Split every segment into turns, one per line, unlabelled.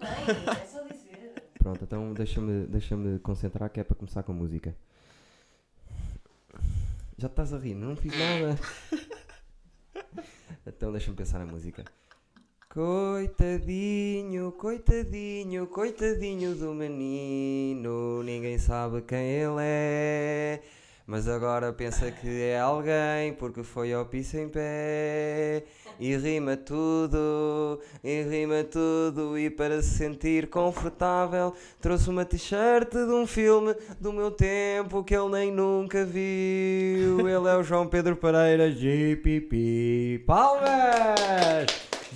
bem, é só dizer.
Pronto, então deixa-me deixa concentrar que é para começar com a música. Já estás a rir, não fiz nada. Então deixa-me pensar na música. Coitadinho, coitadinho, coitadinho do menino, ninguém sabe quem ele é. Mas agora pensa que é alguém porque foi ao piso em pé e rima tudo, e rima tudo. E para se sentir confortável, trouxe uma t-shirt de um filme do meu tempo que ele nem nunca viu. Ele é o João Pedro Pereira, GPP. Palmas!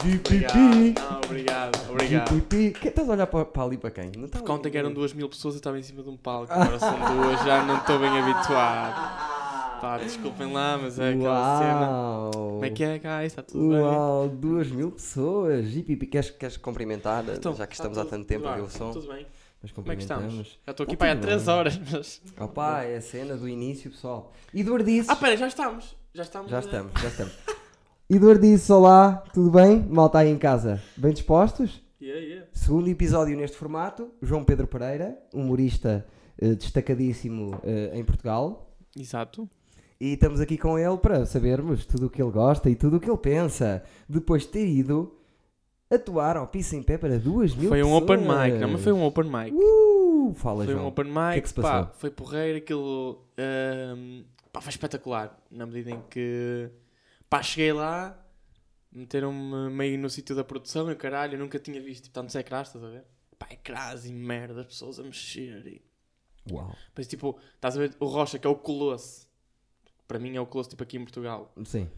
GPP!
Obrigado, não, obrigado, obrigado.
GPP! Quem estás a olhar para, para ali para quem? Não está
Conta que eram duas mil pessoas, eu estava em cima de um palco, agora são duas, já não estou bem habituado. Pá, desculpem lá, mas é aquela cena.
Uau!
Como é que é, guys? Está tudo bem?
Uau, duas mil pessoas! GPP, queres, queres cumprimentar? já que
Então, está
estamos há
tudo-
tanto tempo a
Eduardo,
ver o som,
Tudo bem?
mas
Como é que estamos?
cumprimentamos.
Já estou aqui
Está
para aí há
Tá tudo
3
bem.
horas, mas.
Opa, é a cena do início, pessoal. Eduardo disse.
Ah, pera, já estamos. Já estamos.
já
eh,
estamos, já estamos. Eduardo disse: Olá, tudo bem? Malta aí em casa. Bem dispostos?
Yeah, yeah.
Segundo episódio neste formato, João Pedro Pereira, humorista eh, destacadíssimo eh, em Portugal.
Exato.
E estamos aqui com ele para sabermos tudo o que ele gosta e tudo o que ele pensa. Depois de ter ido atuar ao Pisa em Pé para duas mil
Foi um
pessoas.
open mic, não, mas foi um open mic.
Uh, fala,
Foi
João.
um open mic,
que é que se
pá,
passou?
foi porreiro, aquilo ahm, pá, foi espetacular, na medida em que pá, cheguei lá, meteram-me meio no sítio da produção e o caralho, eu nunca tinha visto, tipo, tantos ecrãs, estás a ver? Pá, ecrãs e merda, as pessoas a mexer e...
Uau.
Mas tipo, estás a ver o Rocha, que é o colosso, para mim é o colosso, tipo, aqui em Portugal,
Sim.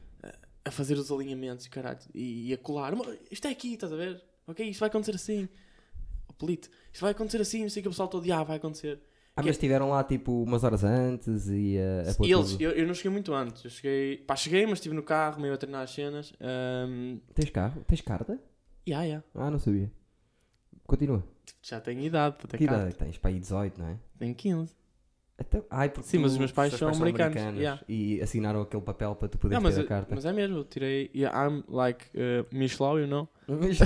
a fazer os alinhamentos e o caralho, e, e a colar, "Mano, isto é aqui, estás a ver? Ok, isto vai acontecer assim, o pelito, isto vai acontecer assim, não sei o que o pessoal todo, ah, vai acontecer...
Ah, mas estiveram lá tipo umas horas antes e eh, a, a pôr
E eles,
É tudo.
eu, eu não cheguei muito antes. Eu cheguei, pá, cheguei, mas estive no carro, meio a treinar as cenas. Um,
Tens carro? Tens carta?
yeah, yeah. Tipo,
Ah, não sabia. Continua.
Já tenho idade para ter
que
carro.
idade tens? Para aí 18, não é?
Tenho 15.
Então, ai, porque
Sim,
tu-
mas os meus pais
os teus
são americanos, yeah.
E assinaram aquele papel para tu poderes
Não, mas,
ter a carta.
mas é mesmo, eu tirei. Yeah, I'm like uh, Michelau, you know?
Mas...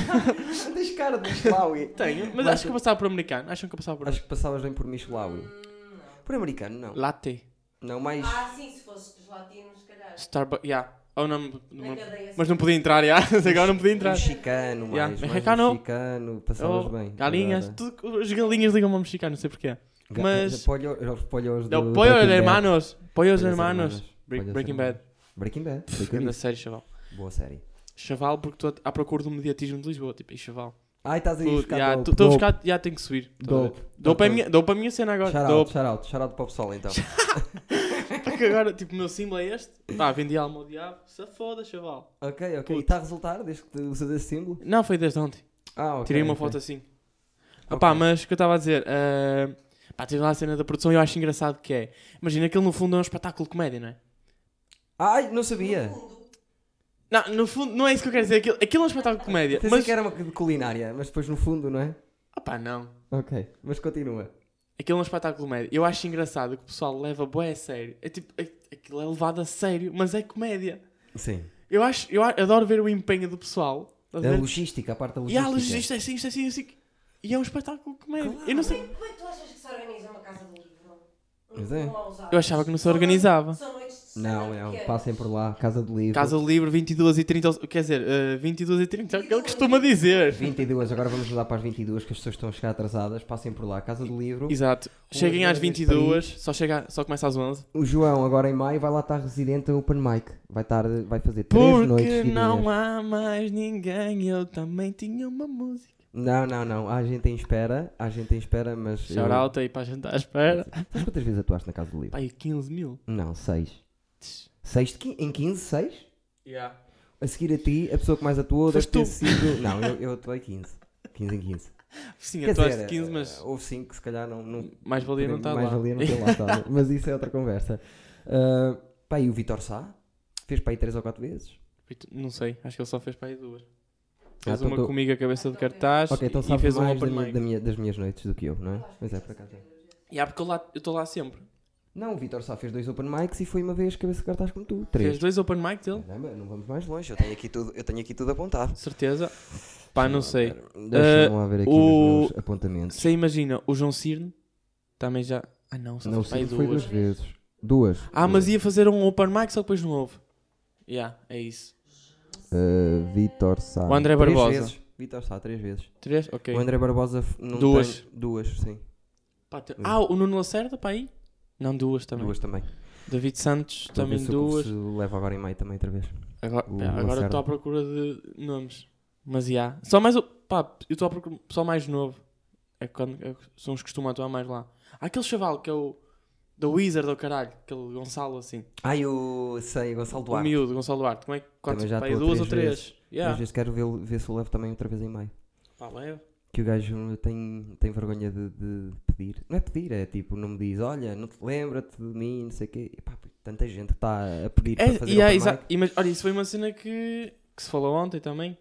tens cara de Slaui.
Tenho, mas acho que eu passava por americano. Acham que eu passava por.
Acho que passavas bem por Michelau.
Hum, não.
Por americano, não.
Latte.
Não, mais.
Ah, sim, se fosse dos latinos, se calhar.
Starbucks. Yeah. Oh, não, não-
Na cadeia.
mas não podia entrar, yeah. agora não podia entrar.
Mexicano, mais.
Yeah,
mais
mexicano.
mexicano, passavas
Oh,
bem.
galinhas,
Agora-
tudo, as galinhas ligam-me ao mexicano, não sei porquê.
Ga-
mas-
Polho, os polhos do.
Não, põe os
Breaking Bad.
hermanos, põe os
Põe os
hermanos.
hermanos,
Bre-
põe os
Breaking Bad,
Breaking Bad. foi o que eu
grande
disse.
série, chaval.
Boa série.
Chaval, porque estou à procura do mediatismo de Lisboa. Tipo, e chaval.
Ai, estás aí a
Estou
buscar.
yeah,
dope,
tô- tô a
dope.
buscar, já tenho que subir.
Dope.
Dou para
Dope.
a minha, dou para a minha cena agora.
Shout out,
Dope.
shout out, shout out para o pessoal então.
Porque agora, tipo, o meu símbolo é este. Pá, vendi alma ao diabo. Se foda, chaval.
ok, ok. E
Puto.
está a resultar desde que tu usas esse símbolo?
Não, foi desde ontem.
Ah, ok.
Tirei uma
ok.
foto assim. Ah, pá, mas o que eu estava a dizer? ah, pá, tive lá a cena da produção e eu acho engraçado que é. Imagina que ele no fundo é um espetáculo de comédia, não é?
Ai, não sabia.
No fundo,
Não, no fundo, não é isso que eu quero dizer. Aquilo, aquilo é um espetáculo de comédia.
Pensei
Mas.
que era uma de culinária, mas depois no fundo, não é?
Ah, pá, não.
Ok, mas continua.
Aquilo é um espetáculo médio. Eu acho engraçado que o pessoal leva bué a sério. É tipo, a- aquilo é levado a sério, mas é comédia.
Sim.
Eu acho, eu a- adoro ver o empenho do pessoal.
A
Estás a ver?
logística, a parte da
E
logística.
há logística, isto é assim, isto é assim, isto é assim. E é um espetáculo de comédia. Eu não sei.
Como é que tu achas que se organiza uma casa de Um livro?
Pois é.
Não há usados.
Eu achava que não se
São noites-
organizava.
São noites de
Não, é um
stand-up
não,
pequenas.
passem por lá, Casa do Livro.
Casa Livre 22 e 30. Quer dizer, eh, 22 e 30. É o que ele costuma dizer.
22, agora vamos mudar para as 22, que as pessoas estão a chegar atrasadas. Passem por lá, Casa do Livro.
Exato. Cheguem às
Paris.
22, só, chega, só começa às 11.
O João, agora em maio, vai lá estar residente a Open Mic. Vai, estar, vai fazer três noites
Porque
seguidinhas.
não há mais ninguém. Eu também tinha uma música.
não, não, não. Há gente em espera, há gente em espera, mas.
Shout out aí para a gente à espera.
Sabes quantas vezes atuaste na Casa do Livro?
Pai, 15 mil.
Não, seis. Seis de quin- em 15, seis?
Yeah.
A seguir a ti, a pessoa que mais atuou deve
Foste
ter
tu.
sido. Não, eu, eu atuei 15. 15 em 15.
Sim,
Quer
atuaste
dizer, eh,
15, mas
Houve 5 que se calhar não, não,
mais valia não estar lá.
mais valia não ter lá estado. Mas isso é outra conversa. Ah, pá, e o Vitor Sá? Fez para aí 3 ou 4 vezes?
Não sei, acho que ele só fez para aí duas.
Ah,
Fez
então
uma
tô-
comigo a cabeça de cartaz
Ok, então
e
sabes
fez um
mais da
open
minha- da
mic.
minha- das minhas noites do que eu, não é? Mas é, por acaso. é.
E há porque eu lá- eu estou lá sempre.
Não, o Vitor Sá fez dois open mics e foi uma vez cabeça de cartaz como tu. 3.
Fez dois open mic dele,
Caramba, não vamos mais longe, eu tenho aqui tudo, eu tenho aqui tudo apontado.
certeza. Pá, não sei.
Deixa-me lá ver aqui
Ah, o-
os meus apontamentos.
Você imagina, o João Cirne também já. Ah não, só
Não,
fez pá, aí
sim, foi
duas.
duas vezes. Duas.
Ah,
Duas.
mas ia fazer um open mic, só que depois não houve. Yeah, é isso.
Uh, Vitor Sá.
O André
Três
Barbosa.
vezes. Vitor Sá, três vezes.
Três? Ok.
O André Barbosa f- não
Duas.
tem- Duas, sim.
Pá, te- Ah, o Nuno Lacerda, pá, aí? Não, duas também.
Duas também.
David Santos,
Estou a ver
também
se o-
duas.
Se leva agora em meio também outra vez.
Agora,
o
pá, agora
Lacerda.
estou à procura de nomes. Mas já. Só mais. o- Pá, eu estou à procura. Só mais novo. É quando é, que são os que costumam atuar mais lá. Há aquele chaval que é o. Da Wizard ou caralho. Aquele Gonçalo assim.
Ai, eu sei, Gonçalo
O
Duarte.
miúdo, Gonçalo Duarte. Como é que. Quantos?
Também já
Pá, aí
atuou
duas
três
ou três?
Às
Yeah.
vezes quero ver, ver se o levo também outra vez em meio.
Pá, é- leva.
Que o gajo tem, tem vergonha de, de pedir. Não é pedir, é tipo, não me diz, olha, não te lembra-te de mim, não sei o quê. E pá, tanta gente que está a pedir para
É,
fazer
e há,
open
exa-
mic.
ima- olha, isso foi uma cena que, que se falou ontem também.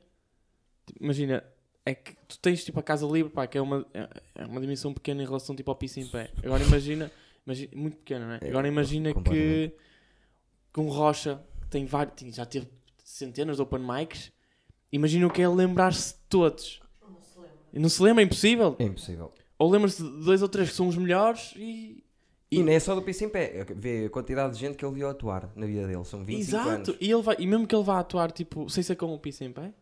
Tipo, Imagina, é que tu tens tipo a casa livre, pá, que é uma, é- é uma dimensão pequena em relação tipo, ao piso em pé. Agora imagina, imagina muito pequena, não é?
É,
Agora imagina que,
completamente.
que um Rocha que tem vários, tem- já teve centenas de open mics. Imagina o que é lembrar-se de todos.
Não se lembra.
E Não se lembra, é impossível.
É impossível.
Ou lembra-se de dois ou três que são os melhores e.
E nem é só do piso em pé. Vê a quantidade de gente que ele viu atuar na vida dele. São 25
Exato!
anos.
E, ele vai, e mesmo que ele vá atuar, tipo, sem ser com o piso em pé,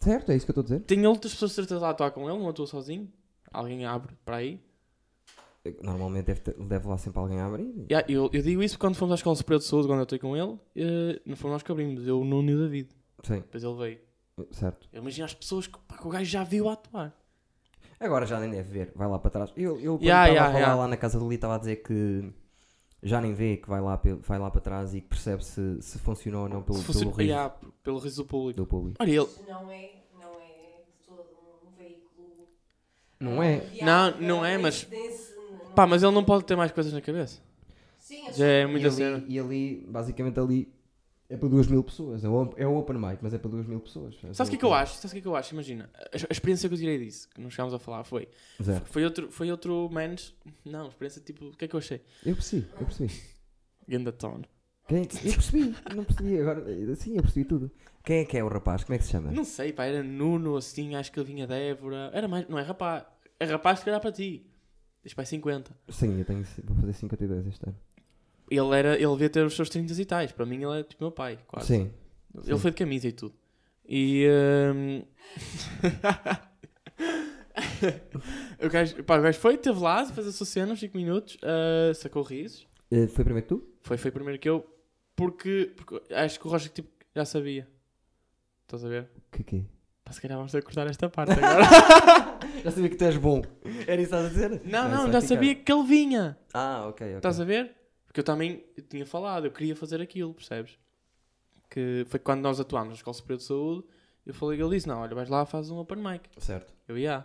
Certo, é isso que eu estou a dizer.
Tem outras pessoas de certeza a atuar com ele, não atua sozinho. Alguém abre para aí.
Normalmente deve, ter- deve lá sempre alguém a abrir.
Yeah, eu, eu digo isso porque quando fomos à Escola Superior de Saúde, quando eu estou com ele, eh, não fomos nós que abrimos, eu, o Nuno e o David.
Sim,
Depois ele veio.
certo.
Eu imagino as pessoas que, pá, que o gajo já viu a atuar.
Agora já nem deve ver, vai lá para trás. Eu, eu quando estava
Yeah, yeah,
a falar
yeah.
lá na casa do Lito, estava a dizer que já nem vê, que vai lá, pe- vai lá para trás e que percebe se, se funcionou ou não pelo,
Se fosse
pelo riso
yeah, p- pelo riso do público.
do público.
Olha ele.
Isto Não é, não é de todo um veículo.
Não é?
viável,
Não, não é,
nem
mas-
denso, não-
Pá, mas ele não pode ter mais coisas na cabeça.
Sim, eu
Já é
E
muita cena.
ali, e ali, basicamente ali, é para duas mil pessoas. É um, op- é um open mic, mas é para duas mil pessoas.
Sabes o que é que eu acho? Sabes o que é que eu acho? Imagina, a, a experiência que eu tirei disso, que não chegámos a falar, foi.
Zero.
Foi outro, foi outro menos. Não, experiência tipo, o que é que eu achei?
Eu percebi, eu percebi.
Gandatone.
Quem- é eu percebi, não percebi agora. Sim, eu percebi tudo. Quem é que é o rapaz? Como é que se chama?
Não sei, pá, era Nuno, assim, acho que ele vinha Débora. Era mais, não é rapaz. É rapaz que era para ti. Diz pai 50.
Sim, eu tenho, vou fazer 52 este ano.
Ele era, ele devia ter os seus 30 e tais. Para mim ele é tipo meu pai, quase.
Sim.
Ele foi de camisa e tudo. E hum, o, gajo, pá, o gajo foi, teve lá, fez a sua cena, uns 5 minutos, ah, sacou risos.
Eh, Foi primeiro que tu?
Foi, foi primeiro que eu, porque, porque acho que o Rocha tipo, já sabia. Estás a ver?
Que quê?
Pá, se calhar vamos ter que cortar esta parte agora.
Já sabia que tu és bom. Era isso que estás a dizer?
não,
isso
não,
vai ficar.
já sabia que ele vinha.
Ah, ok, ok.
Estás a ver? Porque eu também tinha falado, eu queria fazer aquilo, percebes? Que foi quando nós atuámos na Escola Superior de Saúde, eu falei que ele disse, não, olha, vais lá, faz um open mic.
Certo.
Eu ia.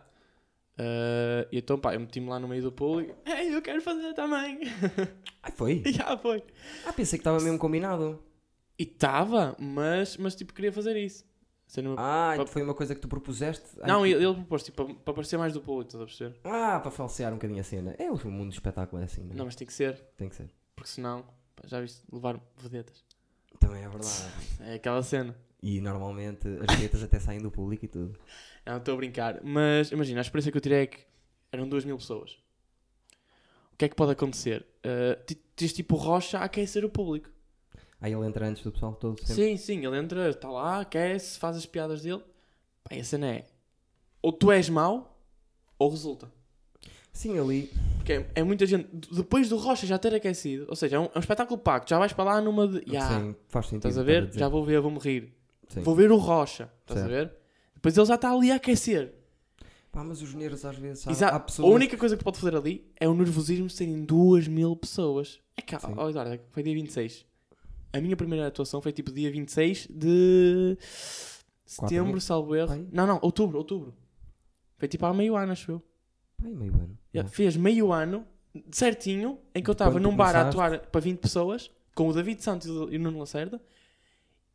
Ah, e então, pá, eu meti-me lá no meio do público. Ei, eu quero fazer também.
Ah, foi?
e já foi.
Ah, pensei que estava mesmo combinado.
E estava, mas, mas tipo, queria fazer isso. Sendo uma-
Ah, então
Pa-
foi uma coisa que tu propuseste? Ah,
não,
que-
ele, ele propôs, tipo, para parecer mais do público, estás a perceber?
Ah, para falsear um bocadinho a cena. É, o mundo do espetáculo é assim, não é?
Não, mas tem que ser,
Tem que ser.
porque senão, pá, já viste, levar vedetas.
Também é verdade.
É aquela cena.
E normalmente as dietas até saem do público e tudo.
Ah, Não, estou a brincar. Mas imagina, a experiência que eu tirei é que eram 2 mil pessoas. O que é que pode acontecer? Ah, ti- tens tipo o Rocha a aquecer o público.
Aí ele entra antes do pessoal todo sempre.
Sim, sim, ele entra, está lá, aquece, faz as piadas dele. Pá, e a cena é: ou tu és mau, ou resulta.
Sim, ali.
Porque é, é muita gente. d- Depois do Rocha já ter aquecido, ou seja, é um, é um espetáculo pago. Já vais para lá numa de. Ya,
Sim, faz sentido.
estás a
estar
ver?
dizer.
Já vou ver, vou-me rir.
Sim.
Vou ver o Rocha, estás a
Certo.
ver? Depois ele já está ali a aquecer.
Pá, mas os nervos às vezes. Há,
Exato.
há pessoas.
A única coisa que pode fazer ali é o nervosismo de serem duas mil pessoas. É cá,
Sim.
ó, Eduardo, foi dia 26. A minha primeira atuação foi tipo dia 26 de setembro,
mil?
salvo erro.
Bem.
Não, não, outubro, outubro. Foi tipo há meio ano, acho eu.
Ai, meio ano.
Yeah, Fez meio ano, certinho, em que eu
De
estava
quando
num
tu
bar a
começaste?
atuar para 20 pessoas, com o David Santos e o e o Nuno Lacerda.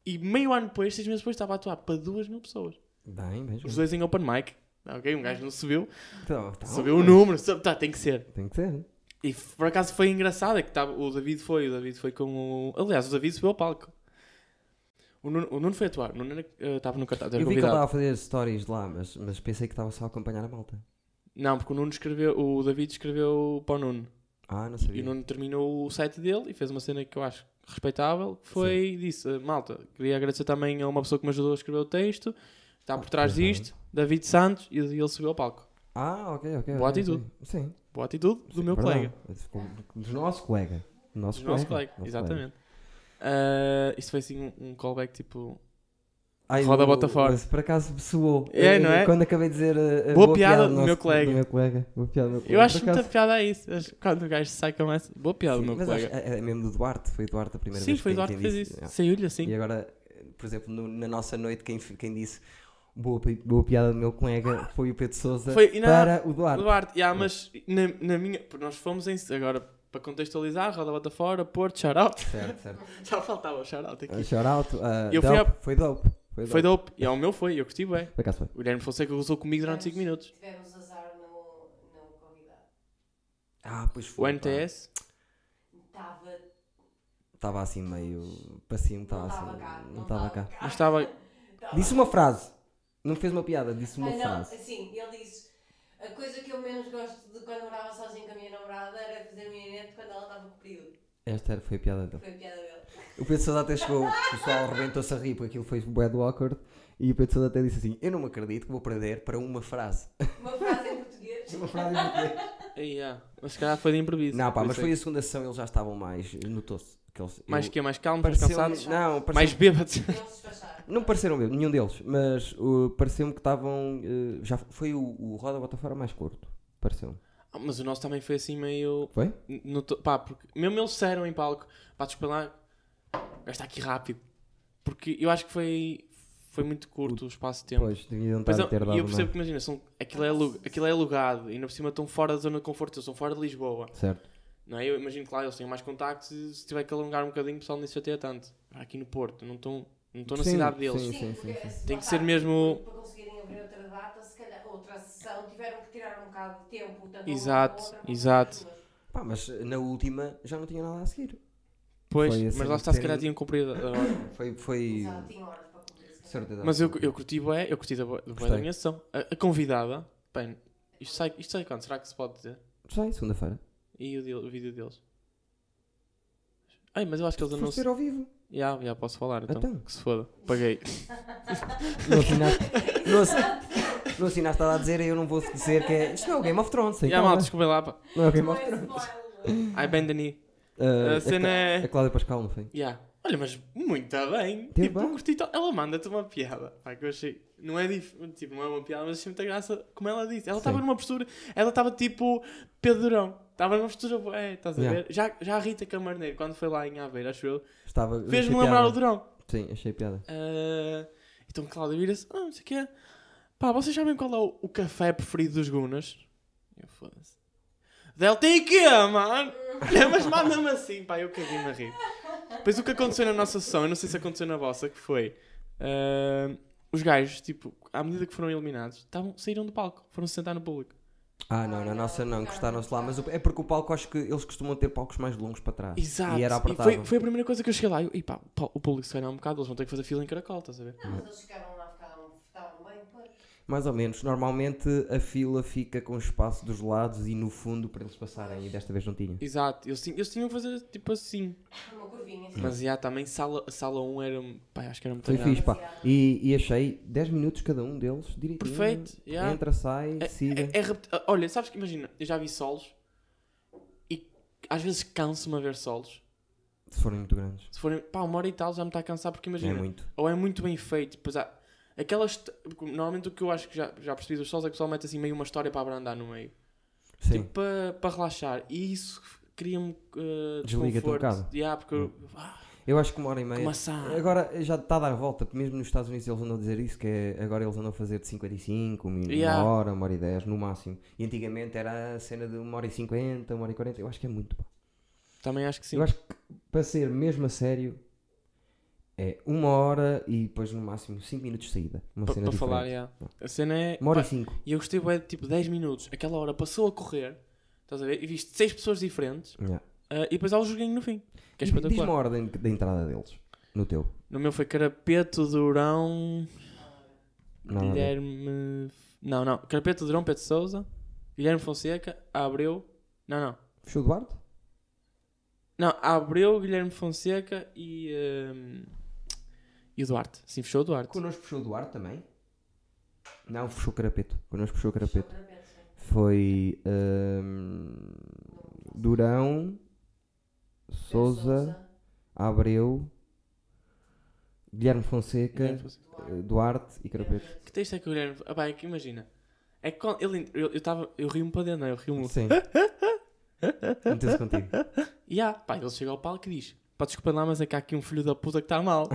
E meio ano depois, seis meses depois, estava a atuar para duas mil pessoas.
Bem, bem.
Os
jogado.
dois em open mic. Ok, um gajo não subiu.
Então, tá
Subiu o
bem.
número. Sabe, tá, tem que ser.
Tem que ser.
E f- por acaso tá, foi engraçado, é que tava, o David foi, o David foi com o... Aliás, o David subiu ao palco. O Nuno, o Nuno foi atuar, o Nuno era- eh, estava no cartaz, era
Eu vi que ele estava
convidado.
a fazer stories lá, mas, mas pensei que estava só a acompanhar a malta.
Não, porque o Nuno escreveu, o David escreveu para o Nuno.
Ah, não
E
sabia.
o Nuno terminou o site dele e fez uma cena que eu acho respeitável, que foi disse, "Eh, malta, queria agradecer também a uma pessoa que me ajudou a escrever o texto, está por trás
Ah, pois é. não.
disto, David Santos, e ele subiu ao palco.
Ah, ok, ok.
Boa
ok,
atitude.
ok. Sim.
Boa atitude do
sim,
meu
é verdade.
colega.
Do nosso colega. Do nosso
Do
colega.
nosso colega,
Nosso
exatamente. Ah, isto foi assim um, um callback tipo...
Ai,
Roda
o-
bota fora.
Mas por acaso soou.
É,
Eh,
não é?
Quando acabei de dizer. eh, eh,
Boa piada do
nosso-
meu colega.
Do meu colega. Boa piada do meu colega.
Eu acho
Por
muita
acaso-
piada a isso. Acho que Quando o gajo sai com essa... Boa piada do
Sim,
meu
mas
colega.
acho- é, é mesmo do Duarte. Foi o Duarte a primeira
Sim,
vez
foi o
quem-
Eduardo
quem
que fez
disse.
isso.
Ah.
Saiu-lhe assim.
E agora, eh, por exemplo, no- na nossa noite, quem, f- quem disse boa, pi- boa piada do meu colega foi o Pedro Souza
Foi- e não-
para o Duarte.
Eduardo, yeah, mas na, na minha. Porque nós fomos em. Agora, para contextualizar, roda bota fora, Porto, shoutout.
Certo, certo.
Já faltava o shoutout
Uh,
aqui.
shout out. Uh,
Eu
dope.
fui a-
Foi dope. Foi dope.
Foi dope. E ao meu foi, eu curti bem.
Por acaso foi.
O Guilherme Fonseca gozou comigo durante 5 minutos.
Tivemos azar não, não convidar.
Ah, pois
O
foi.
NTS,
Estava.
Estava assim meio. Para cima, estava
Não estava
assim.
cá.
Não estava
Ah.
cá.
mas estava.
Tava-
Disse uma frase. Não fez uma piada, disse uma
Ah, não,
frase.
Assim, ele disse. A coisa que eu menos gosto de quando morava sozinho com a minha namorada era fazer a minha net quando ela estava com período.
Esta era, foi a piada dele.
Foi a piada dele.
O Pedro Sousa até chegou, o pessoal arrebentou-se a rir porque aquilo foi bad awkward. E o Pedro Sousa até disse assim: Eu não me acredito que vou perder para uma frase.
Uma frase em português.
Uma frase em português.
Ei, yeah. Mas se calhar foi de improviso.
Não, pá,
Por
mas
isso
foi
é
a segunda sessão, eles já estavam mais. Notou-se. que eles-
que- Mais
eu-
que mais calmos, mais
pareceu-me-
cansados,
Não, pareceu
mais bêbados.
Eles despacharam.
Não pareceram mesmo, nenhum deles, mas uh, pareceu-me que estavam. uh, já foi o, o Roda Botafogo mais curto, pareceu-me.
Ah, Mas o nosso também foi assim meio.
Foi?
No to- Pá, porque mesmo eles disseram em palco, pá, desculpa lá, o gajo está aqui rápido. Porque eu acho que foi, foi muito curto o espaço de tempo.
Pois, deviam
Pois
estar a
é,
ter dado
e eu percebo
uma-
que, imagina, são, aquilo, é alu- aquilo é alugado, e ainda por cima estão fora da zona de conforto, eles estão fora de Lisboa.
Certo.
Não é? Eu imagino que lá eles têm mais contactos e se tiver que alongar um bocadinho, o pessoal nem se chateia tanto. Aqui no Porto, não estão não estão na
Sim,
cidade deles.
Sim, sim,
porque
sim,
se
Tem que
lá
ser
está,
mesmo-
Para conseguirem abrir outra data, se calhar outra sessão, tiveram que tirar um bocado de tempo. tanto uma
Exato,
como outra, para
exato.
fazer as duas.
Pá, mas uh, na última já não tinha nada a seguir.
Pois,
Foi assim,
mas lá está, se
ter-
calhar tinham cumprido a hora.
Foi. foi...
Exato, tinha horas para cumprir. se calhar.
certeza
Mas eu,
absoluta.
eu curti bué, eu curti da, bué- bué da
Gostei.
minha sessão. A, a convidada, bem, isto sai, isto sai quando? Será que se pode dizer?
Sei, segunda-feira.
E o, de- o vídeo deles? Ai, mas eu acho que eles
Foste
anunciaram.
ver ao vivo.
Já, já posso falar, então.
Então.
Que se foda. Paguei.
Não assinaste. não, assi- não assinaste nada a dizer, eu não vou dizer que é. Isto não é o Game of Thrones, sei
Já,
calma.
mal, desculpem lá, pá.
Não é o Game
Não
of
é
Thrones.
spoiler.
I bend the knee.
Uh,
A cena
Clá-
é.
A Cláudia Pascal, não foi?
Yeah. Olha, mas muito bem.
Teve
tipo,
bem?
eu curti. to- Ela manda-te uma piada. Pá, que eu achei. Não é dif... tipo, não é uma piada, mas achei muita graça como ela disse. Ela estava
Sim.
numa postura. Ela estava tipo Pedrão. Estava numa postura. É, estás a
Yeah.
ver? Já, já a Rita Camarneiro, quando foi lá em Aveiro, acho eu,
Estava.
fez-me
achei
lembrar
piada.
o Durão.
Sim, achei piada.
Ah, então Cláudio vira-se, ah, não sei o que é. Pá, vocês sabem qual é o, o café preferido dos Gunas? Eu foda-se. Delta IKEA, mano! Não, mas manda-me assim, pá, eu caguei-me a rir. Depois o que aconteceu na nossa sessão, eu não sei se aconteceu na vossa, que foi... ah, os gajos, tipo, à medida que foram eliminados, estavam, saíram do palco, foram se sentar no público.
Ah, não, na
não,
nossa não,
não,
encostaram-se lá,
não.
mas o- é porque o palco acho que eles costumam ter palcos mais longos para trás.
Exato.
E era apertado.
foi, foi a primeira coisa que eu cheguei lá. E eu, "Ih, pá, o pá, o público se calhar um bocado, eles vão ter que fazer fila em caracol, estás a ver?
Não, mas eles ficaram lá, ficaram, estavam bem, pois.
Mais ou menos. Normalmente a fila fica com espaço dos lados e no fundo para eles passarem, e desta vez não tinha.
Exato. Eles, tin- eles tinham que fazer tipo assim.
Uma curvinha assim.
Mas já também sala, sala 1 era. Pá, acho que era um muito
Hum. Foi
grande.
fixe, pá. E, e achei 10 minutos cada um deles direitinho.
Perfeito, já.
Entra, sai,
É-
siga.
é- é repet- ah, Olha, sabes que imagina, eu já vi solos e às vezes canso-me a ver solos.
Se forem muito grandes.
Se forem, pá, uma hora e tal já me está a cansar porque
É
é imagina.
muito.
Ou é muito bem feito, pois há. Aquelas. t- porque Normalmente o que eu acho que já, já percebi dos solos é que o pessoal mete assim meio uma história para abrandar no meio.
Sim.
Tipo, para, para relaxar. E isso cria-me. Uh,
Desliga-te um
desconforto.
bocado. Hum. É,
Já, porque eu. Ah, assim?
Eu acho que uma hora e meia.
que maçã.
Agora já está a dar volta, mesmo nos Estados Unidos eles andam a dizer isso, que é, agora eles andam a fazer de 55, uma
Yeah.
hora, uma hora e 10 no máximo. E antigamente era a cena de uma hora e 50, uma hora e 40, eu acho que é muito. pá.
Também acho que sim.
Eu acho que para ser mesmo a sério é uma hora e depois no máximo 5 minutos de saída. Uma
Pa-
cena
para
diferente.
falar, já. A cena é.
Uma hora
pá,
e 5.
E eu gostei bué de tipo 10 minutos. Aquela hora passou a correr, estás a ver? E viste 6 pessoas diferentes.
Yeah.
ah, e depois há o joguinho no fim, que é
Diz-me
espetacular.
a ordem da entrada deles. No teu.
No meu foi Carapeto, Durão,
Não, não.
Guilherme. Não, não. Carapeto, Durão, Pedro Souza, Guilherme Fonseca, Abreu. Não, não.
Fechou Duarte?
Não, Abreu, Guilherme Fonseca e. ehm, E o Duarte. Sim, fechou o Duarte.
Connosco fechou Duarte também? Não, fechou Carapeto. Connosco fechou Carapeto.
Outra vez, sim.
Foi hum, Durão, Souza, Abreu, Guilherme Fonseca,
Guilherme Fonseca.
eh, Duarte e Carapeto.
Que texto é que o Guilherme. Ah, pá, é que imagina. É que quando- ele, eu, eu, tava, eu rio-me para dentro, não é? Eu rio-me.
Sim. Meteu-se contigo.
E há, pá, ele chega ao palco e diz: Pá, desculpa lá, mas é que há aqui um filho da puta que está mal.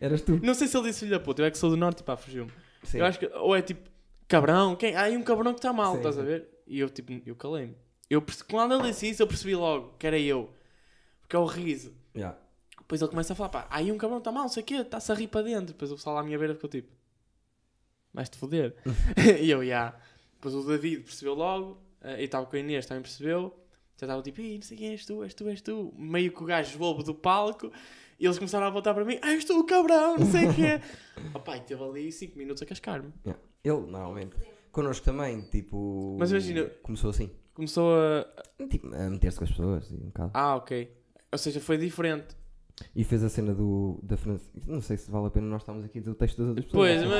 Eras tu.
não sei se ele disse filho da puta, eu é que sou do norte, pá, fugiu-me.
Sim.
Eu acho que, ou é tipo, cabrão, quem? Há aí um cabrão que está mal,
Sim.
estás a ver? E eu, tipo, eu calei-me. Eu, perce- quando ele disse isso, eu percebi logo que era eu. Porque é o riso.
Yeah.
Depois ele começa a falar, pá, há aí um cabrão que está mal, não sei o quê, está-se a rir para dentro. Depois o pessoal lá à minha beira ficou tipo, vais-te foder. e eu, já. Depois o David percebeu logo, eh, e estava com a Inês, também percebeu. Já estava tipo, ih, não sei quem és tu, és tu, és tu. Meio que o gajo bobo do palco. E eles começaram a voltar para mim, ah, estou o cabrão, não sei o quê. Opa, e teve ali 5 minutos a cascar-me.
Yeah. Ele, normalmente. Connosco também, tipo.
Mas imagina-
Começou assim.
Começou a...
Tipo, a meter-se com as pessoas e um bocado.
Ah, ok. Ou seja, foi diferente.
E fez a cena do, da França. Não sei se vale a pena nós estarmos aqui a dizer o texto das outras pessoas.
Pois,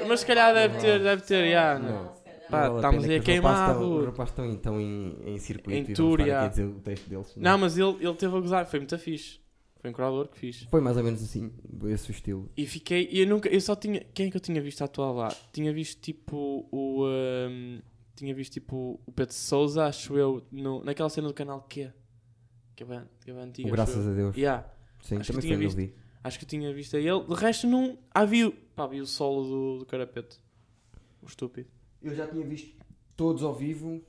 mas, mas se calhar deve ter, deve ter, já.
Não,
não.
se calhar.
Pá,
Não vale
estamos
pena,
aí a
que os rapazes
queimar a
estão-
rua.
Os rapazes estão então em, em circuito
Em
e
tour,
vamos estar aqui
já.
a dizer o texto deles. é?
Não, mas ele, ele teve a gozar, foi muito fixe. Foi um curador que fiz.
Foi mais ou menos assim, esse o estilo.
E fiquei, e eu nunca, eu só tinha, quem é que eu tinha visto atuar lá? Tinha visto tipo o, ahm, tinha visto tipo o Pedro Souza, acho eu, no, naquela cena do canal Q, que é bem, que é bem antiga.
o graças
acho
a Deus.
eu. Yeah,
Sim,
acho que
também
tinha
foi onde eu vi.
acho que eu tinha visto a ele, de resto não, ah vi, o- pá, vi o solo do, do Carapeto, o estúpido.
Eu já tinha visto todos ao vivo,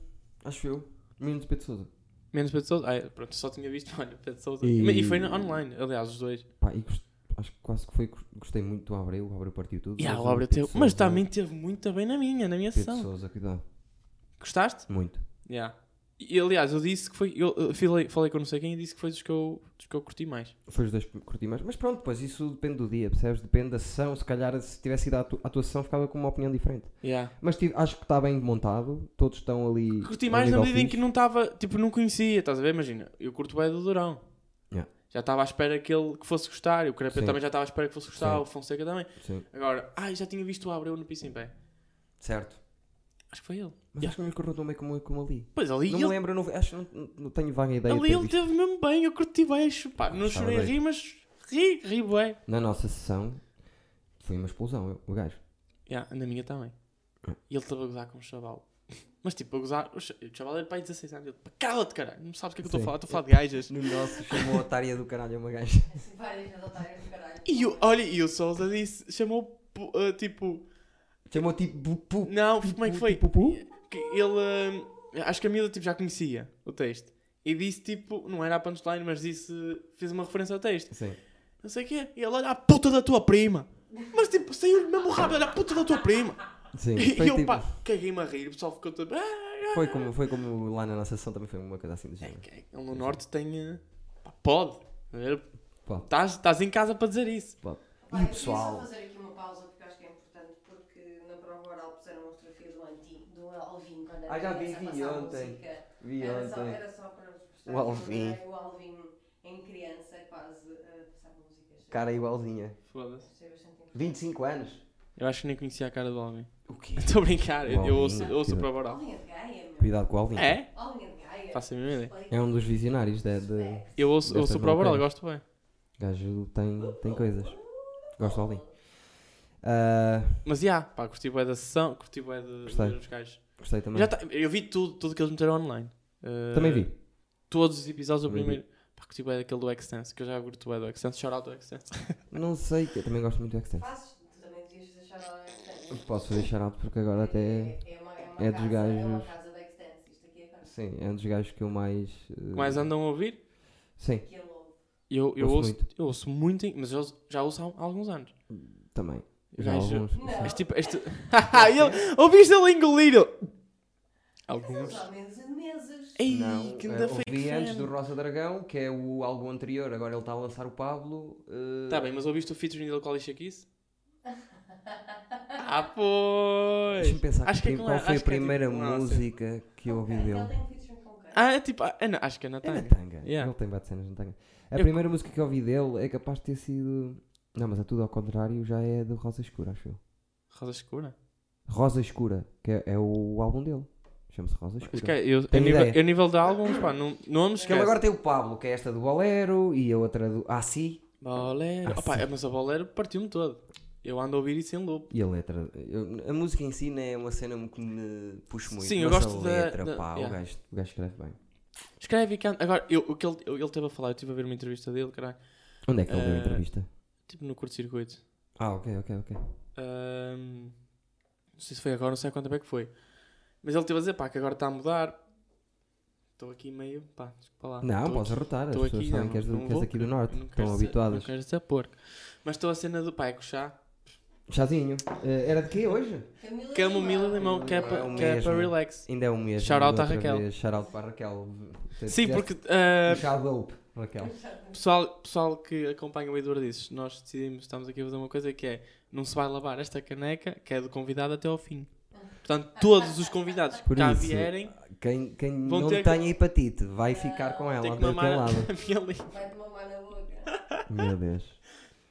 acho eu, menos o Pedro Sousa.
Menos Pedro Souza, ah, pronto, só tinha visto, olha, Pedro Souza.
E-
E, e foi no- online, aliás, os dois.
Pá, e gost- acho que quase que foi, gostei muito do Abreu, o Abreu partiu tudo.
E a
mas o
obra
Pedro
teve,
Sousa-
mas também teve muito bem na minha, na minha
Pedro
sessão.
Sousa, cuidado,
Gostaste?
muito.
Yeah. E aliás, eu disse que foi. Eu, eu falei, falei com não sei quem e disse que foi dos que eu, dos que eu curti mais.
Foi os dois que curti mais. Mas pronto, pois isso depende do dia, percebes? Depende da sessão. Se calhar, se tivesse ido à atu- à tua sessão, ficava com uma opinião diferente.
Yeah.
Mas tive- acho que está bem montado. Todos estão ali.
Curti
ao
mais na
nível
medida em que
fixe.
não estava. Tipo, não conhecia, estás a ver? Imagina, eu curto bem do Durão.
Yeah.
Já estava à espera que ele que fosse gostar. E o Carapeto
Sim.
também já estava à espera que fosse gostar.
Sim.
O Fonseca também.
Sim,
Agora, ai, já tinha visto o Abreu no piso em pé.
certo.
Acho que foi ele.
Mas acho que não me correu tão bem como, como ali.
Pois ali
não me
ele,
lembro, não, acho que não, não tenho vaga ideia. de
ali
ter
ele
visto.
teve mesmo bem. Eu curti bem. Pá, não
Estava
chorei a
bem.
rir, mas ri, ri bem.
Na nossa sessão, foi uma explosão, eu- o gajo.
Yeah, na minha também.
Ah.
E ele estava a gozar com o chaval. Mas tipo, a gozar. O cha- o chaval era pai de 16 anos. Ele, "Pá, cala-te, caralho. Não sabes o que é que eu estou a
Sim.
falar. Estou a falar de gajas.
No nosso, chamou a otária do caralho é uma gaja.
Várias adotárias do tá caralho.
E o, olha, e o Souza disse, chamou. pu- ah, tipo,
Chamou tipo. bu- pu-
não, como é que foi?
tipo, pu?
Que ele. ah, acho que a Mila tipo, já conhecia o texto. E disse tipo, não era a punchline, mas disse. Fez uma referência ao texto.
Sim.
Não sei o quê. E ele, olha, a puta da tua prima. Mas tipo, saiu mesmo rápido, olha, a puta da tua prima.
Sim.
E
Foi,
eu,
tipo-
pá, caguei-me a rir. O pessoal ficou todo. "Ah, ah,
foi, como, foi como lá na nossa sessão também foi uma coisa assim do
É,
género.
que ele no norte tem. eh, pá, Pode.
Pode.
Estás estás em casa para dizer isso.
Pá,
E o
eu queria só
pessoal.
fazer aqui uma pausa porque acho que é importante. Porque na prova oral puseram uma fotografia do Anti, do Alvin, quando era
Ah, já vi,
criança,
vi
a passar
ontem.
música.
Vi
era, só,
ontem.
era só para vos mostrar
O Alvin.
que eu adorei O Alvin em criança, quase a passar músicas.
Cara igualzinha.
Foda-se.
Achei bastante interessante.
25 anos.
Eu acho que nem conhecia a cara do Alvin.
O quê?
Estou a brincar, eu, eu ouço, eu
Alvin.
ouço o Prova Oral.
Alvin é de Gaia, meu.
Cuidado com o Alvin.
É?
Alvin é de Gaia.
Faço a mesma ideia.
Olha,
É um dos visionários da. da-
Eu ouço, eu ouço o
Dessas
Prova Oral,
malucas.
gosto bem.
gajo tem, tem coisas. Gosto do Alvin. Ah,
Mas já, pá, curti bem da sessão, curti bem de, de
Gostei.
ver os gajos.
gostei também.
Já tá- eu vi tudo, tudo que eles meteram online. Eh,
Também vi.
Todos os episódios do
Também vi.
primeiro. Pá, curti bem daquele do Extense, que eu já curto bem do Extense. Shout out do Extense.
Eh, Não sei, eu também gosto muito do Extense.
Fazes, tu também devias deixar lá.
Posso fazer shout porque agora até.
É, uma, é, uma
é dos
casa, É uma
gajos.
casa da Extense. Isto aqui é casa
Sim, é um dos gajos que eu mais. eh,
Mais andam a ouvir?
Sim,
que ele ouve.
Eu, eu,
Ouço
ouço,
muito.
eu ouço muito, em- mas eu já ouço há alguns anos.
também.
Gajo-
Já alguns.
Não.
Este tipo, este. ele, ouviste ele engolir? Alguns.
Há meses de meses.
Ei,
Não,
que
eh,
ainda fake
ouvi antes do
fan.
Rosa Dragão, que é o álbum anterior, agora ele está a lançar o Pablo. eh,
Tá bem, mas ouviste o featuring dele com a Alicia Keys? Ah, pois!
Deixa-me pensar
Acho
que
que é
qual
com ela-
foi a
acho que é tipo
primeira
com ela, sim.
música que eu ouvi
Ok,
dele.
Ele tem um featuring com quem?
Ah, é tipo, a Ana, acho que é a
É na
Natália.
tanga.
Yeah.
Ele tem várias cenas na tanga. A
Eu-
primeira música que eu ouvi dele é capaz de ter sido. Não, mas é tudo ao contrário, já é do Rosa Escura, acho eu.
Rosa Escura?
Rosa Escura, que é, é o álbum dele. Chama-se Rosa Escura.
Esque- é, eu, a
Tenho
nível,
ideia.
eu, nível de álbuns, pá, não, não me
Porque ele agora tem o Pablo, que é esta do Bolero, e a outra do Ah, sim.
Bolero.
Ah,
Opa,
sim.
é, mas a Bolero partiu-me todo. Eu ando a ouvir isso em loop.
E a letra. eu- a música em si não é uma cena que me puxa muito.
Sim, eu
mas
gosto
a
da-
letra,
da-
pá,
yeah.
o, gajo, o gajo escreve bem.
Escreve e canta. Agora, eu, o que ele, ele esteve a falar, eu estive a ver uma entrevista dele, caralho.
Onde é que ele deu a
Eh,
entrevista?
Tipo no curto-circuito.
Ah, ok, ok, ok.
Ahm, não sei se foi agora, não sei há quanto tempo é que foi. Mas ele esteve a dizer, pá, que agora está a mudar. Estou aqui meio, pá, desculpa lá.
Não,
Estou
podes arrotar, as
estou
pessoas
Ah, aqui,
sabem
não,
que és, do,
não
que és
vou,
aqui do
porque
Norte,
eu não quero
estão
ser-
habituadas.
Não quero ser porco. Mas estou a cena do pai, com chá.
Chazinho, eh, era de quê hoje?
Camila
Camomila e limão, que é
É o
para
mesmo.
relax.
Ainda é o mesmo.
Shout out
da
à
outra
Raquel.
vez. Shout out para a Raquel. Tu
Sim,
fizeste
porque
um
ah,
Shout out, Raquel.
pessoal, pessoal que acompanha o Eduardo disse, nós decidimos, estamos aqui a fazer uma coisa que é não se vai lavar esta caneca, que é do convidado até ao fim. Portanto, todos os convidados que
Por
cá
isso,
vierem
Quem, quem
Vão
não
ter que-
tenha hepatite vai ficar com
têm
ela
que
daquele
mamar a,
lado.
a minha língua.
Vai-te mamar na boca.
Meu Deus.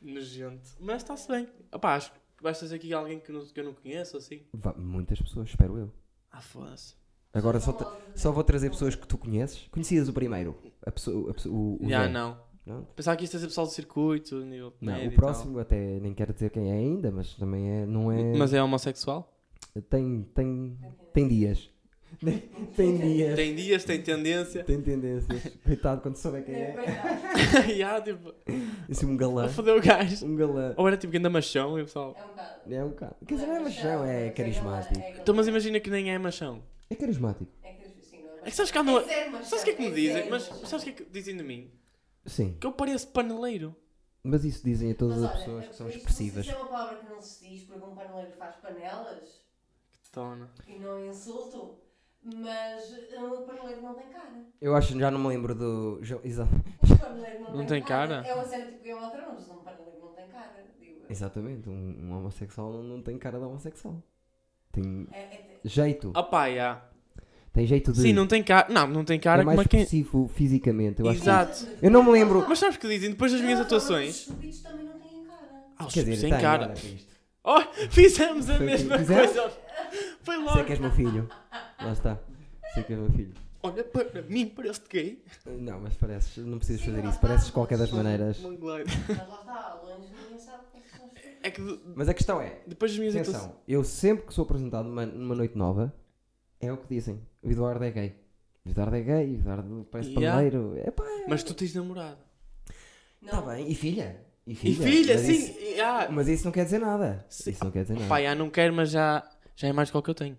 Nojento. Mas está-se bem. Opá, acho que vais trazer aqui alguém que, não- que eu não conheço, assim.
Va- Muitas pessoas, espero eu.
Ah, foda-se.
Agora só, te- só vou trazer pessoas que tu conheces. Conhecias o primeiro? A pessoa, a pessoa- o, o
Já
Zé.
não. É
Não?
Pensava que isto ia ser pessoal do circuito, nível
Não,
médio e
o próximo até nem quero dizer quem é ainda, mas também é, não
tal.
é.
Mas é homossexual?
Tem, tem,
É um
tem dias. tem dias.
Tem dias, tem tendência.
Tem tendências. Coitado, quando souber quem é.
Coitado,
Já, tipo,
Esse é um galã.
a foder o gajo.
Um galã.
Ou era tipo ainda machão e o pessoal.
É um bocado.
É um bocado. Quer dizer, não é machão, é carismático.
Então, mas imagina que nem é machão.
É carismático.
É carismático, sim, não é?
É que sabes que andam. a-
sério, mas
Sabes o que é que me
sério,
dizem?
sério,
Mas
mas-
sabes o que é que dizem de mim?
Sim.
Que eu pareço paneleiro.
Mas isso dizem a todas
Mas
as
olha,
pessoas que são
isto-
expressivas.
Isso é uma palavra que não se diz porque um paneleiro faz panelas
Tona.
e não é insulto, mas um paneleiro não tem cara.
Eu acho já não me lembro do. Jo- exa-
Um paneleiro não,
Não tem cara?
É uma cena tipo Game of Thrones, um paneleiro não tem cara. Digo. eu.
Exatamente. Um, um homossexual não, não tem cara de homossexual. Tem
É, é-
jeito.
Opá, já.
Tem jeito de.
Ah, Sim, não tem cara. Não, não tem cara
é mais
como a quem.
expressivo fisicamente. Eu acho que-
Exato.
Eu não me lembro.
Mas sabes o que dizem? Depois das minhas
Não,
atuações.
Os subidos também não têm cara.
Ah, os
Ah, Quer dizer,
sem
tem,
cara.
olha para isto.
Oh, fizemos a
Foi
mesma
aqui. Fizemos?
coisa. Foi
Sei
logo.
que é. és meu filho. Lá está. Sei que és meu filho.
Olha para mim, parece gay.
Não, mas pareces. Não precisas
Sim, tá,
fazer
lá
isso.
está.
Pareces de qualquer
é.
das maneiras.
Mangleiro.
Mas lá está, longe ninguém sabe quais são os subidos.
É que de-
Mas a questão é.
depois das minhas atuações.
Atenção, eu sempre que sou apresentado numa, numa noite nova, é o que dizem. O Eduardo é gay. O Eduardo é gay, o Eduardo parece
Yeah.
pandeiro. É pá, é-
Mas tu tens namorado.
Não.
Tá bem. E filha? E
E
filha,
filha,
é? mas
sim.
Isso,
ah,
mas isso não quer dizer nada.
Sim.
Isso não quer dizer nada.
Pá, já não quero, mas já, já é mais do que o que eu tenho.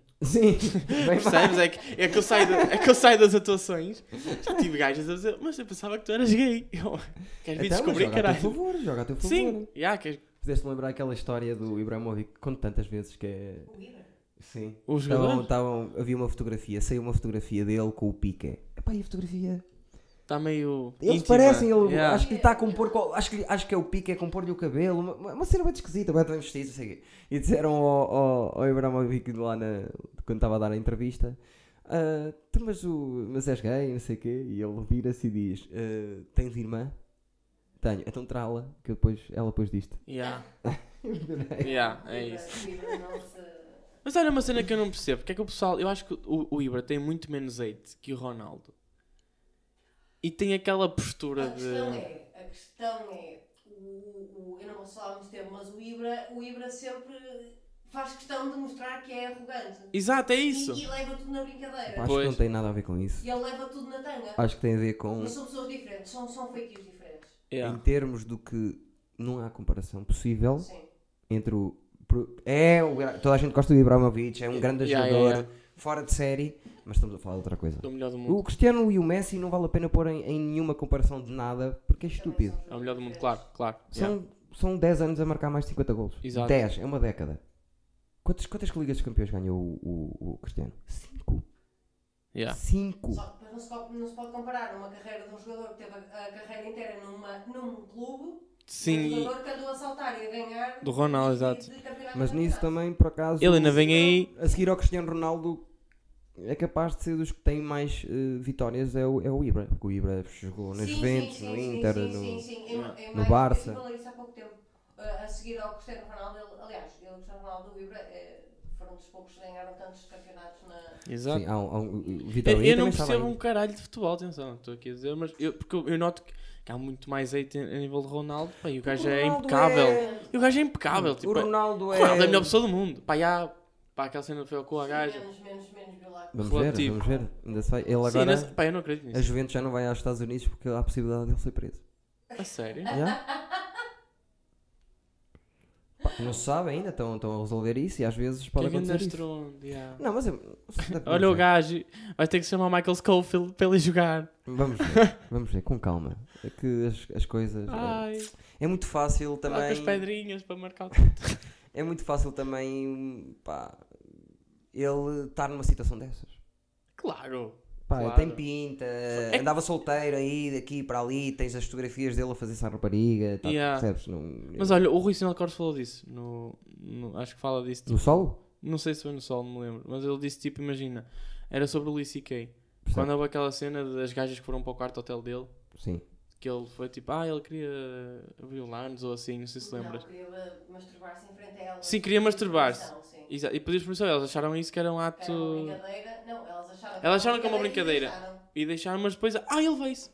Sim, bem
Percebes? É que, é, que eu saio da- é que eu saio das atuações. Já tive gajas a dizer, mas eu pensava que tu eras gay. Eu, queres vir
Então, mas joga a
descobrir,
teu
caralho?
favor, joga a teu favor.
Sim, já, que
Fizeste-me lembrar aquela história do Ibrahimovic que conto tantas vezes que é.
O Ibra.
Sim.
o
Estavam,
jogador
estavam, havia uma fotografia, saiu uma fotografia dele com o Piqué. Epá, e a fotografia?
está tá meio. né?
Eles
íntima.
parecem, ele,
Já.
acho que lhe está a compor, qual- acho que, lhe- acho que é o Piqué a compor-lhe o cabelo, uma, uma- uma cena muito esquisita, bem vestido, não sei o quê. E disseram ao, ao, ao Ibrahimovic lá na, quando estava a dar a entrevista, "Ah, tu, mas, o, mas és gay, não sei o quê, e ele vira-se e diz, "Ah, tens irmã? Tenho, então trala, que eu depois, ela depois disto.
Já,
Eu adorei.
já, é
Ibra,
isso.
Ibra não se-
Mas olha uma cena que eu não percebo. Porque é que o pessoal. Eu acho que o, o Ibra tem muito menos hate que o Ronaldo. E tem aquela postura
Ah,
A
um
questão
de.
é, a questão é, o, o- eu não posso falar há muito tempo, mas o Ibra, o Ibra sempre faz questão de mostrar que é arrogante.
Exato, é isso.
E, e leva tudo na brincadeira.
Acho que
Pois.
não tem nada a ver com isso.
E ele leva tudo na tanga.
Acho que tem a ver com,
Mas são pessoas diferentes, são, são feitios diferentes.
em
Já.
termos do que não há comparação possível
Sim.
entre o. pro- É, o gra- toda a gente gosta do Ibrahimovic, é um grande
Yeah,
jogador,
yeah,
fora de série, mas estamos a falar de outra coisa.
É o melhor do mundo.
O Cristiano e o Messi não vale a pena pôr em, em nenhuma comparação de nada, porque é estúpido.
Também são
É o melhor do mundo,
diferentes.
claro, claro.
São, são 10 anos a marcar mais de 50 golos.
Exato.
10, é uma década. Quantas, quantas Ligas dos Campeões ganhou o, o- o Cristiano? 5.
Yeah.
5.
Só que depois não se, co- não se pode comparar uma carreira de um jogador que teve a, a carreira inteira numa, num clube
Sim,
um
e-
jogador que andou a saltar e a ganhar
do
é
Ronaldo, exato.
de campeonato
Mas
em
nisso
campeonato.
também, por acaso,
Ele ainda vem aí.
a seguir ao Cristiano Ronaldo, é capaz de ser dos que têm mais eh, vitórias. É o, é o Ibra. Porque o Ibra jogou nas
Sim,
Juventus,
sim,
no
sim,
Inter,
sim,
no.
sim, sim. Em-
no
em
no
mais-
Barça.
Eu falei isso há pouco tempo. Uh, a seguir ao Cristiano Ronaldo, ele, aliás, ele, o Cristiano Ronaldo e o Ibra eh, foram dos poucos que ganharam tantos campeonatos na.
Exato.
Sim, há um, há um- o
Eu,
Vitória
eu não
estava
percebo
aí.
um caralho de futebol, atenção, estou aqui a dizer, mas eu, porque eu, eu noto que, que há muito mais hate a nível de Ronaldo. Pá, e o gajo é
Ronaldo
impecável.
é-
E o gajo é impecável. Tipo,
O Ronaldo
o
é. é.
Ronaldo é a melhor pessoa do mundo. Pá, e há, pá aquela cena foi com a gaja.
Menos, menos, menos Bilac.
Vamos
relativo.
ver, vamos ver. Ainda sai. Ele
Sim,
agora.
mas, pá, eu não acredito
A
nisso.
Juventus já não vai aos Estados Unidos porque há a possibilidade de ele ser preso.
A sério?
Já? Pá, não se sabe ainda, estão, estão a resolver isso e às vezes pode
Que é grande
acontecer isso.
estrondo, yeah.
Não, mas é...
Olha o gajo, vais ter que chamar Michael Schofield para ele jogar.
Vamos ver, vamos ver, com calma. É que as, as coisas. é-
Ai,
É muito fácil
lá com as
também.
pedrinhas para marcar o
É muito fácil também. Pá, ele estar numa situação dessas.
Claro.
Pá,
Claro. É
tem pinta, andava solteiro aí, daqui para ali, tens as fotografias dele a fazer-se à rapariga, tá,
Yeah.
percebes? Não, eh,
Mas olha, o Rui Sinal Cortes falou disso. No, no- acho que fala disso. tipo,
no solo?
Não sei se foi no Sol, não me lembro. Mas ele disse, tipo, imagina. Era sobre o Lee C.K.
Percebe?
Quando houve aquela cena das gajas que foram para o quarto hotel dele.
Sim.
Que ele foi tipo, ah, ele queria violar-nos ou assim, não sei se lembras.
Não, queria eh, masturbar-se em frente a elas.
Sim, queria masturbar-se.
Não, sim.
Exa- E pedimos permissão, elas acharam isso que era um
Era uma
ato...
brincadeira. Não, elas acharam
Elas
que era
acharam que era uma
e deixaram.
E deixaram, mas depois, ah, ele veio-se.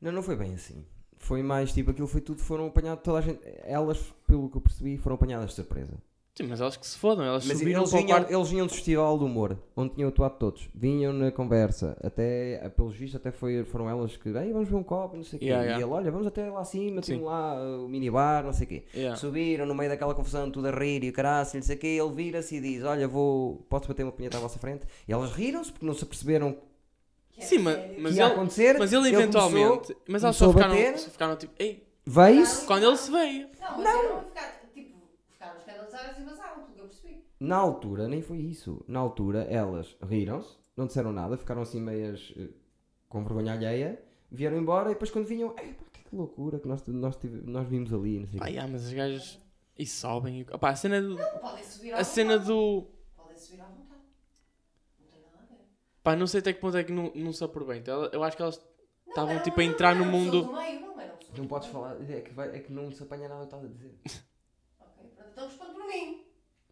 Não, não foi bem assim. Foi mais tipo, aquilo foi tudo, foram apanhadas, toda a gente, elas, pelo que eu percebi, foram apanhadas de surpresa.
Sim, mas elas que se fodam, elas
Mas
subiram
eles
para o
vinham,
quarto.
eles vinham do festival do humor, onde tinham atuado todos. Vinham na conversa, até, pelos vistos, até foi, foram elas que, ei, vamos ver um copo, não sei o quê.
Yeah,
E
yeah.
ele, olha, vamos até lá acima, tem
Sim.
lá uh, o minibar, não sei o quê.
Yeah.
Subiram no meio daquela confusão, tudo a rir e o caralho, não sei o quê. Ele vira-se e diz: Olha, vou, posso bater uma punheta à vossa frente? E elas riram-se porque não se aperceberam
Que é
Sim, mas,
sério.
que
mas,
ia
ele,
acontecer.
mas ele eventualmente...
começou-
mas elas só
começou a
ficaram,
bater.
só ficaram tipo, ei,
Veio-se.
quando ele se veio.
Não, mas não. Ficar, tipo, ficaram escandalizadas e vazaram, pelo que eu percebi.
Na altura, nem foi isso. Na altura, elas riram-se, não disseram nada, ficaram assim meias eh, com vergonha alheia, vieram embora e depois quando vinham, "Ei, pá, que que loucura que nós, nós, tive- nós vimos ali, não sei o
Pá,
quê."
yeah, mas as gajas... E sobem. E... Opá, a cena do...
Podem subir à
A cena
vontade.
do...
Podem subir à vontade. Não tem nada a ver.
Pá, não sei até que ponto é que não, não se aproveita. Ela- Eu acho que elas estavam
Não,
tipo a
não,
entrar no
não, não,
mundo.
sou do meio, não, mas não sou
Não
do
podes
meio.
falar, é que, vai- é que não se apanha nada, eu estava a dizer.
Ok, pronto, então responde por mim.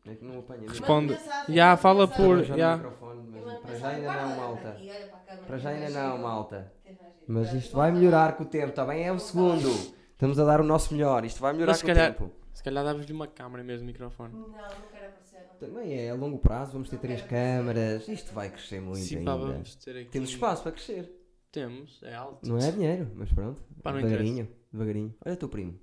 É que não apanha.
Manda-me
Responde.
mensagem,
Já,
manda-me
fala
mensagem.
por-
Estava já no
já.
microfone,
Eu
mas
mando
para já
mensagem,
ainda não,
guarda,
malta.
e olha para a câmera,
Para já
que
ainda
mais
não,
giro.
malta.
Que mais giro.
Mas
Pronto,
isto
então
vai
tá
melhorar
bem.
com o tempo, está bem? É o segundo. Estamos a dar o nosso melhor, isto vai melhorar
Mas se
com
calhar-
o tempo.
Se calhar davas-lhe uma câmera mesmo, microfone.
Não, não quero aparecer. não.
Também é a longo prazo, vamos ter três câmaras, isto vai crescer muito
Sim, pá,
ainda.
vamos ter aqui. um-
Temos espaço para crescer.
Temos, é alto.
Não é dinheiro, mas pronto.
Pá, não
devagarinho, devagarinho. Olha o teu primo.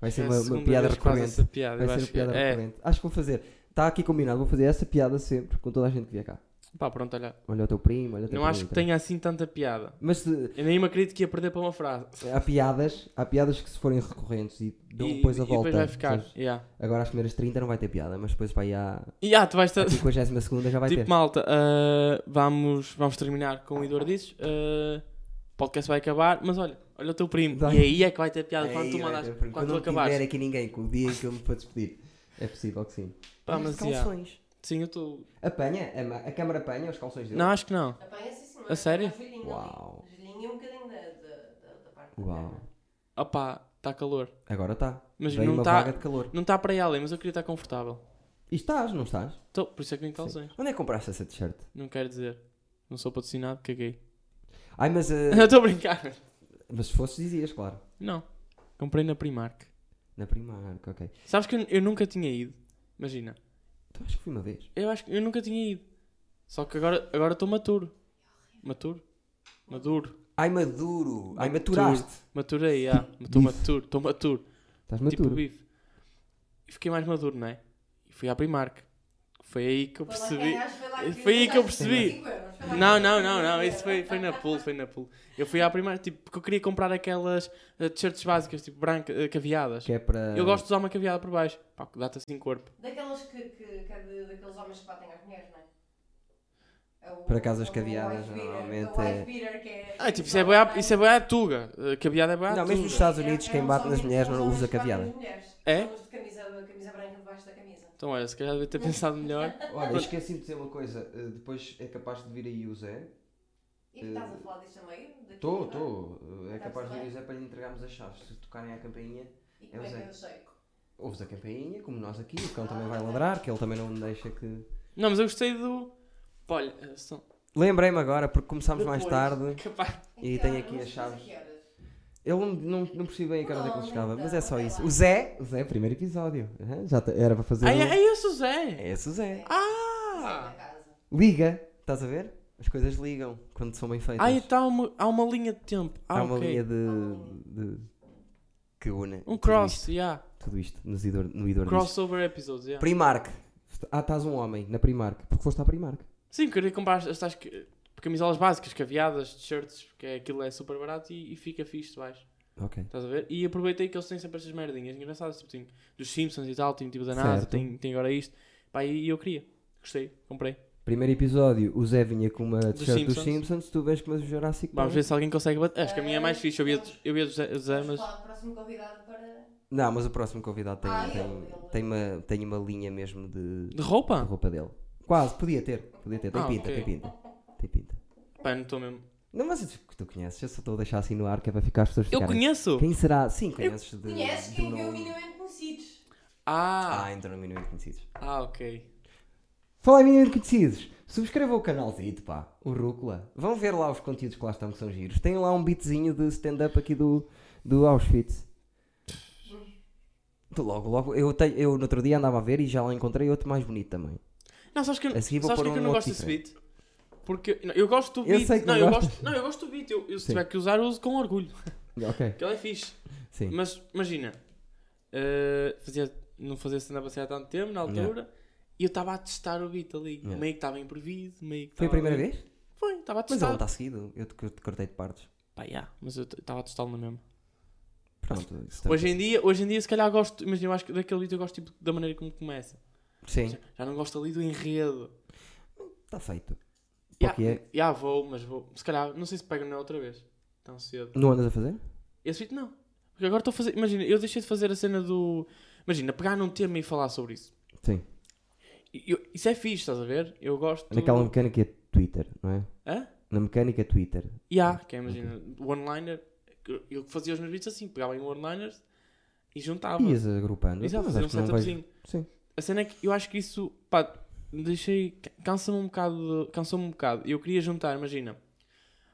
Vai ser
É a
uma, uma
segunda
piada
vez que faz
recorrente.
essa piada,
Vai
eu
ser
acho
uma
que
piada
é.
recorrente. Acho que vou fazer. Está aqui combinado, vou fazer essa piada sempre com toda a gente que vier cá.
Pá, pronto, olha.
Olha o teu primo, olha o teu
Não
primo.
acho que tenha assim tanta piada.
Mas se-
Eu nem me acredito que ia perder para uma frase.
eh, há piadas, há piadas que se forem recorrentes e dão
E-
depois a
e
volta.
depois vai ficar.
percebes?
Yeah.
Agora às primeiras 30 não vai ter piada, mas depois vai à
E ah, tu vais ter.
52 segunda já vai
tipo,
ter.
malta, ah, vamos, vamos terminar com o Idor dizes. Ah, o podcast vai acabar, mas olha, olha o teu primo.
Dá.
E aí é que vai ter piada
Aí
quando tu
vai
mandas,
ter, porque
quando tu
não
acabares.
tiver aqui ninguém com o dia em que eu me for despedir. É possível que sim.
Pá,
Mas
mas
de
yeah.
calções.
Sim, eu estou.
Apanha? A, ma- a câmara apanha os calções dele?
Não, acho que não.
Apanha-se sim,
A sério?
Uau.
Uau. Joelhinho e um bocadinho da, da, da, da parte
Uau.
da perna.
Opá, está calor.
Agora está.
Mas
Veio
não
uma
tá-
vaga de calor.
Não está para aí além, mas eu queria estar confortável.
E estás, não estás?
Tô, por isso é que vim de calções.
Onde é que compraste essa t-shirt?
Não quero dizer. Não sou patrocinado, caguei.
Ai, mas, eh,
Não estou a brincar.
mas se fosse dizias, claro.
Não. Comprei na Primark.
Na Primark, ok.
Sabes que eu, eu nunca tinha ido. Imagina.
Então acho que fui uma vez.
Eu acho que eu nunca tinha ido. Só que agora agora estou maturo. Maturo? Maduro.
Ai, maduro! Ai,
Maturo.
maturaste!
Maturei, já. Estou
Bife.
maturo. Estou maturo.
Estás
Tipo
maturo.
bife. E fiquei mais maduro, não é? E fui à Primark. Foi aí que eu
Foi lá que
percebi.
ganhaste, lá
Foi aí que eu
gastaste
percebi.
25 euros, foi
Não, não, não, não, isso foi, foi na pool, foi na pool. Eu fui à primeira, tipo, porque eu queria comprar aquelas eh, t-shirts básicas, tipo, brancas, caveadas.
Que é para.
Eu gosto de usar uma caveada por baixo, pá, que dá-te assim corpo.
Daquelas que, que, que é de- daqueles homens que batem às mulheres, não é? é? o-
Por acaso as
o
caveadas
wife beater,
normalmente
o
é-
wife beater que é-
Ah, tipo, isso é boa, isso é boa à tuga. Eh, Caveada é boa à
Não,
tuga.
mesmo nos Estados Unidos, quem
Eram
bate
só
nas
É, homens-
mulheres
são
não
homens
usa
que batem
caveada.
nas mulheres.
É?
São os de camisa, camisa branca debaixo da camisa.
Então, olha, se calhar devia ter pensado melhor.
Olha, esqueci-me de dizer uma coisa. eh, Depois é capaz de vir aí o Zé.
E
Eh,
que estás a falar disto a meio? Daqui,
Estou,
não é?
estou. É
Está-se
capaz de vir
bem.
o Zé para lhe entregarmos as chaves. Se tocarem à campainha,
E
Eu
como é que
sei.
eu sei?
ouves a campainha, como nós aqui. O cão também vai ladrar, que ele também não deixa que.
Não, mas eu gostei do. Pá, Olha, eh, são.
Lembrei-me agora, porque começámos mais
Depois,
tarde.
Capaz.
E
que
tenho
horas?
aqui
Não
as
sei a
chaves.
que horas.
Ele não, não, não percebi bem a cara onde é que ele
Pronto,
chegava, mas é
então,
só
vai
isso.
lá.
O Zé, o Zé, primeiro episódio. Aham, Já te- era para fazer.
Ah,
um-
é, é esse o Zé!
É esse o Zé.
Sai
Ah!
da casa.
Liga, estás a ver? As coisas ligam quando são bem feitas.
Ah, então há uma, há uma linha de tempo. Ah,
Há uma
ok. Ah.
linha de,
uma
de- que une
Um
tudo isto-
cross, Um yeah.
tudo isto, nos idor, no idor disto.
Crossover episodes, yeah.
Primark. Ah, estás um homem na Primark. Porque foste à Primark.
Sim, queria comprar as, as tais que- camisolas básicas, caveadas, t-shirts, porque aquilo é super barato e, e fica fixe de baixo.
Ok.
Estás a ver? E aproveitei que eles têm sempre estas merdinhas engraçadas, tipo, tem dos Simpsons e tal, tem tipo da NASA,
Certo.
tem, tem agora isto. Pá, e eu queria. Gostei, comprei.
Primeiro episódio, o Zé vinha com uma t-shirt dos
Simpsons.
Simpsons. Tu vês com uma do Jurassic
Vamos
Park.
ver se alguém consegue bater. Acho que a minha é mais fixe. Eu ia, eu ia dos Zé,
Vamos
mas.
falar do próximo convidado para.
Não, mas o próximo convidado tem,
Ah,
tem,
ele, ele.
tem uma, tem uma linha mesmo de,
De
de
roupa?
roupa dele. Quase, podia ter. Podia ter. Tem
Ah,
pinta,
ok.
tem pinta. Tem pinta.
Pá, não estou mesmo.
Não, mas isso que tu conheces, eu só estou a deixar assim no ar que é para ficar as pessoas
Eu
ficarem-
conheço!
Quem será? Sim, conheces de.
Conheces
do
quem viu o
nome.
Minimamente Conhecidos?
Ah!
Ah, então não minimamente conhecidos.
Ah, ok.
Falar em minimamente conhecidos, subscrevam o canalzito, pá, o Rúcula. Vão ver lá os conteúdos que lá estão, que são giros. Tem lá um beatzinho de stand-up aqui do, do Auschwitz. De Logo, logo, eu, tenho, eu no outro dia andava a ver e já lá encontrei outro mais bonito também.
Não, sabes que, eu-
A seguir vou
sabes
pôr
que eu
um
não
outro
gosto desse beat? Porque. não, eu gosto do
Eu
beat.
sei que
não,
não
eu
gostas.
gosto, não, eu gosto do beat. Eu, eu, se
Sim.
tiver que usar, eu uso com orgulho.
Ok,
Que ele é fixe.
sim.
Mas imagina, eh, fazia, não fazia stand-up assim há tanto tempo, na altura, e eu estava a testar o beat ali.
Yeah.
Meio que estava improviso, meio que
Foi a
tava-
primeira vez?
Foi, estava a
Mas ele tá-
testar.
não está seguido, eu te, eu te cortei de partes.
Pá, yeah, mas eu estava a testá-lo na mesma.
Pronto, isso tá também.
Hoje em, dia, hoje em dia, se calhar, gosto, imagina, eu acho que daquele beat eu gosto tipo, da maneira como começa.
Sim,
Já não gosto ali do enredo.
está feito.
Já
Porque é.
já vou, mas vou. Se calhar, não sei se pego na outra vez. Tão cedo.
Não andas a fazer?
Esse beat não. Porque agora estou a fazer. Imagina, eu deixei de fazer a cena do. Imagina, pegar num tema e falar sobre isso.
Sim.
E eu- isso é fixe, estás a ver? Eu gosto.
Naquela mecânica é Twitter, não é?
Hã?
Na mecânica é Twitter.
E há, que é, imagina, o one-liner. Eu fazia os meus beats assim, pegava em one-liners e juntava.
Ias agrupando.
Exato,
Então, mas
fazia um
acho que não vais-
setupzinho.
Sim.
A cena é que eu acho que isso, pá, deixei. cansa-me um bocado. de- cansou-me um bocado. Eu queria juntar, imagina,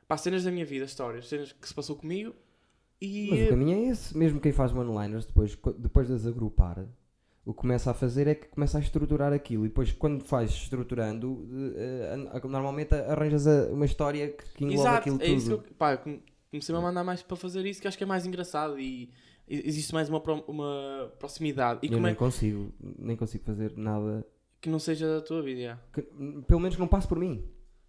pá, cenas da minha vida, histórias, cenas que se passou comigo e.
Mas o caminho é esse. Mesmo quem faz one-liners, depois, co- depois de as agrupar, o que começa a fazer é que começa a estruturar aquilo. E depois, quando faz estruturando, eh, an- a- normalmente arranjas a- uma história que, que engloba
Exato,
aquilo
é
tudo.
isso que eu, pá, come- comecei-me a mandar mais para fazer isso, que acho que é mais engraçado e e- existe mais uma, pro- uma proximidade. E
eu
como
nem
é
consigo, nem consigo fazer nada.
que não seja da tua vida, yeah.
que- pelo menos não passe por mim.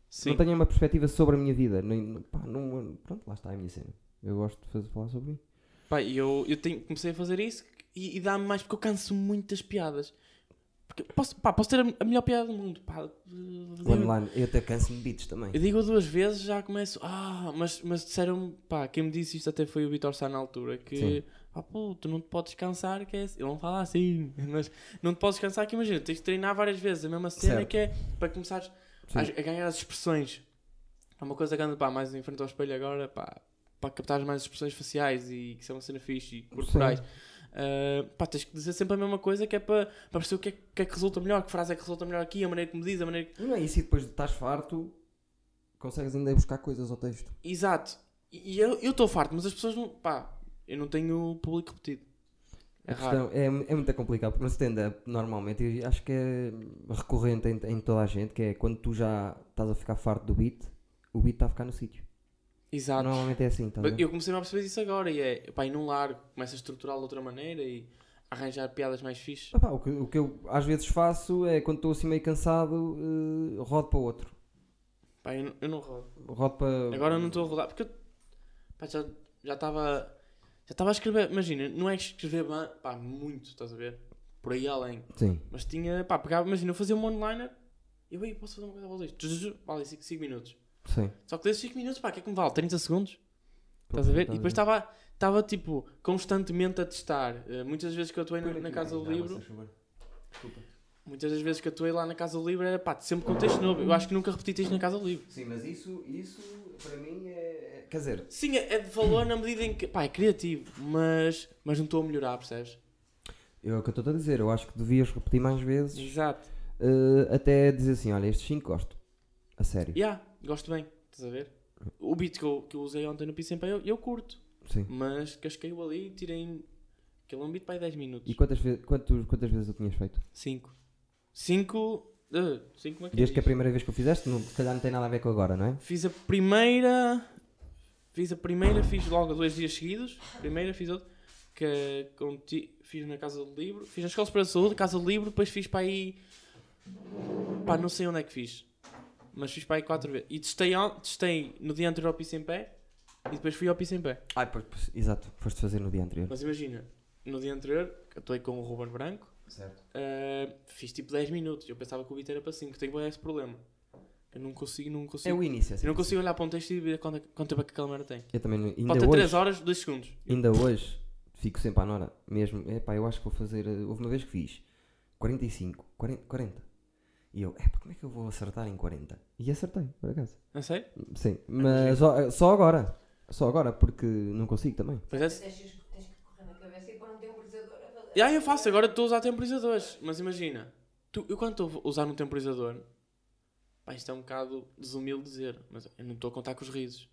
Sim.
Não tenho uma perspectiva sobre a minha vida. Nem, pá, não, pronto, lá está a minha cena. Eu gosto de fazer, falar sobre mim.
Pá, e eu, eu tenho, comecei a fazer isso e, e dá-me mais porque eu canso muito das piadas. Porque posso, pá, posso ter a, a melhor piada do mundo. Pá, digo,
Online, eu até canso de beats também.
eu digo duas vezes já começo. Ah, mas, mas disseram-me, pá, quem me disse isto até foi o Vitor Sá na altura.
Sim.
Que, ah, pô, tu não te podes cansar. Que é, assim." ele não fala assim, mas não te podes cansar. Que imagina, tens de treinar várias vezes a mesma cena
Certo.
que é para começares
Sim.
a, a ganhar as expressões. É uma coisa que anda pá, mais em frente ao espelho agora, pá, para captar mais expressões faciais e que são uma cena fixe e corporais. Ah, pá, tens que dizer sempre a mesma coisa que é para, para perceber o que é, que é que resulta melhor, que frase é que resulta melhor aqui, a maneira como diz, a maneira que...
E Não é isso, e depois de estás farto, consegues ainda ir buscar coisas ao texto.
Exato. E eu eu estou farto, mas as pessoas não... Pá, eu não tenho público repetido. É
A
raro.
questão é, é muito complicado, porque no stand-up, normalmente, eu acho que é recorrente em, em toda a gente, que é quando tu já estás a ficar farto do beat, o beat está a ficar no sítio.
Exato.
Normalmente é assim, estás a ver?
Eu comecei a perceber isso agora e é, pá, e não largo, começo a estruturá-lo de outra maneira e arranjar piadas mais fixe.
Ah pá, o, que, o que eu às vezes faço é, quando estou assim meio cansado, eh, rodo para o outro.
Pá, eu, não- eu não rodo.
Rodo para.
Agora eu não estou a rodar, porque eu pá, já já estava. Já estava a escrever, imagina, não é escrever ba- pá, muito, estás a ver? Por aí além.
Sim.
Mas tinha, pá, pegava, imagina, eu fazia uma onliner e eu aí posso fazer uma coisa para vocês. Tzzz, Vale 5 minutos.
Sim.
Só que desses 5 minutos, pá, o que é que me vale? 30 segundos? Estás a ver? E
Tá
depois estava, estava tipo, constantemente a testar. Eh, muitas vezes que eu atuei na, na Casa do Livro,
é.
muitas das vezes que eu atuei lá na Casa do Livro era, pá, sempre com texto novo. Eu acho que nunca repeti texto na Casa do Livro.
Sim, mas isso, isso para mim é. Quer dizer,
Sim, é é de valor na medida em que. Pá, é criativo, mas, mas não estou a melhorar, percebes?
eu, é o que eu estou a dizer, eu acho que devias repetir mais vezes
Exato.
eh, até dizer assim: olha, estes 5 gosto. A sério.
Já, gosto bem, estás a ver? O beat que eu, que eu usei ontem no Pissem eu, eu curto,
Sim.
mas casquei-o ali e tirei. Aquele é um beat para aí 10 minutos.
E quantas, ve quantos, quantas vezes eu tinhas feito?
5. 5. 5 como é que
Desde que a
diz?
primeira vez que o fizeste, não, se calhar não tem nada a ver com agora, não é?
Fiz a primeira. Fiz a primeira, fiz logo dois dias seguidos. Primeira, fiz outra. Que, conti, fiz na Casa do Livro. Fiz na Escola Superior de Saúde, Casa do Livro. Depois fiz para aí. Pá, não sei onde é que fiz. Mas fiz para aí quatro vezes. E testei, on- testei no dia anterior ao piso em pé. E depois fui ao piso em pé.
Ah, pois, pois, exato, foste fazer no dia anterior.
Mas imagina, no dia anterior, atuei com o Ruben Branco.
Certo.
ah, fiz tipo 10 minutos. Eu pensava que o beat era para 5. Tenho bué esse problema. Eu não consigo, não consigo.
É o início, assim.
Eu não consigo olhar para um texto e ver quanto, quanto tempo é que a câmera tem.
Eu também não. Ainda
Pode ter
hoje,
3 horas, 2 segundos.
Ainda hoje fico sempre à nora, mesmo. Epá, eu acho que vou fazer. eh, Houve uma vez que fiz 45, 40. 40. E eu, epá, como é que eu vou acertar em 40? E acertei, por acaso.
Não sei?
Sim,
É
mas só, só agora. Só agora, porque não consigo também.
Pois
Tens,
é.
tens que correr na cabeça e pôr um temporizador a fazer.
E aí eu faço, agora estou a usar temporizadores. Mas imagina, tu, eu quando estou a usar um temporizador, pá, isto é um bocado desumilde dizer, mas eu não estou a contar com os risos.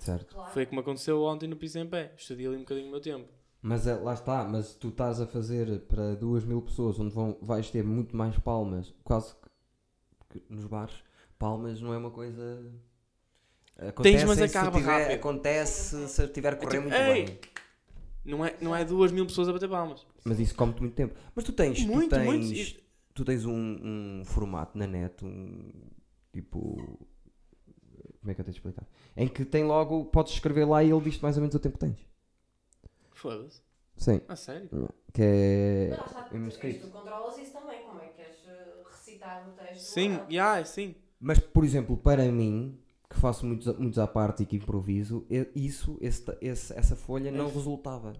Certo.
Claro.
Foi como aconteceu ontem no piso em pé. Estudei ali um bocadinho o meu tempo.
Mas eh, lá está, mas tu estás a fazer para duas mil pessoas onde vão, vais ter muito mais palmas, quase que, que nos bares, palmas não é uma coisa. Acontece
mas
se
acaba
tiver-
rápido.
Acontece se tiver a correr
tipo,
muito
"Ei!"
bem.
Não é, não é duas mil pessoas a bater palmas.
Mas isso come-te muito tempo. Mas tu tens,
Muito,
tu tens,
muito, e-
tu tens um, um formato na net, um tipo. Como é que eu tenho de explicar? Em que tem logo, podes escrever lá e ele diz mais ou menos o tempo que tens.
Foda-se.
Sim.
A sério?
Que é.
Mas lá está,
é um
tu-
script.
tu controlas isso também, como é que queres eh, recitar o texto?
Sim,
Ou não?
já, sim.
Mas, por exemplo, para mim, que faço muitos, muitos à parte e que improviso, e- isso, esse, esse- essa folha não
É.
resultava.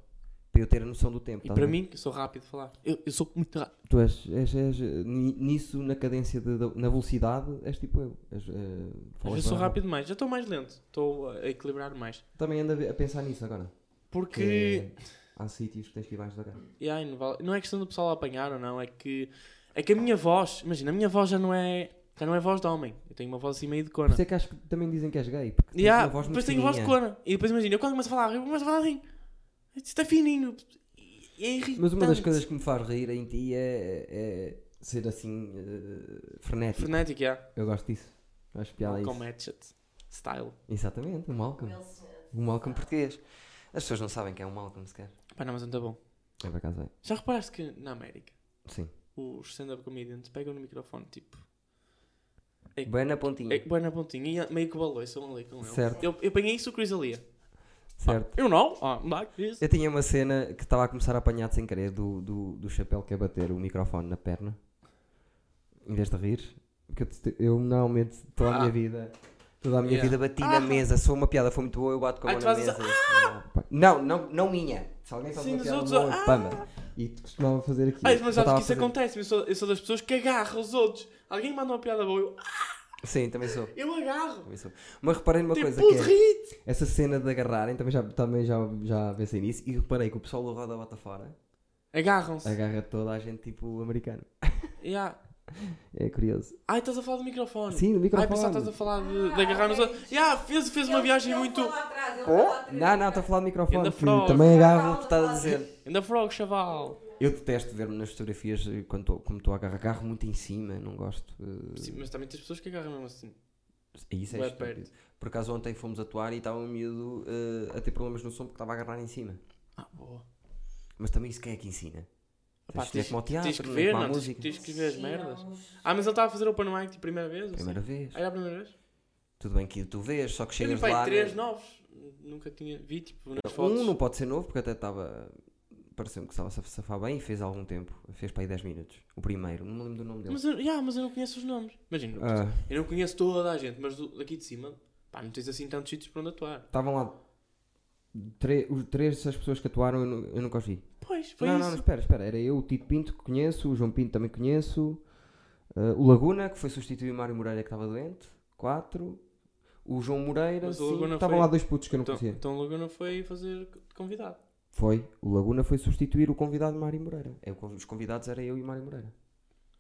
Para eu ter a noção do tempo.
E
tá
para
bem?
mim, que sou rápido a falar. Eu, eu sou muito rápido.
Tu és, és- és, eh, ni- nisso, na cadência, de- da- na velocidade, és tipo eu. És, eh,
Mas
falas
eu sou
mais
rápido mais. Já estou mais lento. Estou a equilibrar mais.
Também anda a pensar nisso agora. é,
Porque.
há sítios que tens que ir mais devagar.
E aí, não, vale- não é questão do pessoal apanhar ou não, é que é que a minha voz, imagina, a minha voz já não é já não é voz de homem. Eu tenho uma voz assim meio de
Por
cona.
isso é que acho que também dizem que és gay, porque tens
E há,
uma voz muito
depois tenho voz de
fininha.
cona. E depois imagina, eu quando começo a falar, eu começo a falar assim. Isto é fininho. E É irritante.
Mas uma das coisas que me faz rir em ti é, é ser assim eh, frenético.
Frenético, yeah.
Eu gosto disso. Acho piada a é isso.
Com hatchet. Style.
Exatamente, o
Com
Malcolm.
ele, senhor.
O Malcolm português. As pessoas não sabem quem é o Malcolm sequer.
Pá, não, mas não tá bom.
É por acaso é.
Já reparaste que na América
Sim.
os stand-up comedians pegam no microfone, tipo, É-
Bem na pontinha.
é que põe na pontinha e meio que baloiçam ali com ele.
Certo.
Eu, eu apanhei isso o Chris Alia.
Certo.
Eu não. Ah, like this.
Eu tinha uma cena que estava a começar a apanhar sem querer do, do, do chapéu que é bater o microfone na perna. Em vez de rir. Porque eu, te- eu normalmente toda a minha
Ah.
vida. Toda a minha
Yeah.
vida bati na mesa, sou uma piada, foi muito boa, eu bato com a
Ah,
mão
tu
na
fazes ah!
mesa. Não, não, não minha. Se alguém faz
Sim,
uma
dos
piada
outros,
boa,
ah.
pama. E tu costumava fazer aqui.
Ah, mas
eu
sabes
estava
que isso
a fazer-
acontece, eu sou, eu sou das pessoas que agarram os outros. Alguém manda uma piada boa, eu,
Sim, também sou.
eu agarro.
também sou. Mas reparei numa
Tipo,
coisa
puto,
que é,
hit.
essa cena de agarrarem, também já, também já, já pensei nisso, e reparei que o pessoal do Roda Bota Fora
Agarram-se.
agarra toda a gente tipo americano.
Yeah.
É curioso.
Ai, estás a falar do microfone.
Sim, do
Ai, pensava que estás
microfone.
a falar de, de agarrar nos
Ah,
outros. Yeah, fez, fez uma
Ele-
viagem
ele
muito.
foi lá atrás, ele foi lá atrás.
Não, não, estou a falar do microfone,
Ainda
que
frog.
também agarra o que estás a dizer.
Ainda frog, chaval.
Eu detesto ver-me nas fotografias eh, quando tô- como estou a agarrar, agarro muito em cima, não gosto. eh,
Sim, mas também tens pessoas que agarram mesmo assim.
Isso é
Bué
estúpido.
perto.
Por acaso ontem fomos atuar e estava um miúdo eh, a ter problemas no som porque estava a agarrar em cima.
Ah, boa. Mas
Mas também isso quem é que ensina?
Pá,
Tens de ver
tens,
como ao teatro,
tens que
não é
ver,
como à
não, tens-
música.
tens que ver as
Sim,
merdas.
vamos-
Ah, mas ele estava a fazer open mic de primeira vez? ou
Primeira vez.
Assim? Ah, Era a primeira vez?
Tudo bem que tu vês, só que
Eu vi
chegas
pá,
lá. né?
aí três
não...
novos. Nunca tinha. Vi, tipo, nas fotos.
Um não pode ser novo, porque até estava. Pareceu-me que estava a safar bem e fez há algum tempo. Fez para aí 10 minutos. O primeiro, não me lembro do nome dele.
Mas eu, yeah, mas eu não conheço os nomes. Imagina,
Ah,
eu não conheço toda a gente, mas do, daqui de cima, pá, não tens assim tantos sítios para onde atuar.
Estavam lá tre- os três dessas pessoas que atuaram, eu, nu- eu nunca os vi.
Pois, foi
não,
isso.
não, espera, espera. Era eu, o Tito Pinto, que conheço, o João Pinto também conheço, eh, o Laguna, que foi substituir o Mário Moreira, que estava doente, quatro, o João Moreira,
Mas o
cinco.
Laguna
estavam
foi-
lá dois putos que eu não
então,
conhecia.
então o Laguna foi fazer convidado.
Foi, o Laguna foi substituir o convidado Mário Moreira. Eu, con- os convidados era eu e o Mário Moreira.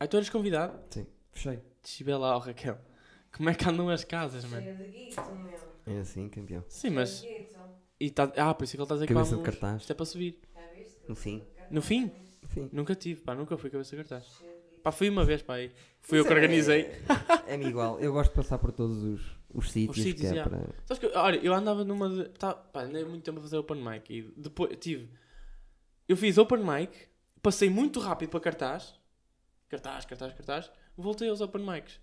Aí Ah, tu eras convidado?
Sim, fechei.
Descibé lá, ó Raquel. Como é que andam as casas, mano?
Cheia de guito, meu.
É assim, campeão.
Sim, mas.
Cheia de guito.
E tá... Ah, por isso é que ele está a dizer
Cabeça
que
de
vamos-
cartaz.
Isto é para subir.
Já viste?
No fim.
No fim?
Sim.
Nunca tive, pá, nunca fui cabeça de cartaz.
Cheia de guito.
Pá, fui uma vez, pá, aí. Fui eu que organizei.
é- É-me igual. Eu gosto de passar por todos os, os sítios que
sítios,
é
já.
para.
Sabes que, olha, eu andava numa de. Tá, pá, andei muito tempo a fazer open mic e depois tive. Eu fiz open mic, passei muito rápido para cartaz, cartaz, cartaz, cartaz, voltei aos open mics.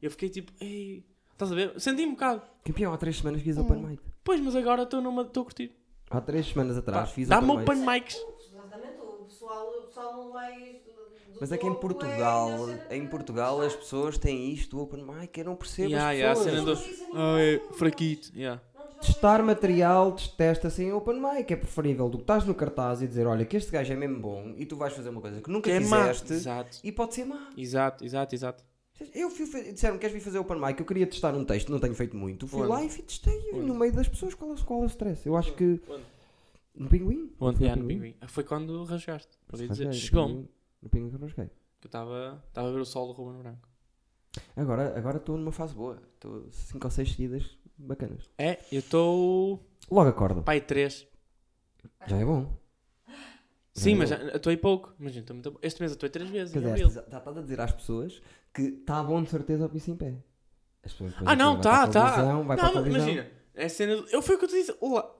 Eu fiquei tipo, ei, estás a ver? Senti um bocado.
Campeão, há três semanas fiz open mic.
Pois, mas agora estou numa. Estou a curtir.
Há três semanas
Pá,
atrás fiz
Dá-me
open mic.
open mics.
Exatamente, o pessoal, o pessoal mais. do- do
Mas é que em
topo
Portugal,
é a cena
em
de-
Portugal as pessoas têm isto, o open mic, eu não percebo
Ya,
as
ya, a
pessoas.
cena do. Ah, é fraquito. ya.
Não desvaloriza
Testar
nada.
material, testa-se em open mic, é preferível do que estás no cartaz e dizer, olha, que este gajo é mesmo bom e tu vais fazer uma coisa que nunca
Que é má.
fizeste
Exato.
e pode ser má.
Exato, exato, exato.
Eu fui, fa- disseram, queres vir fazer open mic, eu queria testar um texto, não tenho feito muito, fui
Onde?
lá e fui- testei
Onde?
no meio das pessoas qual é, qual é o stress. Eu acho que
Onde?
no pinguim.
Onde?
Foi
ya, no pinguim. Ah, Foi quando rasgaste. Para dizer,
Rasguei,
chegou-me.
No pinguim que eu rasguei.
que Eu estava estava a ver o sol do Ruben Branco.
Agora agora estou numa fase boa, estou 5 ou 6 seguidas bacanas.
É, eu estou.
Logo acordo,
Pai 3.
já é bom.
Sim,
Não.
mas já- atuei pouco. Imagina, atuei muito- este mês atuei 3 vezes. é um
Quer
em
dizer,
abril.
já estás a dizer às pessoas que está bom de certeza o piso em pé. As pessoas depois
Ah, não,
aquilo vai
tá,
para a
tá.
televisão, Vai
Não,
para a
mas
televisão.
imagina. É a cena. do- Eu fui o que eu te disse. o lá-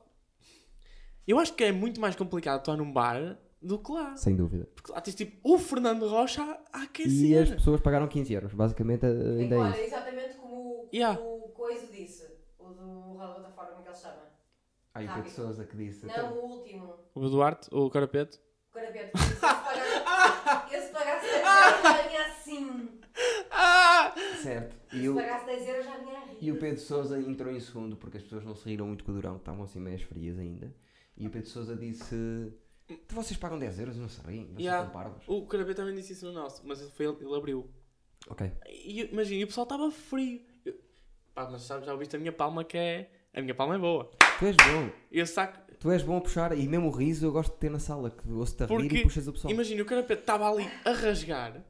Eu acho que é muito mais complicado atuar num bar do que lá.
Sem dúvida.
Porque lá tens tipo o Fernando Rocha a
E as
aquecer.
pessoas pagaram 15 euros, basicamente eh, ainda é
Olha,
isso.
exatamente como, o-
Yeah.
como o Coiso disse, o do Rala Plataforma, como é que ele se chama?
Ai, o
Rápido.
Pedro Sousa que disse. "Então,
Não, o último.
O Duarte, o Carapeto.
O Carapeto. Esse pagasse- Esse pagasse 10 euros já vinha assim.
Ah!
Certo. E
Se
o,
pagasse 10 euros já vinha a rir.
e o Pedro Sousa entrou em segundo porque as pessoas não se riram muito com o Durão, que estavam assim meias frias ainda. E o Pedro Sousa disse: "Então Vocês pagam 10 euros, não sabem, vocês
Yeah.
são parvos.
O Carapeto também disse isso no nosso, mas ele, foi, ele ele abriu.
Ok.
E, eu- imagina, e o pessoal estava frio. Eu- Pá, mas sabes, já ouviste a minha palma que é. A minha palma é boa.
Tu és bom,
Eu saco.
tu és bom a puxar e mesmo o riso eu gosto de ter na sala, que ouço-te a rir
Porque-
e puxas o pessoal.
Imagina, o carapeto estava ali a rasgar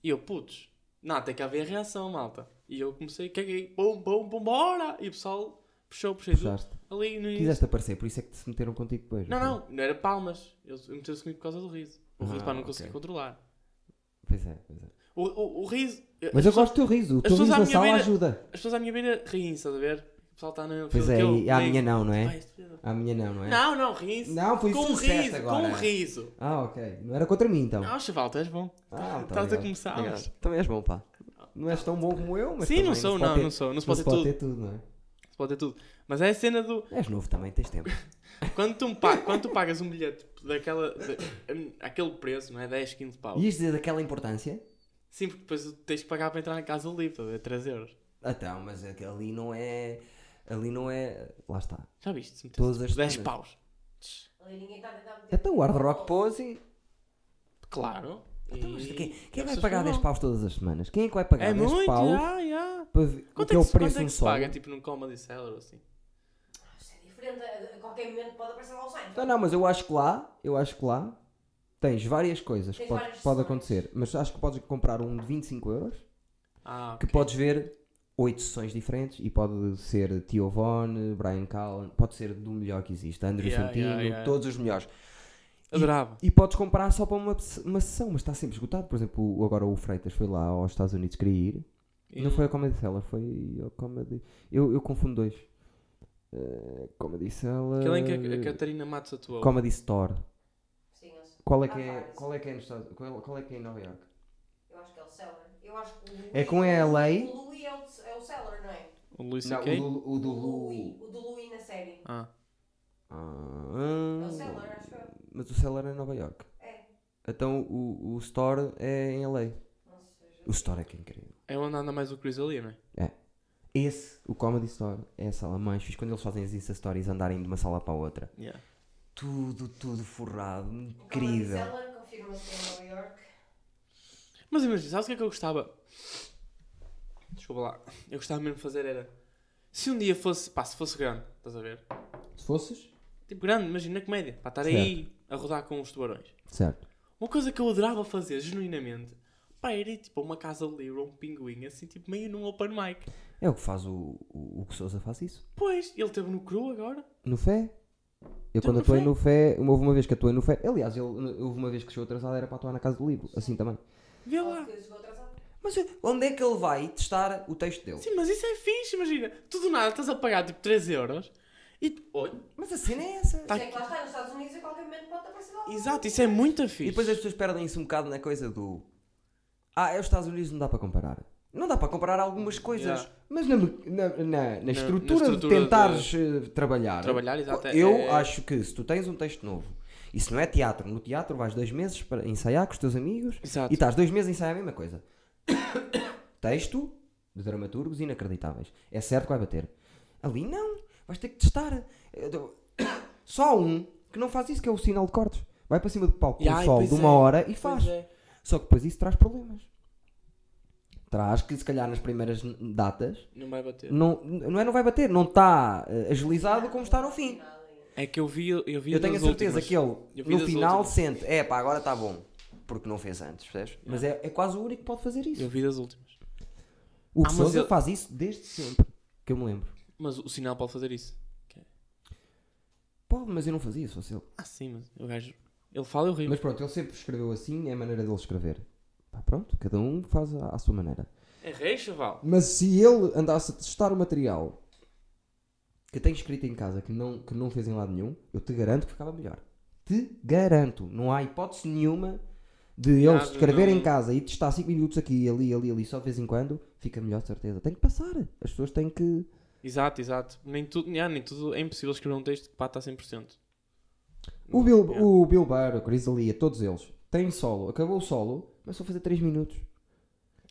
e eu, putz, não, tem que haver reação, malta. E eu comecei, caguei, bom, bom, bom, bora! E o pessoal puxou, puxei tudo.
Puxaste.
Ali no início.
Quiseste aparecer, por isso é que se meteram contigo depois.
Não,
foi?
não, não era palmas. Eu meteu-se comigo por causa do riso. O riso,
Ah,
pá, não
ok.
consegui controlar.
Pois é, pois é.
O, o, o riso.
Mas
as
eu
pessoas-
gosto do teu riso, o teu
pessoas
riso
à
na
minha
sala
beira-
ajuda.
As pessoas à minha beira riem, estás a ver? O pessoal tá está na.
Pois é, e à minha não, não é?
não.
À minha não, não é?
Não, não, riso.
Não, foi isso
com
que disseste
riso,
agora.
com riso.
Ah, ok. Não era contra mim então.
Não, chaval, tu és bom.
Ah, muito
Estás a
obrigado.
começar,
Obrigado.
mas-
Também és bom, pá. Não és tão bom como eu, mas.
Sim, não
também
sou,
se pode
não,
ter-
não sou. Não se
não
pode ter tudo.
ter tudo, não é?
Se pode ter tudo. Mas é a cena do.
És novo também, tens tempo.
Quando tu, me pa- quando tu pagas um bilhete daquela. da- aquele preço, não é? 10, 15 pau.
E isto dizer daquela importância?
Sim, porque depois tu tens de pagar para entrar na casa livre, estás a ver? 3 euros.
Então, mas é que ali não é. Ali não é. Lá está.
Já viste? Se
Todas as
10
semanas.
paus.
Ali ninguém está a tentar meter.
Então o Hard Rock Pose.
Claro.
Então, mas
E-
quem, quem
e as
vai
pessoas
pagar
vão.
10 paus todas as semanas? Quem é que vai pagar
É
10
muito,
paus
já, já.
para ver o
Quanto
que
é
é
que,
o preço
se- quanto é
de
que
um
se
solo?
paga, tipo, num Comedy Cellar ou assim?
Ah, Isto é diferente. A a qualquer momento pode aparecer lá o Sainz.
Não, não, mas eu acho que lá, eu acho que lá tens várias coisas que
Tens
pode,
várias
pode
sessões.
acontecer, mas acho que podes comprar um de 25 euros
Ah,
que
ok.
podes ver oito sessões diferentes e pode ser Tio Von, Brian Callen, pode ser do melhor que existe, Andrew
Yeah,
Santino,
yeah, yeah.
todos os melhores.
Adorava.
E podes comprar só para uma, pe- uma sessão, mas está sempre esgotado. Por exemplo, o- agora o Freitas foi lá aos Estados Unidos, queria ir.
E-
Não foi ao Comedy Cellar, foi ao Comedy. Eu, eu confundo dois. Eh, Comedy Cellar.
Aquele em que a- a Catarina Matos atuou.
Comedy Store.
Sim, eu sei.
Qual é
Há
que é,
vários.
qual é, que é nos Estados qual, qual é que é em Nova York?
Eu acho que é o Seller. Eu acho que o
É
Louis-
com a LA?
O Louis é o, é o Seller, não é?
O O Luís
Não, o
C.K.?
do, o do Lu.
Louis. O do Louis na série.
Ah,
É
Ah,
o Seller, acho eu.
mas o Seller é em Nova York.
É.
Então o, o Store é em LA.
Não seja.
O Store é que é incrível.
é onde anda mais o Chris ali, não é?
Esse, o Comedy Store, é a sala mais fixe. Quando eles fazem as Insta Stories andarem de uma sala para a outra.
Yeah.
Tudo, tudo forrado.
O Comedy
Incrível.
Cellar confirma-se é em Nova York.
Mas imagina, sabes o que é que eu gostava? Desculpa lá. Eu gostava mesmo de fazer era. Se um dia fosse. Pá, se fosse grande, estás a ver?
Se fosses?
Tipo, grande, imagina na comédia. Pá, estar aí a rodar com os tubarões.
Certo.
Uma coisa que eu adorava fazer, genuinamente, pá, era ir tipo a uma casa livre ou um pinguim, assim, tipo, meio num open mic.
É o que faz o, o, o que Sousa faz isso.
Pois, ele teve no cru agora.
No Fé? Eu
Tu
quando
no
atuei
Fé?
no Fé, houve uma vez que atuei no Fé. Aliás, eu, houve uma vez que chegou atrasado, era para atuar na casa do livro, assim também.
Vê
Ou
lá.
que chegou atrasado.
Mas onde é que ele vai testar o texto dele?
Sim, mas isso é fixe, imagina. Tu do nada estás a pagar tipo 3 euros e. tu- Olha,
Mas a cena é essa.
Tá.
Sei que lá está, nos Estados Unidos a qualquer momento pode aparecer lá.
exato, isso é muito fixe.
E depois as pessoas perdem-se um bocado na coisa do. Ah, é os Estados Unidos, não dá para comparar. Não dá para comparar algumas coisas,
Yeah.
mas na, me- na, na- na estrutura,
estrutura
de tentares eh, trabalhar.
Trabalhar, exato, é-
Eu
é-
acho que se tu tens um texto novo, e se não é teatro, no teatro vais dois meses para ensaiar com os teus amigos
Exato.
e estás dois meses a ensaiar a mesma coisa. texto de dramaturgos inacreditáveis. É certo que vai bater. Ali não, vais ter que testar. Eu dou- Só há um que não faz isso, que é o sinal de cortes. Vai para cima do palco com
Yeah,
o
e
sol
pois
de uma
é,
hora e
pois
faz.
é.
Só que depois isso traz problemas. Traz que se calhar nas primeiras n- datas
Não vai bater.
não, não é não vai bater, não está eh, agilizado como está no fim.
É que eu vi, eu vi
Eu tenho a
das
certeza
últimas.
que ele
Eu vi
no
das
final
últimas.
sente, é pá, agora está bom. Porque não fez antes, percebes? Mas é, é quase o único que pode fazer isso.
Eu vi das últimas.
O que
Ah, mas
Sousa
ele-
faz isso desde sempre, que eu me lembro.
Mas o sinal pode fazer isso.
Pode, mas eu não fazia isso, fosse ele.
Ah, sim, mas o gajo. Ele fala e eu rio.
Mas pronto, ele sempre escreveu assim, é a maneira dele escrever. Pá, pronto, cada um faz à, à sua maneira.
É rei, chaval.
Mas se ele andasse a testar o material que tem escrito em casa que não, que não fez em lado nenhum, eu te garanto que ficava melhor. Te garanto. Não há hipótese nenhuma de ele
Nada,
escrever
não.
em casa e testar 5 minutos aqui, ali, ali, ali, só de vez em quando, fica melhor de certeza. Tem que passar. As pessoas têm que.
Exato, exato. Nem tudo, yeah, nem tudo. É impossível escrever um texto que bata a 100%.
O Bill,
Yeah.
o Bill Burr, o Chris D'Elia, todos eles, têm solo. Acabou o solo, mas só fazer 3 minutos.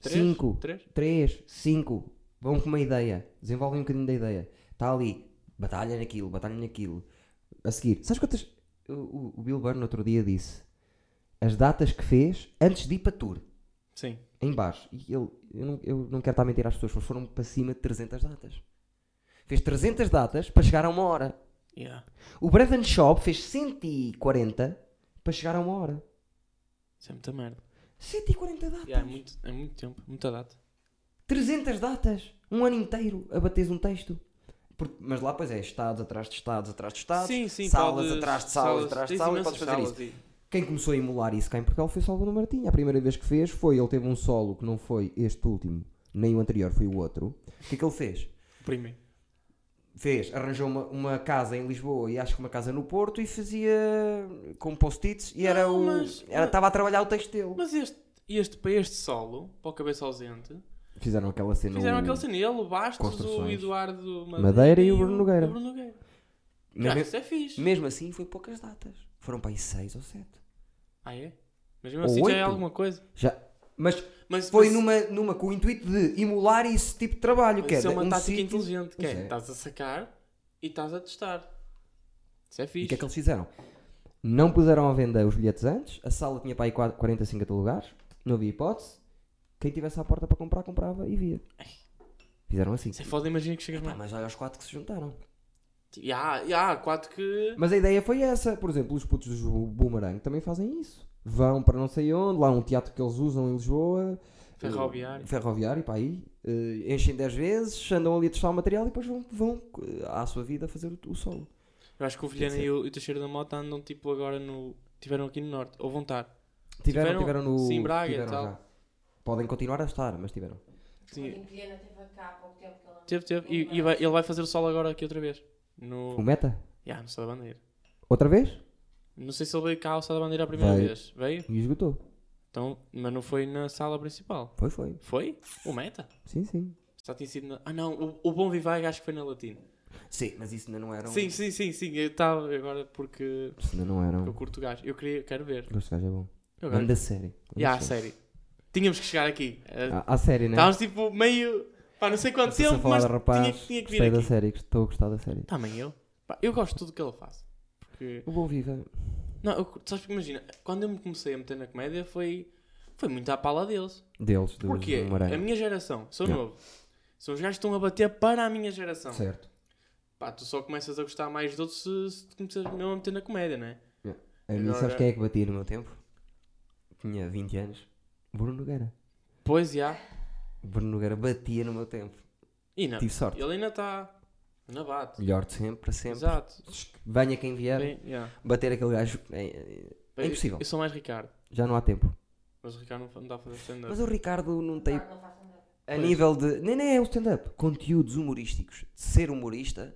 Três?
5,
Três?
3, 5. Vão com uma ideia. Desenvolvem um bocadinho da ideia. Está ali. Batalha naquilo, batalha naquilo. A seguir. Sabes quantas. O, o- o Bill Burr no outro dia disse as datas que fez antes de ir para tour.
Sim.
Em baixo. E ele, eu, não, eu não quero estar a mentir às pessoas, mas foram para cima de 300 datas. Fez 300 datas para chegar a uma hora.
Yeah.
O Brandon Shop fez 140 para chegar a uma hora.
Isso é muita merda.
140 datas.
Yeah, é, muito, é muito tempo, muita data.
300 datas, um ano inteiro a bateres um texto. Porque- mas lá, pois é, estados atrás de estados atrás de estados, salas
podes-
atrás de salas, atrás de
tens
salas, e
imensas
podes fazer isso.
salas e-
Quem começou a emular isso cá em Portugal foi Salvador Martinha. A primeira vez que fez foi, ele teve um solo que não foi este último, nem o anterior, foi o outro. O que é que ele fez?
Primeiro.
Fez, arranjou uma, uma casa em Lisboa e acho que uma casa no Porto e fazia com post-its e era
Não,
o.
Ah, mas-
era- Estava a trabalhar o texto dele.
Mas este, este, para este solo, para o Cabeça Ausente,
Fizeram aquela cena. um-
fizeram
o-
aquele cena. Ele, o Bastos, o
Construções.
Eduardo
Madeira e o Bruno Nogueira.
O Bruno Nogueira.
Mas
Ah,
me-
isso é fixe.
mesmo assim, foi poucas datas. Foram para aí 6 ou 7.
Ah, é? Mas mesmo
Ou
assim já é
oito.
alguma coisa.
Já. Mas
Mas,
foi
mas-
numa, numa com o intuito de emular esse tipo de trabalho,
mas
que
isso é
era
uma
um
tática
sítio-
inteligente. Que
Pois
é,
é.
estás a sacar e estás a testar. Isso é
E
fixe.
o que é que eles fizeram? Não puseram à venda os bilhetes antes, a sala tinha para aí 4, 40, 50 lugares, não havia hipótese. Quem tivesse à porta para comprar, comprava e via. Fizeram assim.
Isso é foda, imagina que chegas
Pá,
lá.
mas olha os quatro que se juntaram.
E há, e há quatro que.
Mas a ideia foi essa. Por exemplo, os putos dos Bo- Boomerang também fazem isso. Vão para não sei onde, lá um teatro que eles usam em Lisboa.
Ferroviário.
Ferroviário, para aí. eh, enchem 10 vezes, andam ali a testar o material e depois vão, vão eh, à sua vida fazer o, o solo.
Eu acho que o Vilhena
Quer dizer-
e o, e o Teixeira da Mota andam tipo agora no. Tiveram aqui no Norte, um ou vão estar.
Tiveram,
Tiveram-
tiveram no.
sim, Braga e
tiveram
tal.
já. Podem continuar a estar, mas tiveram.
Sim.
Ontem Vilhena teve cá há pouco tempo que ela-
Teve, teve. E, e vai- ele vai fazer o solo agora aqui outra vez. No.
O Meta?
Ya, no Sá da Bandeira.
Outra vez?
Não sei se ele veio cá ao Sá da Bandeira a primeira
Veio.
vez. Veio?
E esgotou.
Então, mas não foi na sala principal.
Foi, foi.
Foi? O meta?
Sim, sim.
Já tinha sido na... Ah não, o, o Bom Vivag acho que foi na Latina.
Sim, mas isso ainda não era um.
Sim, sim, sim, sim. Eu estava agora porque
Isso ainda não era
eu
um.
curto o gajo. Eu queria, quero ver.
Este gajo é bom.
Eu agora...
Grande série. Grande
Já, a série. Tínhamos que chegar aqui. Eh,
A, a série, né?
Estávamos tipo meio. Pá, não sei
Não
quanto
sei se
tempo,
a falar
mas
de rapaz,
tinha, que- tinha que vir
gostei da
aqui.
série, estou a gostar da série.
Também eu. Pá, eu gosto de tudo que ele faz. Porque.
O Bom Viva.
Não, eu, curto- sabes que imagina, quando eu me comecei a meter na comédia foi. Foi muito à pala deles.
Deles, do
Porquê? A minha geração, sou
Não.
novo. São os gajos que estão a bater para a minha geração.
Certo.
Pá, tu só começas a gostar mais de outros se, se te começas mesmo a meter na comédia, não é?
A mim,
Agora-
sabes quem é que batia no meu tempo? Tinha 20 anos. Bruno Nogueira.
Pois, já.
Bruno Nogueira batia no meu tempo.
E não.
Tive sorte.
Ele ainda está. Ainda bate.
Melhor de sempre, para sempre.
Exato.
Venha quem vier,
Bem, já.
bater aquele gajo. é- é-
Bem,
impossível.
Eu, eu sou mais Ricardo.
já não há tempo.
Mas o Ricardo não, fa- não está a fazer stand-up.
Mas o Ricardo não tem.
Não faço nada.
A
Ah, Pois.
nível de. Nem, nem é o stand-up. Conteúdos humorísticos. Ser humorista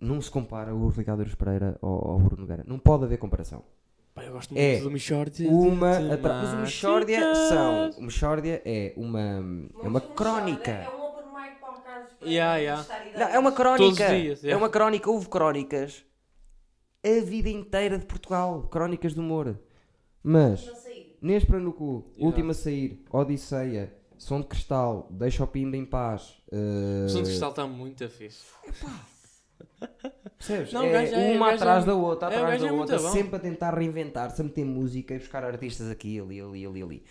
não se compara o Ricardo Eros Pereira ao, ao Bruno Nogueira. Não pode haver comparação.
Pá, eu gosto muito
É
do Michordia.
Uma atrás. Mas o Michórdia são. O Michórdia é uma. É uma
Mas,
crónica.
É um open mic para o Carlos Pereira
Yeah, yeah.
testar ideias.
Não, é uma crónica.
Todos os dias, é.
É uma crónica. Houve crónicas a vida inteira de Portugal. Crónicas de humor. Mas,
Não sei.
Nespra no cu,
Yeah.
Última a Sair, Odisseia, Som de Cristal, Deixa o Pimba em paz. eh,
O som de cristal está muito fixe.
percebes?
Não, o
é
gajo é- o
uma
gajo
atrás
é-
da outra,
é, o
atrás
gajo
da
é
outra,
muito bom.
sempre a tentar reinventar-se, a meter música e buscar artistas aqui, ali, ali, ali, ali.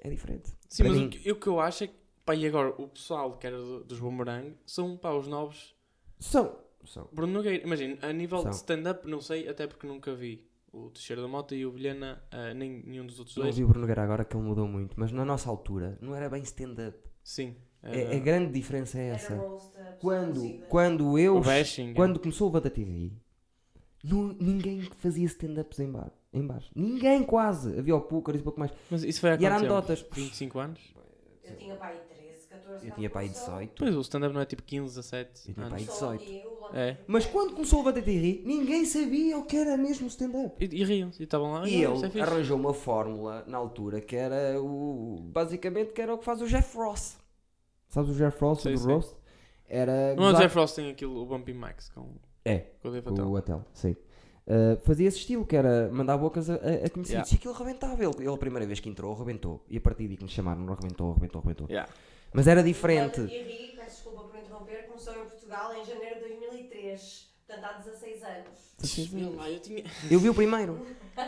É diferente.
Sim,
Para
mas
mim.
o que, o que eu acho é que. Pá, e agora, o pessoal que era do- dos Boomerang são, pá, os novos.
São. São.
Bruno Nogueira, imagina, a nível
São.
de stand-up, não sei, até porque nunca vi o Teixeira da Mota e o Vilhena, ah, nem nenhum dos outros
Não
dois.
vi o Bruno Nogueira agora que ele mudou muito, mas na nossa altura não era bem stand-up.
Sim.
É- A
ah,
grande diferença é
Era
essa.
roast, a pessoa
Quando,
cozida.
quando eu
o Bashing.
Quando começou o Vanda TV, não- ninguém fazia stand-ups em bar. Em bares. Ninguém quase. Havia o Púcar e pouco mais.
Mas isso foi há
E era
quanto tempo?
anedotas.
25 anos?
Eu tinha pai 13, 14
Eu tinha pai
quando
18.
Pois, o stand-up não é tipo 15, 17
Eu tinha
anos.
pai
começou. Só
18.
eu, lá-
É.
Mas quando começou o Vanda TV, ninguém sabia o que era mesmo stand-up.
E, e riam-se, e estavam lá.
E
"Ah, isso é
ele
fixe."
arranjou uma fórmula na altura que era o. Basicamente, que era o que faz o Jeff Ross. Sabes o Jeff Ross
Sei,
do
sei.
Roast? Era.
Não é o
gozar-
Jeff Ross tem aquilo, o Bumpy Max com,
É,
com o Dave
o
Attell.
hotel, sim. Ah, fazia esse estilo, que era mandar bocas a, a a conhecidos.
Yeah.
E aquilo rebentava. Ele, ele, a primeira vez que entrou, rebentou. E a partir de que me chamaram, rebentou, rebentou, rebentou.
Yeah.
Mas era
Quando
diferente.
eu ri, peço desculpa por interromper, começou em Portugal em janeiro de 2003, portanto há 16 anos.
Meu lá, eu tinha,
Eu vi o primeiro.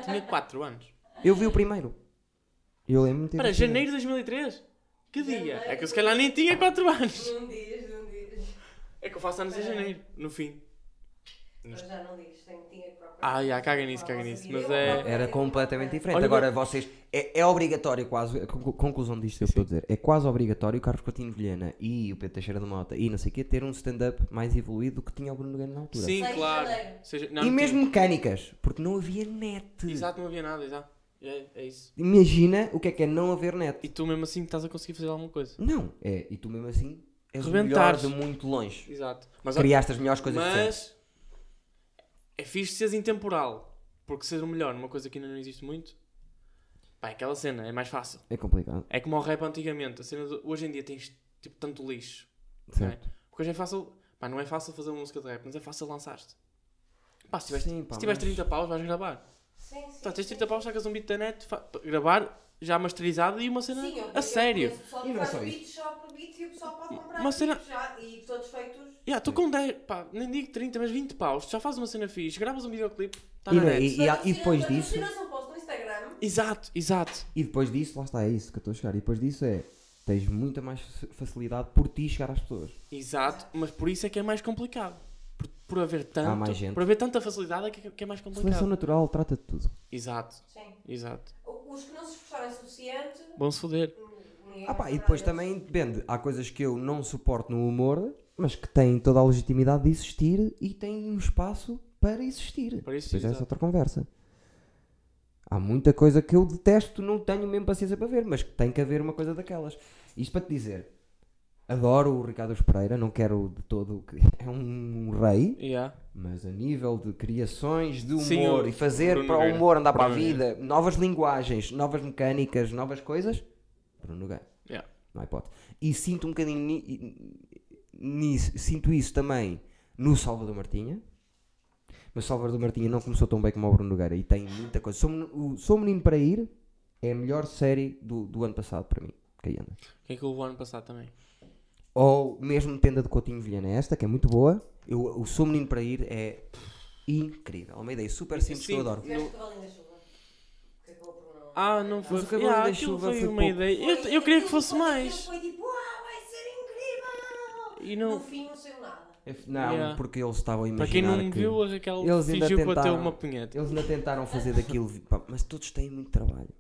tinha 4 anos.
Eu vi o primeiro. Eu lembro-me de ter
Para
visto o
janeiro de 2003? Que dia?
Janeiro.
É que eu se calhar nem tinha 4 anos.
Não diz, não diz.
É que eu faço anos em janeiro, no fim.
Mas já não diz, tenho, tinha que procurar.
Ah, já, caga nisso,
Ah,
caga
não
nisso.
sabia.
Mas
primeiro.
é.
Era completamente diferente.
Olha,
Agora vocês. É, é obrigatório quase. A concu- conclusão disto eu estou a dizer. É quase obrigatório o Carlos Coutinho Vilhena e o Pedro Teixeira da Mota e não sei o quê ter um stand-up mais evoluído do que tinha o Bruno Nogueira na altura.
Sim,
Seis de
claro.
janeiro.
Seja- não,
E
não
mesmo mecânicas. Porque não havia net.
tinha. Exato, não havia nada, exato. É, é isso.
Imagina o que é que é não haver
E
net.
tu mesmo assim estás a conseguir fazer alguma coisa.
Não, é, e tu mesmo assim és o melhor
Rebentares.
de muito longe.
Exato. Mas,
Criaste as melhores coisas de sempre.
mas é fixe seres intemporal. Porque ser o melhor numa coisa que ainda não existe muito. Pá, é aquela cena, é mais fácil.
É complicado.
É como ao rap antigamente. A cena do- hoje em dia tens tipo tanto lixo.
Certo.
Porque hoje é fácil. Pá, não é fácil fazer uma música de rap, mas é fácil lançar-te. Pá, se tiveres,
Sim, pá,
se tiveres
mas-
30 paus, vais gravar.
Sim, sim.
Tá, tens
sim.
30 paus, sacas um beat da net, fa- pa- gravar já masterizado e uma cena
Sim, eu-
a
eu
sério.
conheço pessoal
E não
que
é
faz
só
beat shop, beat e o pessoal pode comprar
Uma cena-
beats já, e todos feitos.
Yeah, tu com 10, pá, nem digo 30, mas 20 paus, tu já fazes uma cena fixe, gravas um videoclipe, está
E
na
não-
net.
e- há- depois disso-
Patrocinas um post no Instagram.
Exato, exato.
E depois disso, lá está, é isso que eu estou a chegar. E depois disso é, tens muita mais fa- facilidade por ti chegar às pessoas.
Exato, mas por isso é que é mais complicado. Por, por haver tanto,
Há mais gente.
por haver tanta facilidade é que, que é mais complicado.
Seleção natural trata de tudo.
Exato,
Sim.
exato.
O- Os que não se esforçarem o suficiente.
Bom se foder.
ninguém
Ah
vai
pá, e
falar
depois
deles.
também depende. Há coisas que eu não suporto no humor, mas que têm toda a legitimidade de existir e têm um espaço para existir.
Para isso,
Pois é, essa
exato.
outra conversa. Há muita coisa que eu detesto, não tenho mesmo paciência para ver, mas que tem que haver uma coisa daquelas. Isto para te dizer, adoro o Ricardo Os Pereira, não quero de todo que é um rei,
Yeah.
mas a nível de criações de humor
Sim, o
e fazer
Bruno
para o
Nogueira.
humor andar para a
Bruno
vida, novas linguagens, novas mecânicas, novas coisas, Bruno Nogueira.
Yeah.
Não há hipótese. E sinto um bocadinho ni- nisso, sinto isso também no Salvador Martinha. Mas o Salvador Martinha não começou tão bem como o Bruno Nogueira e tem muita coisa. Sou, Menino- o Sou Menino para Ir é a melhor série do, do ano passado para mim. Que aí anda.
Quem é que levou ano passado também?
Ou mesmo Tenda de Coutinho Vilhena, esta que é muito boa. Eu, o Sou Menino para Ir é incrível. É uma ideia super simples que eu
Sim.
adoro.
Tiveste cavalinho da chuva. Que acabou por não.
Ah, não foi.
Mas o Cavaleiro
Ah,
da
aquilo
Chuva
foi,
foi
uma
pouco.
ideia. Eu,
Foi-
eu queria que
aquilo
fosse
foi-
mais.
Foi tipo, ah, vai ser incrível!
E
No
não.
fim não saiu nada.
Não,
Yeah.
porque eles estavam a imaginar
Para quem não
que...
viu, é tipo- a Raquel
Eles ainda
fingiu que bateu
tentaram.
uma punheta.
Eles ainda tentaram fazer daquilo, pá, mas todos têm muito trabalho.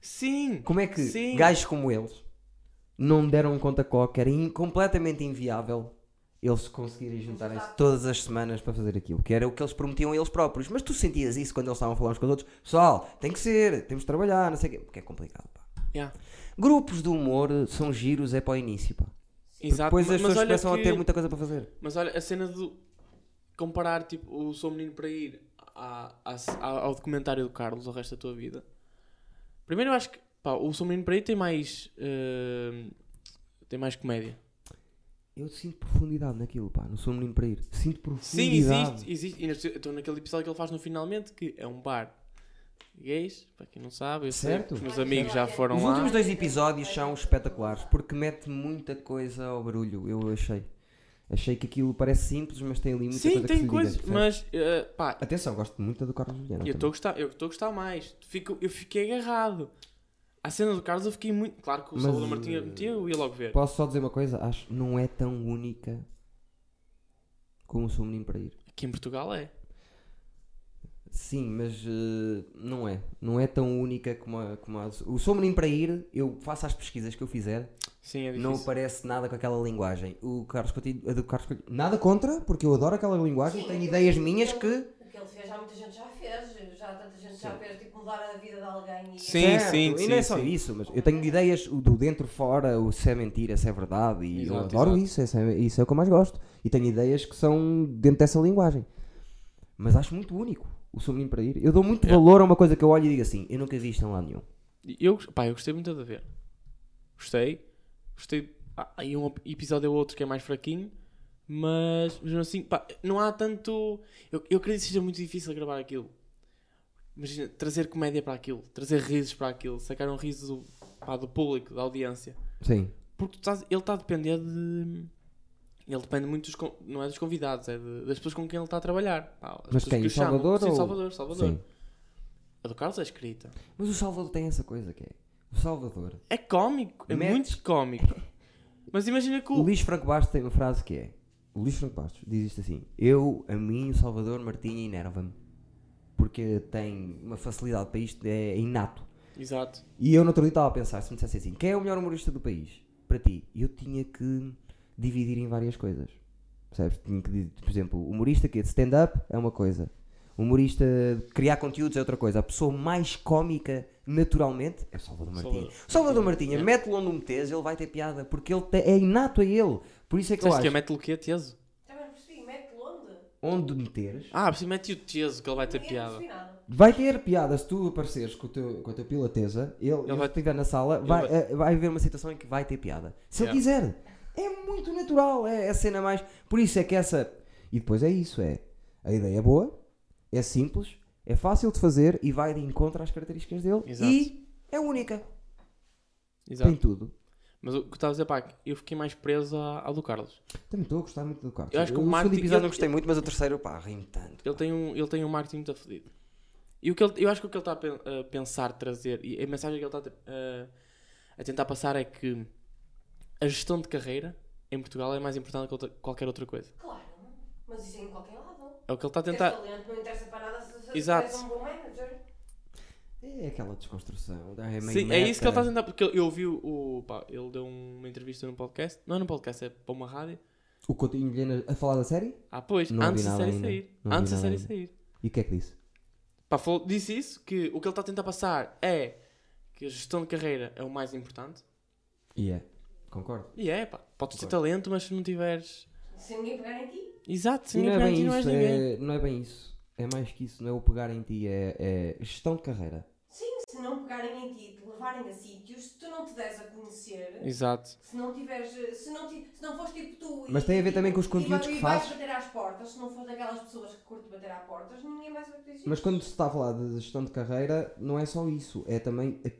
Sim!
Como é que
Sim.
gajos como eles não deram conta qualquer, era in- completamente inviável eles conseguirem juntarem-se todas as semanas para fazer aquilo, que era o que eles prometiam a eles próprios. Mas tu sentias isso quando eles estavam a falar uns com os outros? Pessoal, tem que ser, temos de trabalhar, não sei o quê, porque é complicado, pá.
Yeah.
Grupos de humor são giros, é para o início, pá. Porque
Exato.
Depois as
mas
pessoas
olha
começam
que-
a ter muita coisa para fazer.
Mas olha, a cena do. Comparar, tipo, o Sou Menino para Ir à- à- à- ao documentário do Carlos, o resto da tua vida. Primeiro, eu acho que. Pá, o Sou Menino para Ir tem mais. eh, tem mais comédia.
Eu sinto profundidade naquilo, pá, não sou um menino para ir. Sinto
Sim,
profundidade.
existe, existe. E neste- eu estou naquele episódio que ele faz no finalmente, que é um bar de gays, para quem não sabe, eu
Certo.
sei, os meus amigos já foram
Os
lá.
últimos dois episódios são espetaculares porque mete muita coisa ao barulho, eu achei. Achei que aquilo parece simples, mas tem ali muita
Sim,
coisa que se
tem
lhe
coisas,
liga, percebes?
mas eh, pá,
Atenção, gosto muito do Carlos Juliano.
eu estou a gostar, eu estou a gostar mais. Fico, eu fiquei agarrado. A cena do Carlos eu fiquei muito. Claro que o
Mas,
Salvador Martinha
eh,
metia, eu ia logo ver.
Posso só dizer uma coisa? Acho que não é tão única como o Sou um Menino para Ir.
Aqui em Portugal é.
Sim, mas eh, não é. Não é tão única como a, como a... O Sou Menino para Ir, eu faço as pesquisas que eu fizer,
Sim, é difícil.
não aparece nada com aquela linguagem. O Carlos Coutinho, a do Carlos Coutinho- nada contra, porque eu adoro aquela linguagem,
Sim,
tenho
eu-
ideias minhas
eu-
que...
O que ele fez, já muita gente já fez. Já tanta gente já fez, tipo, mudar a vida de alguém e.
Sim.
e não é só
sim.
isso, mas eu tenho ideias o do dentro fora, o se é mentira, se é verdade, e eu
Exato,
adoro
exato.
isso, isso é, isso é o que eu mais gosto. E tenho ideias que são dentro dessa linguagem. Mas acho muito único o seu menino para ir. Eu dou
É.
muito valor a uma coisa que eu olho e digo assim, eu nunca vi isto em lado nenhum.
Eu, pá, eu gostei muito de ver. Gostei. Gostei. Ah, aí um episódio ou outro que é mais fraquinho. Mas, mesmo assim, pá, não há tanto. Eu, eu acredito que seja muito difícil gravar aquilo. Imagina, trazer comédia para aquilo, trazer risos para aquilo, sacar um riso do, pá, do público, da audiência.
Sim.
Porque tu estás- ele está a depender de. Ele depende muito dos, con- não é dos convidados, é de- das pessoas com quem ele está a trabalhar. Pá, as
Mas
pessoas
quem?
que
O
chamam.
Salvador
Sim,
ou-
Salvador, Salvador.
Sim.
A do Carlos é escrita.
Mas o Salvador tem essa coisa que é. O Salvador.
É cómico, é
Metes-
muito cómico. Mas imagina que
O
o.
Luís Franco Bastos tem uma frase que é. O Luís Franco Bastos diz isto assim: Eu, a mim, o Salvador, Martinha enerva-me. Porque tem uma facilidade para isto, é inato.
Exato.
E eu no outro dia estava a pensar, se me dissesse assim, quem é o melhor humorista do país? Para ti, eu tinha que dividir em várias coisas. Percebes? Tinha que, di- por exemplo, humorista que é de stand-up é uma coisa. Humorista de criar conteúdos é outra coisa. A pessoa mais cómica naturalmente é o Salvador Martinha.
Salvador.
Salvador Martinha, mete-lo onde o metes, ele vai ter piada, porque ele te- é inato a ele. Por isso é que eu
Disseste que é
acho,
mete-lhe o quê? Teso?
Também não percebi, mete onde? é
onde meteres,
Ah, por mete o teso que ele vai ter
Eu não
piada.
percebi nada.
Vai ter piada se tu apareceres com, o teu, com a tua pilatesa, ele, ele,
vai-
se estiver na sala, vai,
vai-
eh, vai haver uma situação em que vai ter piada. Se
Yeah.
ele quiser. É muito natural, é a cena mais. Por isso é que essa. E depois é isso: é a ideia é boa, é simples, é fácil de fazer e vai de encontro às características dele
Exato.
e é única. Tem
Exato.
tudo.
Mas o que eu estava a dizer, pá, eu fiquei mais preso à- ao do Carlos.
Também estou a gostar muito do quarto.
Eu acho que o
segundo
Martin-
episódio
ele-
não gostei muito, mas o terceiro, pá, rimo tanto.
Ele tem um, ele tem um marketing muito afedido. E o que ele, eu acho que o que ele está a pen- a pensar trazer e a mensagem que ele está a, a tentar passar é que a gestão de carreira em Portugal é mais importante que outra- qualquer outra coisa.
Claro, mas isso é em qualquer lado.
É o que ele está a
Tentar...
tentar.
talento, não interessa para nada se se-
Exato.
se és um bom manager.
É aquela desconstrução. É, meio
Sim, é isso que
meta.
ele está a tentar. Porque eu, eu ouvi o. o- pá, ele deu uma entrevista num podcast. Não é num podcast, é para uma rádio.
O Coutinho Vilhena a falar da série?
Ah, pois,
Não ouvi
antes da
nada
série
ainda.
sair.
Não ouvi
antes da
nada
série
ainda.
sair.
E o que é que disse?
Pá, falou, disse isso, que o que ele está a tentar passar é que a gestão de carreira é o mais importante.
E é. Concordo.
E é, pá, podes ter
Concordo.
talento, mas se não tiveres.
Se ninguém pegar em ti,
Exato, se
E
não,
não, é
pegar em ti,
bem
não és
isso,
ninguém.
é, não é bem isso. É mais que isso, não é o pegar em ti, é, é gestão de carreira.
se não pegarem em ti, tu levarem a sítios, se tu não te des a conhecer,
é
Exato.
se não tiveres, se não, ti- se não fores tipo tu.
Mas
e-
tem a ver também com os
e-
conteúdos
e,
que
e vais
fazes.
bater às portas, se não fores daquelas pessoas que curte bater às portas, ninguém mais vai fazer isso.
Mas quando se está a falar de gestão de carreira, não é só isso, é também é-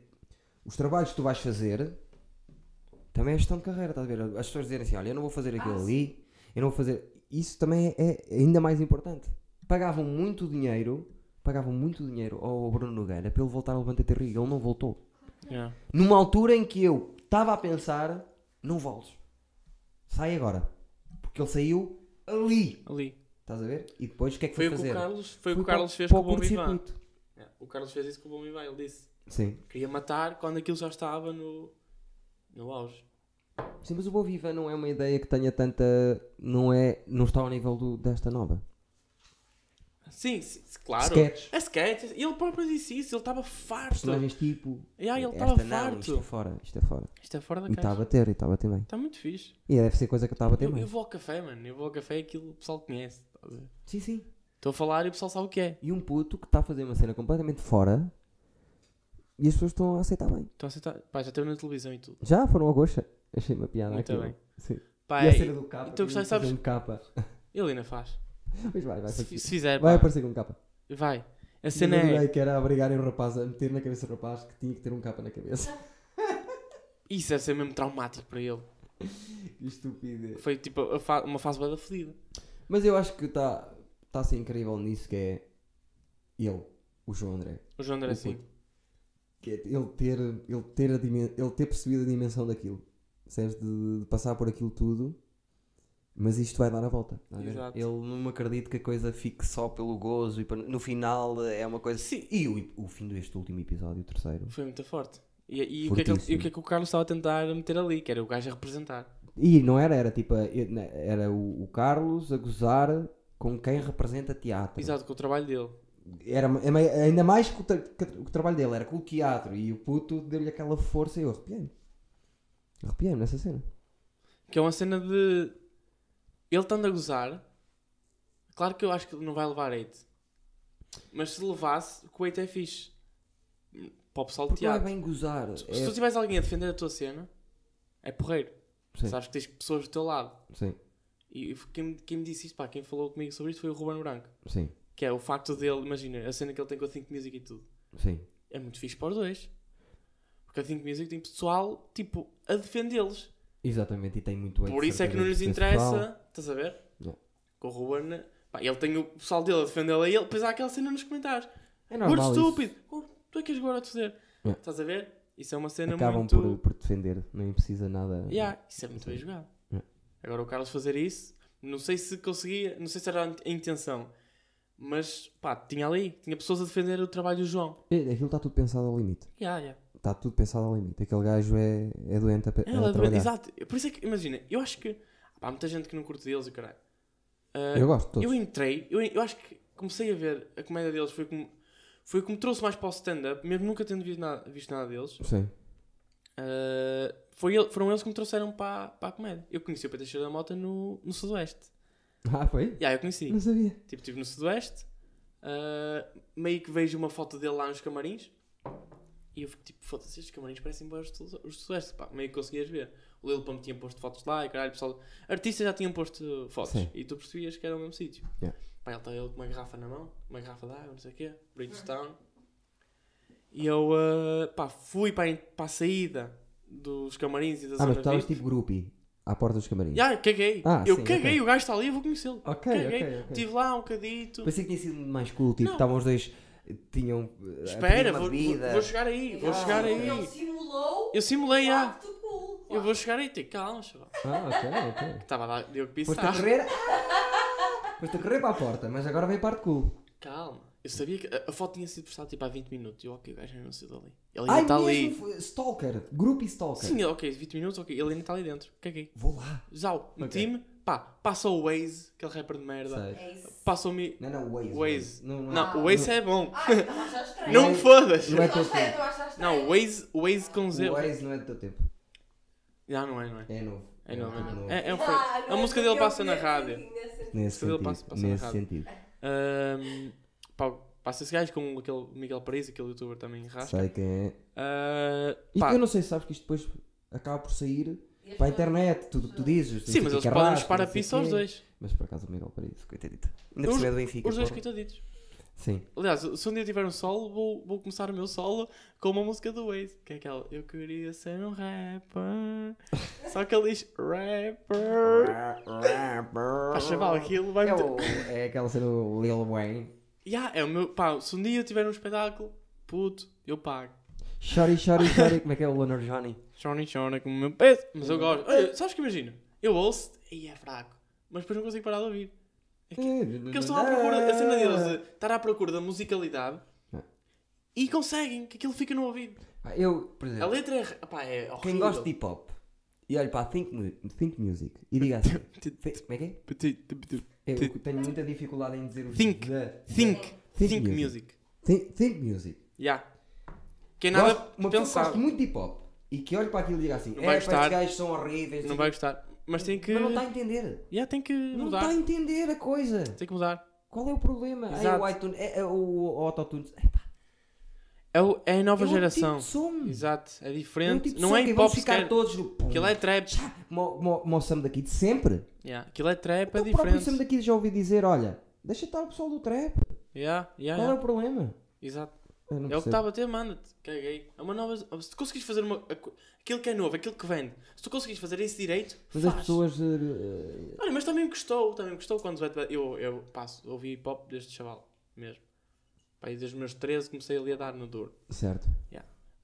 os trabalhos que tu vais fazer também é gestão de carreira, estás a ver? As pessoas dizerem assim, olha, eu não vou fazer aquilo
Ah,
ali, eu não vou fazer. Isso também é ainda mais importante. Pagavam muito dinheiro, pagavam muito dinheiro ao Bruno Nogueira para ele voltar a levantar Riga, ele não voltou.
Yeah.
Numa altura em que eu estava a pensar, não voltes. Sai agora. Porque ele saiu ali.
Ali.
Estás a ver? E depois o que é que
Foi
foi,
o que
fazer?
o Carlos, foi o
Fui
que o Carlos
para-
fez
para
com o Bom Vivan.
curto-circuito.
Yeah. O Carlos fez isso com o Bom Vivan. Ele disse:
Sim.
queria matar quando aquilo já estava no, no auge.
Sim, mas o Boa Viva não é uma ideia que tenha tanta. Não é. Não está ao nível do- desta nova.
Sim, se- se- claro.
Sketch.
É sketch. Ele próprio disse isso. Ele estava farto.
Personagens tipo.
Yeah, Ah, ele
esta
estava
não, isto é
farto.
fora, isto é fora.
Isto é fora da
E está a
caixa.
bater, e está a bater bem.
Está muito fixe.
E deve ser coisa que eu estava a bater
Eu, eu
bem.
vou ao café, mano. Eu vou ao café e aquilo o pessoal conhece. estás a ver?
Sim, sim.
Estou a falar e o pessoal sabe o que é.
E um puto que está a fazer uma cena completamente fora e as pessoas estão a aceitar bem.
Estão a aceitar. Pá, já esteve na televisão e tudo.
Já foram ao goxa. Achei uma piada
Muito
aquilo.
bem.
Sim.
Pá,
e a
e-
cena do capa.
então,
queria
sabes-
fazer Um capa.
ele ainda faz.
Mas vai, vai.
Se,
fazer-
se fizer,
Vai
vai,
aparecer com um capa.
vai. A
Mas eu
cena é.
adorei que era obrigarem o rapaz a meter na cabeça do rapaz que tinha que ter um capa na cabeça.
Isso deve ser mesmo traumático para ele.
Que estupidez.
Foi tipo a fa- uma fase bada fodida.
Mas eu acho que está tá a ser incrível nisso que é ele, o João André.
O João era
O
assim.
puto. Que é ele ter, ele, ter a dimen- ele ter percebido a dimensão daquilo. Percebes? De, de passar por aquilo tudo. Mas isto vai dar a volta. estás a ver?
Exato.
Ele não acredita que a coisa fique só pelo gozo e para- no final é uma coisa.
Sim.
E o, o fim deste último episódio, o terceiro.
Foi muito forte. E, e o que é que ele-
Fortíssimo. Tá
e o que é que o Carlos estava a tentar meter ali? Que era o gajo a representar.
E não era, era tipo. a- Era o, o Carlos a gozar com quem representa teatro.
Exato, com o trabalho dele.
era é mei- ainda mais que o, tra- que o trabalho dele era com o teatro e o puto deu-lhe aquela força e eu arrepiei-me. Arrepiei-me nessa cena.
Que é uma cena de. Ele estando a gozar. Claro que eu acho que ele não vai levar hate. Mas se levasse, o hate é fixe. Para o pessoal do
Porque não é
teatro.
bem gozar.
Tipo, Se tu
É...
tiveres alguém a defender a tua cena, é porreiro.
Sim,
Sabes que tens pessoas do teu lado.
sim,
E quem, me- quem me disse isto, pá, quem falou comigo sobre isto foi o Ruben Branco.
sim,
Que é o facto dele, imagina, a cena que ele tem com a Think Music e tudo.
sim.
É muito fixe para os dois. Porque a Think Music tem pessoal, tipo, a defendê-los.
Exatamente, e tem muito bem
Por
de
isso é que não
certeza
lhes
desse pessoal.
interessa, estás a ver?
Não.
Com o Ruben, pá, ele tem o pessoal dele a defendê-lo a ele, depois há aquela cena nos comentários.
É
Gordo
normal. isso.
estúpido, gordo, tu é que és gordo a fazer.
É.
Estás a ver? Isso é uma cena
Acabam
muito.
por, por defender, nem precisa nada.
Yeah, isso é muito bem jogado.
É.
Agora o Carlos fazer isso, não sei se conseguia, não sei se era a intenção, mas pá, tinha ali, tinha pessoas a defender o trabalho do João.
É, Aquilo está tudo pensado ao limite.
Yeah, yeah.
Está tudo pensado ao limite. Aquele gajo é, é doente a, pe- a
Ela,
trabalhar.
exato, por isso é que, imagina, eu acho que pá, há muita gente que não curte deles e caralho. Ah,
Eu gosto de todos.
Eu entrei, eu, eu acho que comecei a ver a comédia deles, foi como, foi como trouxe mais para o stand-up, mesmo nunca tendo visto nada, visto nada deles.
Sim.
Ah, foi ele- foram eles que me trouxeram para, para a comédia. Eu conheci o Pedro Teixeira da Mota no, no Sudoeste.
Ah, foi?
Já, eu conheci.
Não sabia.
Tipo, estive no Sudoeste, ah, meio que vejo uma foto dele lá nos camarins. E eu fico tipo, foda-se, estes camarins parecem bem os do os do Sudoeste, pá, meio que conseguias ver. O Lil Pump tinha posto fotos lá e caralho, o pessoal. Artistas já tinham posto fotos
Sim.
e tu percebias que era o mesmo sítio.
Yeah.
Pá, ele estava ele com uma garrafa na mão, uma garrafa de água, não sei o quê, Bridgestone. E eu, ah, pá, fui para a, en- para a saída dos camarins e da
Ah,
zona
mas tu estavas
VIP.
tipo groupie à porta dos camarins.
Ya, caguei.
Ah,
eu
sim,
caguei,
ok.
o gajo está ali, eu vou conhecê-lo.
Ok,
caguei.
ok, ok.
Estive lá um bocadito.
Pensei que tinha sido mais cool, tipo,
Não.
estavam os dois, eh, tinham eh, a pedir
Espera,
uma Ah,
vou,
bebida.
vou- vou chegar aí, vou
Ele-
chegar
Ah, Ele
aí.
simulou
Eu simulei,
o
ah,
acto cool.
eu vou chegar aí, tem calma, chaval.
Ah, ok, ok.
Estava lá, deu que
Foste a
pisar.
correr, foste a correr para a porta, mas agora vem a parte cool.
Calma. Eu sabia que a, a foto tinha sido postada tipo há 20 minutos. Eu, ok, o gajo ainda não saiu dali. Ele ainda
Ai,
está
mesmo,
ali.
foi- stalker, grupo e stalker.
Sim, ele- ok, 20 minutos, ok, ele ainda está ali dentro. Caguei.
Vou lá.
Zau, meti-me, pá, passa o Waze, aquele rapper de merda.
Sei.
É isso.
Passou-me.
Não, não, Waze.
Waze.
Não, não,
Não, o Waze é bom.
Ah, então achas estranho.
Não me fodas.
Não é teu
Achas estranho,
tempo.
tu achas estranho.
Não, Waze, Waze com Z.
O Waze não é do teu tempo.
Já não é, não é.
É novo.
É não, é
novo.
não. É, é um
Ah,
freio.
não
A
é
música
porque
dele
eu
passa na
conheço,
rádio.
assim, nesse-
Nesse
Cabelo
sentido.
passa- passa na
nesse
rádio.
sentido.
Ahm, pá, Pá, se esse gajo com aquele Miguel Paris, aquele youtuber também rasca.
Sei quem é.
Ah,
E
pá,
que eu não sei, sabes que isto depois acaba por sair
Este
para a
é-
internet, tudo o que tu dizes.
Sim, mas eles podem chupar a pista aos dois.
Mas por acaso o Miguel Paris, coitadito. Ainda por cima é do Benfica.
Os dois
porra.
coitaditos.
Sim.
Aliás, se um dia tiver um solo, vou, vou começar o meu solo com uma música do Waze, que é aquela Eu queria ser um rapper. Só que ele diz rapper. Pá, chaval, aquilo vai
É,
meter.
o- é aquela cena do Lil Wayne.
Ya, é o meu. Pá, se um dia eu tiver um espetáculo, puto, eu pago.
Shorty, shorty, shorty. Como é que é o Leonard Johnny?
Chorny chorny como o meu peso. Mas
Uhum.
eu gosto. Olha, sabes que imagino? Eu ouço e é fraco. Mas depois não consigo parar de ouvir. Porque É eles estão à procura, a cena deles de estar à procura da musicalidade
É.
e conseguem, que aquilo fica no ouvido.
Ah, Eu, por
A
exemplo,
letra é, opá, é horrível.
quem gosta de hip hop e olha para a Think, Mu- Think Music e diga assim: Thi- Como é que é? Eu tenho muita dificuldade em dizer os
Think.
da-
Think,
Think
think music.
music. Think, think Music.
Ya. Que é nada
Gosto- uma pessoa que
pensado.
gosta muito de hip hop e que olha para aquilo e diga assim:
Não
É,
vai
pá, estes
gostar.
gajos são horríveis.
Não vai gostar. Mas tem que.
Mas não está a entender.
Ya, tem que
Não
mudar.
está a entender a coisa.
Tem que mudar.
Qual é o problema? Ai,
Exato.
o iTunes, é, é o, o autotunes. É, pá,
É, o- é a nova
é outro
geração.
Tipo de som.
Exato. É
É outro
diferente.
tipo de
não
som
é
que
hip
vamos
hop
ficar
sequer.
todos no. pum,
Aquilo é trap.
Mo, mo, mo Sam daqui de sempre.
Yeah. Aquilo é trap, é
Então o próprio Sam
diferente.
daqui já ouvi dizer: olha, deixa estar o pessoal do trap.
Yeah, yeah,
Qual é
yeah.
o problema?
Exato.
Eu não
É o que
percebo.
está a bater, manda-te. Caguei. É uma nova. Se tu conseguires fazer uma. acu- Aquilo que é novo, aquilo que vende. Se tu conseguires fazer esse direito,
Mas
faz.
as pessoas. eh,
Olha, mas também me gostou. Também me gostou quando. Zé- Eu, eu passo, ouvi hip hop desde chaval. Mesmo. Pá, e desde os meus 13 comecei ali a dar no duro.
eh, certo.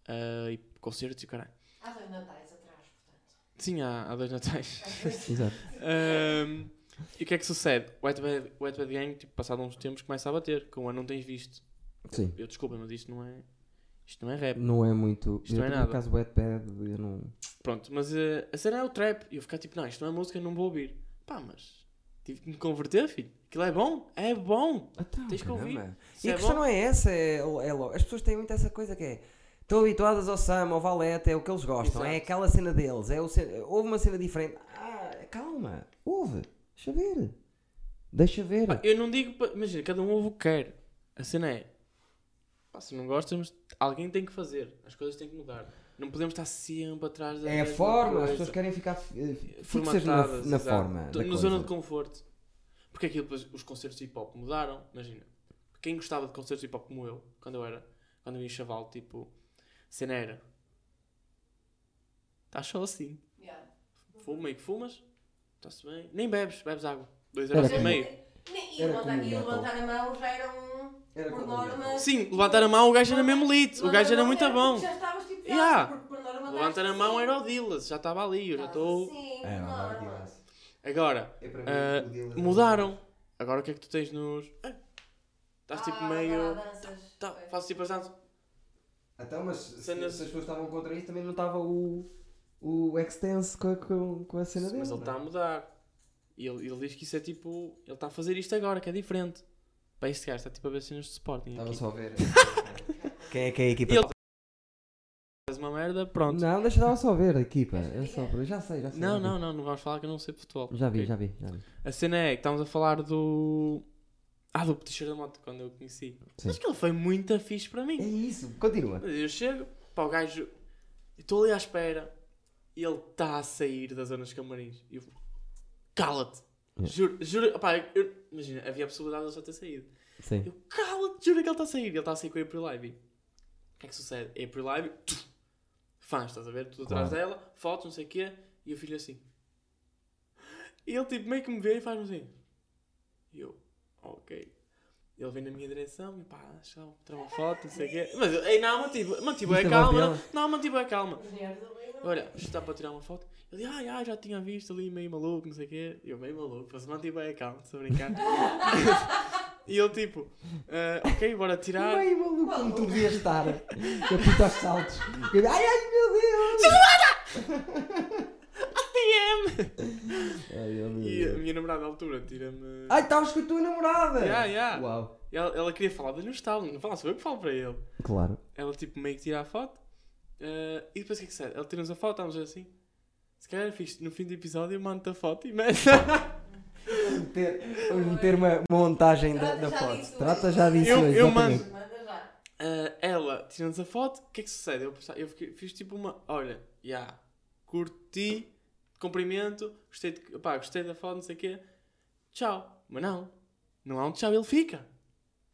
Ah, e concertos e o caralho.
Há dois Ah, natais atrás, portanto.
Sim, há, há dois natais.
Exato.
Ahm, e o que é que sucede? O Wet Bad, Wet Bad Gang, tipo, passado uns tempos, começa a bater. Com a não tens visto.
Sim.
Eu desculpa, mas isto não é. Isto não é rap.
Não é muito.
Isto não é
eu,
nada.
Por acaso, o Wattpad, eu não.
Pronto, mas eh, a cena é o trap. E eu ficar tipo, não, isto não é música, não vou ouvir. Pá, mas tive que me converter, filho. Aquilo é bom? É bom!
Então,
Tens que ouvir.
caramba.
Se
E
é
a questão
bom-
não é essa, é, é logo. As pessoas têm muito essa coisa que é. Estão habituadas ao samba, ao valete, é o que eles gostam, é
Exato.
aquela cena deles, é o ce- houve uma cena diferente. Ah, calma, ouve, deixa ver, deixa ver.
Pá, eu não digo, pa- imagina, cada um ouve o que quer. A cena é, pá, se não gostas, mas alguém tem que fazer. As coisas têm que mududar. Não podemos estar sempre atrás da
é a
mesma
forma, as
coisa.
pessoas querem ficar eh, fixas na,
formatadas
na
exato.
forma.
Tô-
Da
na
coisa.
zona de conforto. Porque aquilo depois os concertos de hip hop mudaram, imagina. Quem gostava de concertos de hip hop como eu, quando eu era, quando eu ia em chaval, tipo, cena era. Estás só assim.
Yeah.
Fuma e que fumas, está-se bem. Nem bebes, bebes água. Dois
Era
euros e
como-
meio.
Nem- E
Era
levantar,
como um
e
o metal.
levantar a mão já era um.
Era
por
como o metal.
norma.
Sim, levantar a mão o gajo era mesmo lit. O gajo era muito bom.
Já estavas tipo. já,
Yeah.
porque por norma
Levantar a
estás
mão
assim.
era o Dillas, já estava ali, eu já estou.
Sim, por
É, não, não, não,
norma.
não.
Agora,
É para mim,
ah,
o Dillas é
mudaram. Agora o que é que tu tens nos. Ah, Estás tipo
Ah,
meio.
agora danças.
Tá,
Pois.
faço tipo as danças.
Então, mas se,
Cenas-
se as pessoas estavam contra isso, também não estava o, o extense com, a- com, com a cena dele.
Mas ele tá
não é?
está a mudar. E ele, ele diz que isso é tipo. Ele está a fazer isto agora, que é diferente. Para este gajo, está tipo a ver cenas de Sporting.
Estava
Aqui.
só a ver. Quem é que é a equipa?
E ele faz uma merda, pronto. Não.
Não, deixa estava só a ver a equipa. É só por... Já sei, já sei.
Não,
já
não,
vi.
não, vamos falar que eu não sei de futebol.
Já vi,
Ok.
já vi, já vi.
A cena é que estávamos a falar do. Ah, do Peticheiro da Moto, quando eu o conheci.
Sim.
Mas que ele foi muito fixe para
É
mim.
isso, continua.
Mas eu chego, pá, o gajo. eu Estou ali à espera. E ele está a sair da zona dos camarins. E eu. Cala-te!
Yeah.
Juro, juro. Pá, eu- imagina, havia a possibilidade de ele só ter saído.
Sim.
Eu cala-te, juro que ele está a sair. Ele está a sair com a April Live. O que é que sucede? A April Live, fãs, estás a ver? Tudo atrás dela, fotos, não sei o quê, e o filho assim. E ele tipo meio que me vê e faz-me assim. E eu, ok. Ele vem na minha direção e pá, chega tirar uma foto, não sei o quê. Mas eu, ei, não, tipo, mantive, mantive a
Isto é
calma.
uma
Não, não, mantive a calma.
Os nervos ali não.
Olha, está para tirar uma foto. Ele, ai, ai, já tinha visto ali, meio maluco, não sei o quê. Eu, meio maluco, mas mantive a calma, estou a brincar. e ele, tipo, "Ah, ok, bora tirar.
Meio maluco como tu devias estar. Eu puto aos saltos. Eu- Ai, ai, meu Deus!
PM!
Ai, ai, meu
E a
Deus.
minha namorada, à altura, tira-me.
Ai, estavas com a tua namorada!
Ya, ya.
Uau.
Ela, ela queria falar, mas não estava, não fala, sou eu que falo para ele.
Claro.
Ela, tipo, meio que tira a foto. ah, e depois o que é que serve? Ela tira-nos a foto, estávamos assim. Se calhar fiz no fim do episódio, eu mando-te a foto e manda.
meter, vamos meter uma montagem da,
Trata
da
já
foto.
disso.
Trata já disso
Eu-
hoje.
eu
exatamente.
mando.
Manda já.
Ah, ela tirou-nos a foto, o que é que sucede? Eu, pensava- eu fiquei- fiz tipo uma, olha, já, curti, cumprimento, gostei, de, pá, gostei da foto, não sei o quê, tchau. Mas não, não há um tchau, ele fica.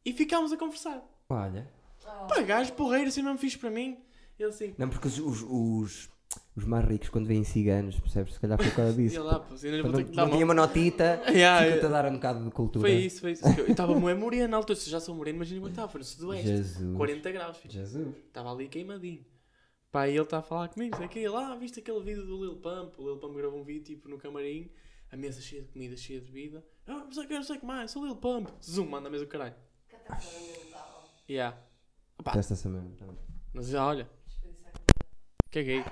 E ficámos a conversar.
Olha.
Oh.
Pá, gajo porreiro, assim mesmo fiz para mim. Ele assim,
Não, porque os, os, os, os mais ricos, quando veem ciganos, percebes? Se calhar por causa
e
disso.
lá, pô, assim, não,
Quando
vou ter que dar
não, não tinha
uma...
uma notita,
Yeah,
ficou-te a
yeah.
dar um bocado de cultura.
Foi isso, foi isso. Eu estava moé moreno na altura, se já sou moreno, imagina quando estava, foi no sudoeste,
Jesus.
40 graus, filho.
Jesus.
Estava ali queimadinho. Pá, e ele está a falar comigo, sei que lá, viste aquele vídeo do Lil Pump, o Lil Pump gravou um vídeo tipo no camarim, a mesa cheia de comida, cheia de bebida. Ah, não sei o que, não sei o que mais, sou Lil Pump. Zoom, manda a mesa o caralho.
Catástrofe mental.
Yeah. Pá.
Testa essa mesmo. tá bem.
Mas já olha, é
Desperdiçar.
caguei.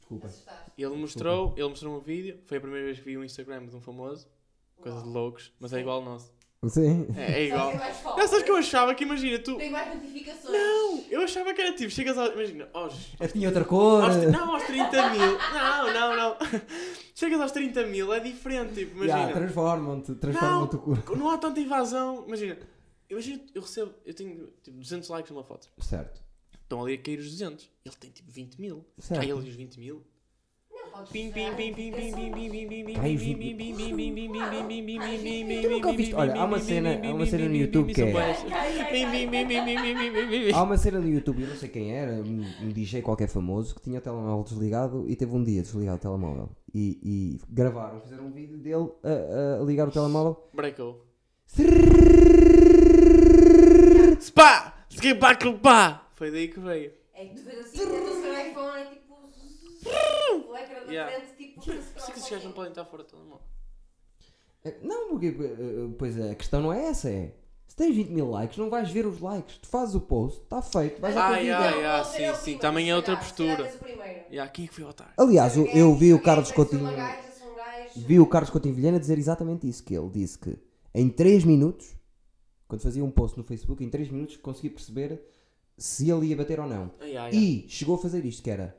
Desculpa.
Assustaste.
E ele mostrou, ele mostrou um vídeo, foi a primeira vez que vi um Instagram de um famoso, coisa de loucos, mas é igual ao nosso.
Sim.
É, é igual.
Tem mais fotos.
Não, sabes que eu achava que, imagina, tu...
Tem mais notificações.
Não, eu achava que era tipo, chegas aos... Imagina, aos
Eu É tinha outra cor.
Aos- não, aos 30 mil. Não, não, não. Chegas aos 30 mil, é diferente. Tipo,
Já,
imagina.
transformam-te. Transformam-te o cu.
não há tanta invasão. Imagina, imagina, eu recebo, eu tenho tipo 200 likes numa foto.
Certo.
Estão ali a cair os 200. Ele tem tipo 20 mil.
Certo.
Cai ali os 20 mil.
Não podes
Pim, pim,
usar.
pim, pim, pim, pim, pim, pim, pim, pim,
Cai os
pim,
20
pim, pim, pim, pim, pim, pim, pim, pim, pim, pim,
Tu nunca
pim,
ouviste-
pim,
olha,
pim,
há uma
pim,
cena-
pim,
há uma
pim,
cena
pim,
no
pim,
YouTube
pim,
que
são
é-
boas.
Cai, cai,
Pim, pim, pim, pim, pim, pim, pim, pim, pim.
Há uma cena no YouTube, eu não sei quem era, um, um DJ qualquer famoso, que tinha o telemóvel desligado e teve um dia desligado o telemóvel. E, e gravaram, fizeram um vídeo dele a, a ligar o telemóvel.
Breakou.
Srrrrrrrrrrrrrrrrrrrrrrrrrrrrrrrrrrrrrrrrrrr.
Spa! Skipaclupá! Foi daí que veio.
É que tu vês assim, tentas ver o iPhone, é tipo. O ecrã da
Yeah.
frente, tipo.
Por isso é que esses gajos não podem estar fora do telemóvel.
Não, porque, eh, eh, pois a questão não é essa, é. Se tens 20 mil likes, não vais ver os likes. Tu fazes o post, está feito, vais à tua
Ai,
vida.
ai. sim, sim, também é outra postura.
Aliás,
E há quem é que foi o otário?
Aliás, eu, eu vi o Carlos
um
Coutinho. Vi o Carlos Coutinho Vilhena dizer exatamente isso, que ele disse que em 3 minutos, quando fazia um post no Facebook, em 3 minutos conseguia perceber se ele ia bater ou não.
Ai, ai, ai.
E chegou a fazer isto, que era...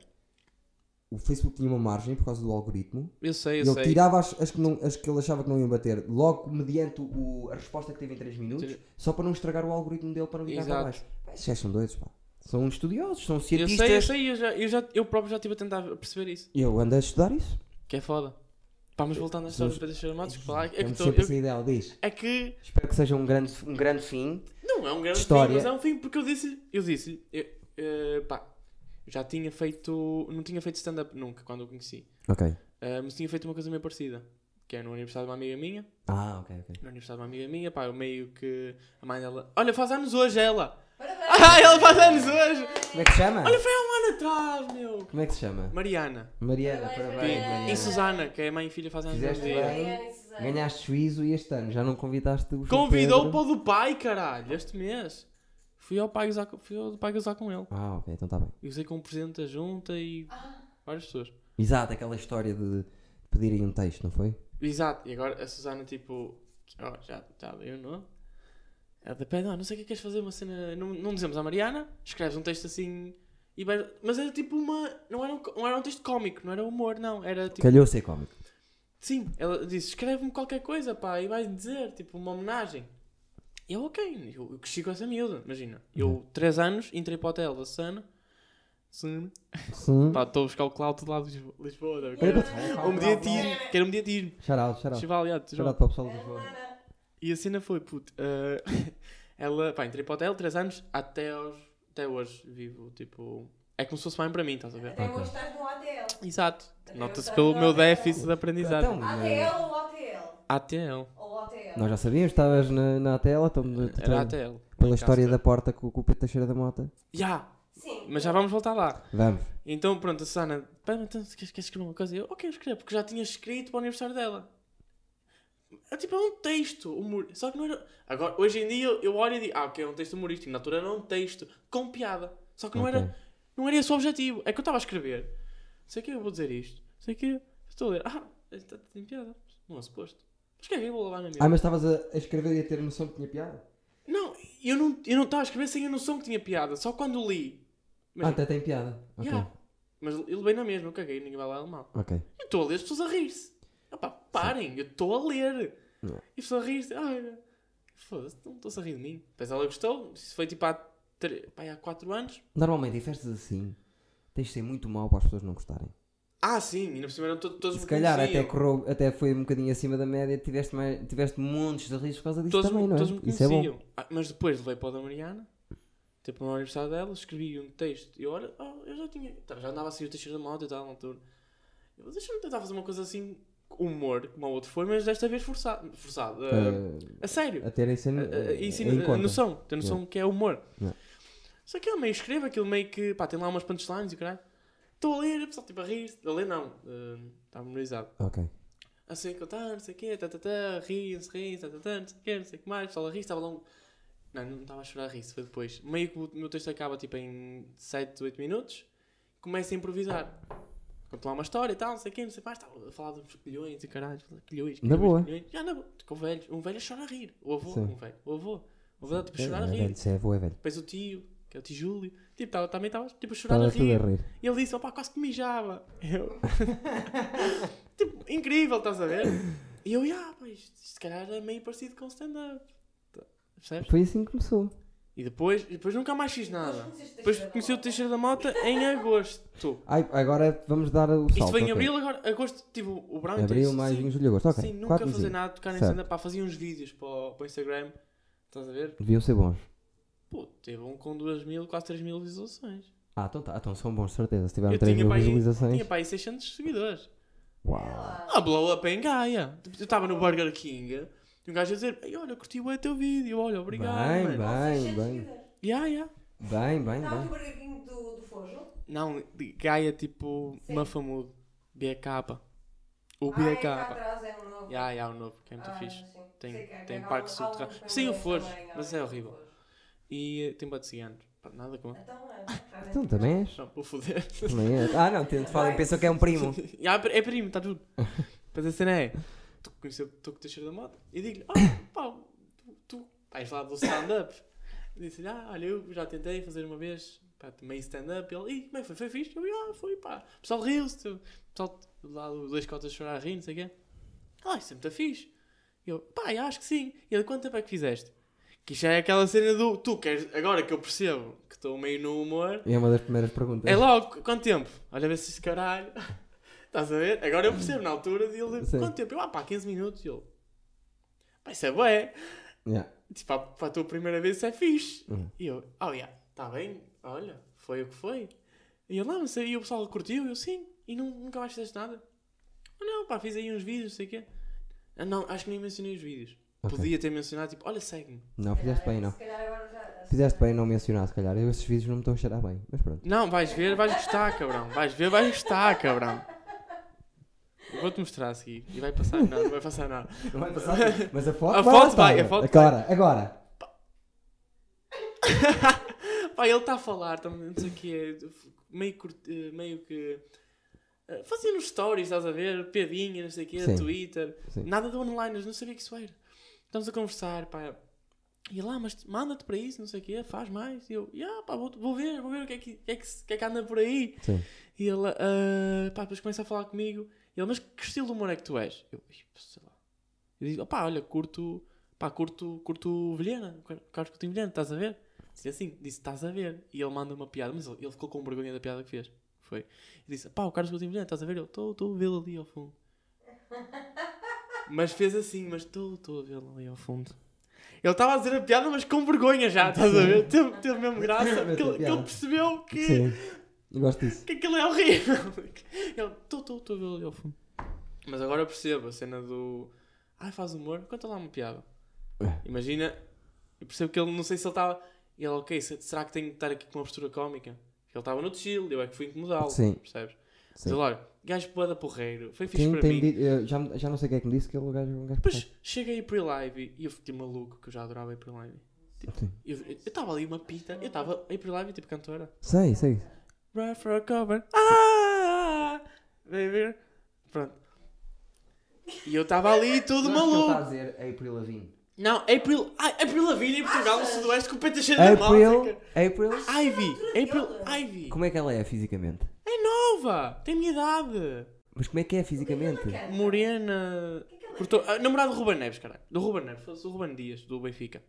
O Facebook tinha uma margem por causa do algoritmo.
Eu
e
sei,
ele
eu sei.
tirava as, as que não- as que ele achava que não iam bater, logo mediante o- a resposta que teve em 3 minutos,
Sim.
só para não estragar o algoritmo dele para não virar para
Exato.
baixo. Pá, Esses gajos são doidos, pá. São estudiosos, são
Eu sei, eu
cientistas.
sei, eu, já, eu, já, eu próprio já estive a tentar perceber isso.
eu ando a estudar isso.
Que é foda. Pá, mas voltando à história
Somos-
para deixar matos, desculpa lá, é que,
Estamos
tô,
sempre
eu,
assim ideal, diz.
é que
Espero que seja um grande, um grande fim.
não é um grande
História.
fim, mas é um fim porque eu disse-lhe, eu disse-lhe, eu- eh, pá, eu já tinha feito, não tinha feito stand-up nunca quando o conheci,
Ok.
Eh, mas tinha feito uma coisa meio parecida, que é no aniversário de uma amiga minha,
Ah, ok, ok.
no aniversário de uma amiga minha, pá, eu meio que a mãe dela, olha, faz anos hoje ela, ah, ela faz anos hoje,
Como é que se chama?
olha, foi há um ano atrás, meu,
Como é que se chama?
Mariana.
Mariana,
Parabéns,
parabéns,
Mariana.
E
Mariana.
Isso-
Susana, que é mãe e filha, fazem anos
Fizeste
hoje.
bem.
é-
Ganhaste juízo e este ano já não convidaste o João
Convidou-o
Pedro?
para o do pai, caralho, este mês. Fui ao pai gozar, co- fui ao do pai gozar com ele.
Ah, ok, então está bem.
E usei com o presidente da junta e várias pessoas.
Exato, aquela história de pedirem um texto, não foi?
Exato, e agora a Susana, tipo, ó, já, já deu, não? é? Ela de pé, não, não sei o que é que queres fazer, uma cena. Não, não dizemos à Mariana, escreves um texto assim. E vai- Mas era tipo uma. Não era, um, co- não era um texto cómico, não era humor, não. Era tipo.
Calhou ser cómico.
Sim, ela disse: escreve-me qualquer coisa, pá, e vais dizer, tipo, uma homenagem. E eu, ok, eu, eu cresci com essa miúda, imagina.
Uhum.
Eu, 3 anos, entrei para o hotel da Susana. Susana.
Sim.
Pá, estou a buscar o Cláudio de lá de Lisbo- Lisboa, deve-
Olha
quero
para
um mediatismo, quero um mediatismo.
Charal, charal.
Chival, já, te
Charal
juro.
para o pessoal de Lisboa.
E a cena foi, puto, eh, ela, pá, entrei para o hotel, 3 anos, até, aos, até hoje vivo, tipo, é como se fosse mãe para mim, estás a ver?
Até
Ok.
hoje estás no ATL.
Exato,
Até
nota-se
hoje
pelo
estás
meu
no ATL.
déficit de aprendizagem.
Então,
Ah,
eh,
ATL ou ATL?
ATL,
Ou ATL?
nós já sabíamos, estavas na, na tela, estamos
era ATL.
então, pela
Em
história
casa.
da porta com, com o Pedro Teixeira da Mota.
Já,
Sim.
mas já vamos voltar lá.
Vamos.
Então, pronto, a Susana, pá, então, queres, queres escrever uma coisa? E eu, ok, eu escrevo, porque já tinha escrito para o aniversário dela. É tipo, é um texto, humor. Só que não era. Agora, hoje em dia, eu, eu olho e digo, ah, ok, é um texto humorístico. Na altura era um texto com piada. Só que não era.
Ok.
Não era esse o objetivo. É que eu estava a escrever. Sei que eu vou dizer isto. Sei que estou a ler. Ah, está tem piada. Não é suposto. Mas quem é que eu vou levar na minha?
Ah, mas estavas a, a escrever e a ter noção que tinha piada?
Não, eu não eu não estava a escrever sem a noção que tinha piada. Só quando li. Mas,
Ah, até tem piada. Ok.
Yeah. mas ele veio na mesma. Eu caguei. Ninguém vai lá mal.
Ok.
Eu estou a ler as pessoas a rir-se. Epá, parem. Eu estou a ler.
Não.
E só rir-se. Ah, foda-se, não estou a rir de mim. Depois ela gostou. Isso foi tipo há, tre- pá, há 4 anos.
Normalmente em festas assim, tens de ser muito mau para as pessoas não gostarem.
Ah, sim, ainda por cima eram to- todos
Se
me
calhar até,
conheciam.
correu, até foi um bocadinho acima da média, tiveste, mais, tiveste montes de riscos por causa disso
todos,
também,
me-
não é?
todos me
Isso é
conheciam.
bom.
Ah, mas depois levei para o da Mariana, tipo no aniversário dela, escrevi um texto. E eu olha, oh, eu já tinha. tá, já andava assim o texto da moto e tal, na altura. Eu deixa-me tentar fazer uma coisa assim, com humor, como a outra foi, mas desta vez forçado. forçado ah,
Eh,
a sério.
a ter isso em,
Uh, uh, isso
em
uh,
conta.
noção, ter noção que é humor.
Yeah.
Só que eu meio escrevo aquilo meio que, pá, tem lá umas punchlines e o caralho. Estou a ler, o pessoal tipo a rir, a ler não, uh, está memorizado.
Ok.
A sei contar, Assim, não sei o quê, tá, tá, tá, riem-se, riem-se, tá, tá, tá, não sei o quê, não sei o que mais, o pessoal a rir, estava lá um... Não, não estava a chorar a rir, foi depois. Meio que o meu texto acaba tipo em 7, 8 minutos, começo a improvisar. Conto lá uma história e tal, não sei o quê, não sei o que mais, estava a falar dos quilhões e caralho, quilhões, quilhões,
Na boa.
quilhões. Já na boa, com velhos, um velho chora a rir, o avô,
Sim.
um velho, o avô. O avô dá tipo a
É,
chorar a
é
rir.
velho, isso é, vou é velho.
Depois o tio, que é o tio Júlio, tipo, tava, também estava tipo, a chorar
Estava
a
tudo
rir.
a rir.
E ele disse, opá, quase que mijava. Eu... tipo, incrível, estás a ver? E eu, ah, pois, isto se calhar é meio parecido com o stand-up. Tá, Percebes?
Foi assim que começou.
E depois, e depois nunca mais fiz nada. Depois
Depois
conheci o Teixeira da Mota em agosto.
Ai, agora vamos dar o salto.
Isto foi
ok.
em abril, agora, agosto, tipo, o Brown
Abril,
sim,
mais junho, julho, agosto. Ok.
Sem nunca
Quatro
fazer
meses.
nada, tocar em
Certo.
stand-up, pá, fazia uns vídeos para o, para o Instagram. Estás a ver?
Deviam ser bons.
Pô, teve um com 2 mil, quase 3 mil visualizações.
Ah, então, tá, então são bons, certeza. Se tiveram
Eu
3
tinha
mil
para aí-
visualizações.
Tinha pá aí 600 seguidores.
Uau.
Ah, blow up em Gaia. Tipo, Eu estava no Burger King e um gajo a dizer: Ei, olha, curti o teu vídeo, olha, obrigado.
Bem, bem,
mano."
bem.
Yeah, yeah.
Bem, bem,
Está aqui o
bem.
barulhinho do, do Fojo.
Não, de Gaia tipo
Sim.
Mafamudo, BK. O
Ah, é
BK.
cá atrás, é um novo.
Yeah, yeah, o novo, que é muito
Ah,
fixe.
sim.
Tem-
Sei que há-
tem
há
Parque
um-
Sul
há um
de Terra.
também,
Sim, o
há
Fojo,
um
mas
também,
é
há um
horrível.
Fojo.
E eh, tem bate ciganos. Pá, Nada com.
Então é, já vem.
Então também és.
Não, vou foder.
Também és. Ah, não, tento falar e pensam que é um primo.
yeah, é primo, está tudo. Mas a cena é: tu conheceu tu que tens da moto? E digo-lhe: oh, pá, tu, tu vais lá do stand-up. E Disse-lhe: ah, olha, eu já tentei fazer uma vez, pá, meio stand-up. Ele: ih, como é que foi? Foi fixe? Eu: ah, foi, pá. O pessoal riu-se, tu- o pessoal lá do dois cotas chorar a rir, não sei o quê. Ah, isso é muito fixe. E eu: pá, eu acho que sim. E ele: quanto tempo é que fizeste? Que isto é aquela cena do tu queres, agora que eu percebo que estou meio no humor,
É uma das primeiras perguntas.
é logo, qu- quanto tempo? Olha, vê se este caralho. Estás a ver? Agora eu percebo na altura de ele.
Sim.
Quanto tempo? Eu, ah, pá, 15 minutos. E ele, pá, isso é bué.
Yeah.
Tipo, ah, para a tua primeira vez isso é fixe.
Uhum.
E eu, oh, yeah, está bem, olha, foi o que foi. E ele, não, não sei, e o pessoal curtiu, eu sim. E nu- nunca mais fizeste nada? Ah, não, pá, fiz aí uns vídeos, não sei o quê. Ah, não, acho que nem mencionei os vídeos.
Ok.
Podia ter mencionado, tipo, olha, segue-me.
Não, fizeste bem, não.
Se calhar agora já-
Fizeste bem em não mencionar, se calhar. Eu estes vídeos não me estão a cheirar bem, mas pronto.
Não, vais ver, vais gostar, cabrão. Vais ver, vais gostar, cabrão. Eu Vou-te mostrar a seguir. E vai passar nada, não vai passar nada.
Não vai passar, mas a foto
A
vai.
foto
lá
vai,
estar.
a foto
agora, agora.
Pá, ele está a falar, tá, não sei o que é, meio, curti- eh, meio que. eh, Fazendo stories, estás a ver? Piadinha, não sei o quê,
Sim.
Twitter.
Sim.
Nada de onliners, não sabia que isso era. Estamos a conversar, pá. E lá, mas manda-te para isso, não sei o quê, faz mais. E eu, yeah, pá, vou, vou ver, vou ver o que é que, que é que, se- que é que anda por aí.
Sim.
E ele, ah, pá, depois começa a falar comigo. E ele, mas que estilo de humor é que tu és? Eu, "Ih, sei lá. Eu digo, opá, olha, curto, pá, curto, curto Vilhena, Carlos Coutinho Vilhena, estás a ver? Disse assim, disse, estás a ver. E ele manda uma piada, mas ele, ele ficou com vergonha da piada que fez. Foi. E disse, pá, o Carlos Coutinho Vilhena, estás a ver? Eu, estou, estou a vê-lo ali ao fundo. mas fez assim, mas estou, estou a vê-lo ali ao fundo. Ele estava a dizer a piada, mas com vergonha já, estás a ver? Teve, teve mesmo graça, porque ele, que ele percebeu que
Sim. Eu gosto disso.
que aquilo é horrível. Eu estou, estou, estou a vê-lo ali ao fundo. Mas agora eu percebo a cena do. Ai, faz humor, conta lá uma piada.
É.
Imagina, eu percebo que ele, não sei se ele estava. Ele, ok, se- será que tenho que estar aqui com uma postura cómica? Porque ele estava no chill, eu é que fui incomodá-lo.
Sim.
Percebes?
Sim.
Mas olha, gajo boa da porreiro, foi fixe
Quem
para
tem
mim.
dito- eu já, já não sei quem é que me disse que ele é um gajo. Um gajo
Depois cheguei a pre-live e eu fiquei maluco, que eu já adorava a pre-live.
porreiro. Sim.
Eu eu estava ali uma pita, eu estava a pre-live tipo cantora.
Sei, sei.
Run for a cover. Ah! Baby. Pronto. E eu estava ali todo
está a
maluco.
dizer April Lavigne.
tá. Não, April. Ai, April Lavigne em Portugal, no Sudoeste, com o peito cheio de
April,
música.
April.
Ivy. April
dela.
Ivy.
Como é que ela é fisicamente?
É nova. Tem minha idade.
Mas como é que é
O que é que ela
fisicamente?
canta?
Morena.
O que é que ela
Cortou... Ah, namorado do Ruben Neves, caralho. Do Ruben Neves, foda-se, do Ruben Dias, do Benfica.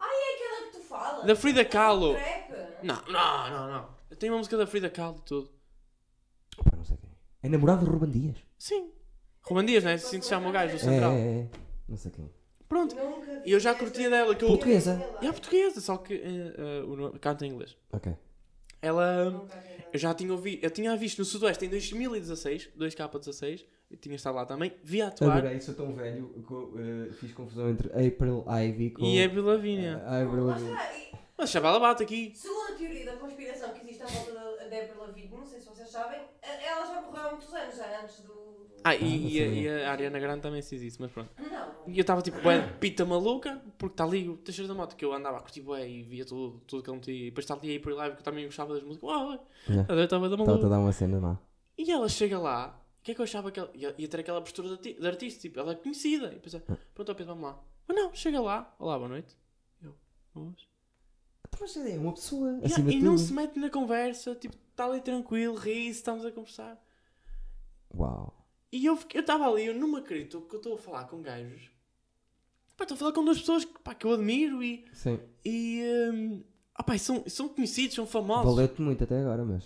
Ai, é aquela que tu falas.
Da Frida Kahlo.
Trap.
Não, não, não, não. Eu tenho uma música da Frida Kahlo e tudo.
Pá, não sei quem. É namorado do Ruben Dias.
Sim. Ruben Dias, né? Assim se chama o gajo do Central.
É, é, é. Não sei quem.
Pronto.
Nunca vi
E eu já
essa.
curtia dela, que eu-
Portuguesa.
E é portuguesa, só que eh, eh, o nome- canta em inglês.
Ok.
Ela.
Nunca vi nada.
Eu já tinha ouvido, eu tinha a visto no Sudoeste em 2016, 2K16, eu tinha estado lá também, vi a atuar
Adorei, sou tão velho. co- eh, fiz confusão entre April Ivy com.
e é Bilavinha.
Ah, Avril
Lá
Lavigne.
está, e-
Mas a chavala bate aqui.
Segundo a teoria da conspiração que existe à volta da Débora Lavigne, não sei se vocês sabem, a- ela já morreu há muitos anos, já antes do...
Ah,
Ah,
e, e a,
não sabia.
e a Ariana Grande também fez isso, mas pronto.
Não.
E eu estava tipo, bué, de pita maluca, porque está ali o Teixeira da Moto, que eu andava a curtir bué e via tudo, tudo que ele metia, e depois está ali aí por live, que eu também gostava das músicas, uau,
Já.
eu estava da
Estava-te a
maluca.
dar uma cena má.
E ela chega lá, o que é que eu achava que ela ia, ia ter aquela postura de, arti- de artista, tipo, ela é conhecida. E pensava,
Hum.
pronto, ó Pedro, vamos lá. Mas não, chega lá, olá, boa noite. Eu, vamos.
Então, Mas é uma pessoa,
Yeah,
acima
e
de
não
tudo.
se mete na conversa, tipo, está ali tranquilo, ri estamos a conversar.
Uau.
E eu fiquei- eu estava ali, eu não me acredito que eu estou a falar com gajos. Pá, estou a falar com duas pessoas que, pá, que eu admiro e.
Sim.
e hum, ah, pá, e são, e são conhecidos, são famosos.
Valeu-te muito até agora, mas.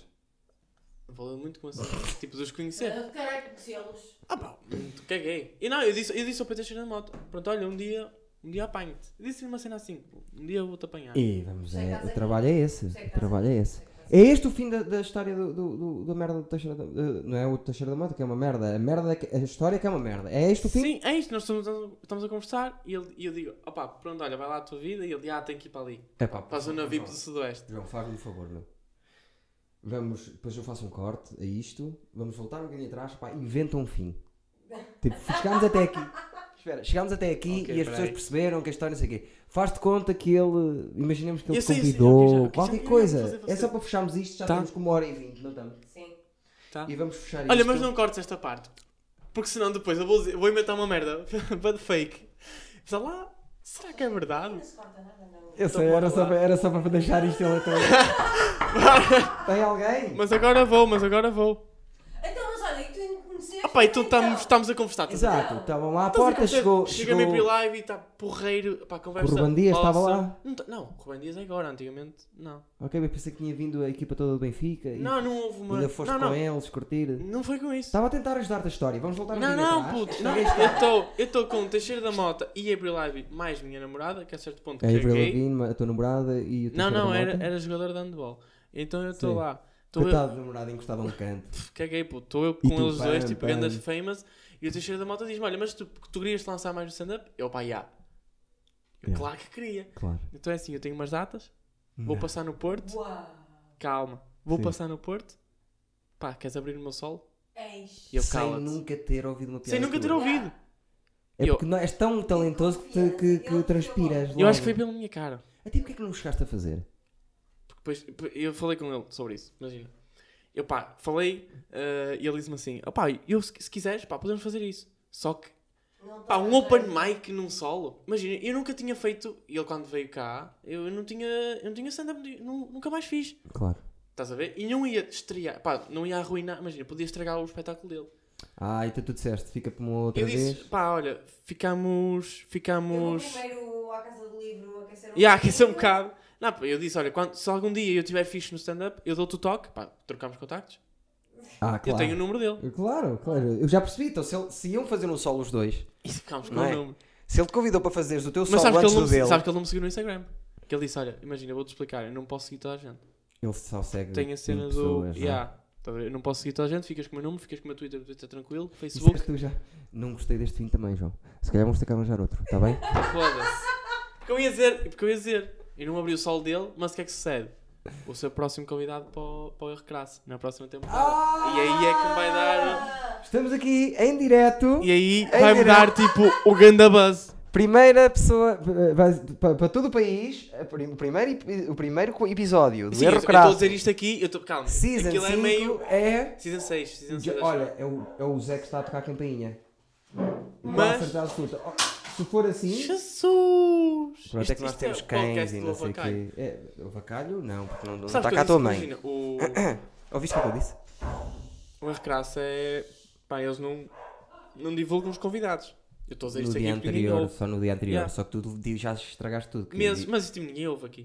Valeu muito como assim, tipo, de os conhecer.
Ah, Caralho, conhecê-los.
Ah, pá, muito caguei. E não, eu disse, eu disse ao Peter Cheira na moto: pronto, olha, um dia, um dia apanho-te. Eu Disse-lhe uma cena assim: um dia eu vou-te apanhar.
E vamos,
Sei que
é,
estás
o
a
trabalho é esse.
Sei que
O
estás a
trabalho é
ver,
esse.
sei que estás
É este o fim da, da história do, do, do- da merda do Teixeira da eh, Não é o Teixeira da Mota que é uma merda. A merda é que- a história é que é uma merda. É este o fim?
Sim, é isto, nós estamos a, estamos a conversar e, ele, e eu digo, opá, pronto, olha, vai lá a tua vida e ele, ah, tem que ir para ali,
É pá,
para a zona VIP do Sudoeste.
João, faz-me um favor, meu. Vamos, depois eu faço um corte a isto. Vamos voltar um bocadinho atrás. Pá, inventa um fim. Tipo, chegámos até aqui. Espera, chegámos até aqui e
Ok,
as
peraí.
pessoas perceberam que a história não sei o quê. Faz-te conta que ele. Imaginemos que ele
Eu
te
sei, eu sei,
convidou.
ok, já, ok, já,
qualquer
eu ia fazer
coisa.
você.
É só para fecharmos isto. Já
Tá.
estamos com uma hora e vinte, não estamos?
Sim.
Tá?
E vamos fechar
Olha,
isto.
mas não cortes esta parte, porque senão depois eu vou, dizer- vou inventar uma merda, but fake. Sei lá, será que é verdade?
Não se corta nada, não.
Eu sei,
Então
era
bora
só,
lá.
para, era só para deixar isto ele até. Tem alguém?
Mas agora vou, mas agora vou.
Então, mas olha, e tu ainda conheceste?
Opá, então
também,
estamos, estamos a conversar. estás a ver?
Exato, estavam lá à
Estás a
porta,
conversar.
chegou.
Chega
chegou...
a minha live e está porreiro, pá, conversa.
O Ruben Dias
awesome.
estava lá.
Não, tá- não, o Ruben Dias é agora, antigamente, não.
Ok, eu pensei que tinha vindo a equipa toda do Benfica e
Não, não houve uma...
ainda foste
não,
com
não,
eles curtir.
não foi com isso.
Estava a tentar ajudar-te a história, vamos voltar um
Não,
bocadinho
não,
atrás.
puto, não, eu estou eu tô com o Teixeira da Mota e Abril Ivy, mais minha namorada, que a certo ponto
É a Avril
caguei.
Lavigne, a tua namorada e o teu
Não, não, era, era jogador de handball. Então eu estou
Sim.
lá, estou eu,
Coitado, namorada encostado a um canto.
caguei, puto, estou eu
E
com
tu,
eles dois,
pam,
tipo,
pam.
grandes famous, e o Teixeira da Mota diz-me, olha, mas tu, tu querias te lançar mais no stand-up? Eu, pá, já. Eu,
Yeah.
claro que queria.
Claro.
Então é assim, eu tenho umas datas, vou
Não.
passar no Porto,
Uau.
calma, vou
Sim.
passar no Porto, pá, queres abrir o meu sol?
Eis.
E eu
Sem
cala-te.
nunca ter ouvido uma piada.
Sem nunca ter
tua.
ouvido.
É
Eu-
porque não, és tão talentoso que, te- que, que transpiras.
Eu acho que foi
logo.
pela minha cara.
Até porque é que não chegaste a fazer?
Depois, eu falei com ele sobre isso, imagina. Eu pá, falei eh, e ele disse-me assim: opá, eu, se, se quiseres, pá, podemos fazer isso. Só que,
Não
pá,
tá
um
bem.
open mic num solo. Imagina, eu nunca tinha feito, e ele quando veio cá, eu não tinha, eu não tinha stand-up, nu- nunca mais fiz.
Claro.
Estás a ver? E não ia estrear, pá, não ia arruinar, imagina, podia estragar o espetáculo dele.
Ah, então tu disseste, fica para uma outra
eu
vez.
disse: pá, olha, ficamos,
Eu vou
ficamos.
primeiro à casa do livro aquecer um
E há aquecer um bocado. Não, pá, eu disse: olha, quando, se algum dia eu tiver fixe no stand-up, eu dou-te o toque, pá, trocamos contactos.
Ah, claro.
Eu tenho um- o número dele.
Claro, claro. Eu já percebi. Então, se, ele- se iam fazer um solo os dois,
E ficámos com
Não
o
é?
número.
se ele te convidou para fazeres o teu
Mas
solo
sabes que,
antes
ele não
do
me,
dele,
sabes que ele não me seguiu no Instagram? Que ele disse: Olha, imagina, eu vou-te explicar, eu não posso seguir toda a gente.
ele só segue.
Tem a cena
mil
do.
Hum, pessoas, não é?
yeah, tá a ver? eu não posso seguir toda a gente, ficas com o meu número, ficas com o meu Twitter, Twitter tranquilo, Facebook,
Disseste tu já. Não gostei deste fim também, João. Se calhar vamos ter que arranjar outro, está bem?
foda-se. Porque eu ia dizer, porque eu ia dizer, eu não abri o sol dele, mas o que é que sucede? Vou ser o próximo convidado para o, para o Erro Crasso, na próxima temporada. E aí é que me vai dar.
Ah,
Estamos aqui em direto.
E aí
Ei,
vai-me
Irene.
dar tipo o ganda buzz.
Primeira pessoa. eh, vai- Para, para todo o país, a prim- o primeiro, epi- o primeiro co- episódio do
Sim, eu eu
Erro
estou a
Crasso.
dizer isto aqui, eu estou. Calma,
Season
aquilo
5
é meio.
é.
Season 6, Season 6.
Olha, é o, é o Zé que está a tocar a campainha.
Mas-
Mas... Oh, Se for assim.
é. Jesus!
Pronto,
Isto-
é que nós
isto
temos
o
cães
podcast
e
do
não sei o
Avacalho.
quê. É, o vacalho? Não, porque não, não
Sabes
está
que
cá a
eu
tua
disse-
mãe.
imagina, o,
Ouviste o que eu disse?
o Recraça é. Pá, eles não. não divulgam os convidados. Eu estou a dizer
no
isto aqui
dia
porque ninguém
anterior,
ouve.
só no dia anterior.
Yeah.
Só que tu di- já estragaste tudo. que
Meses,
di-
mas tipo, ninguém ouve aqui.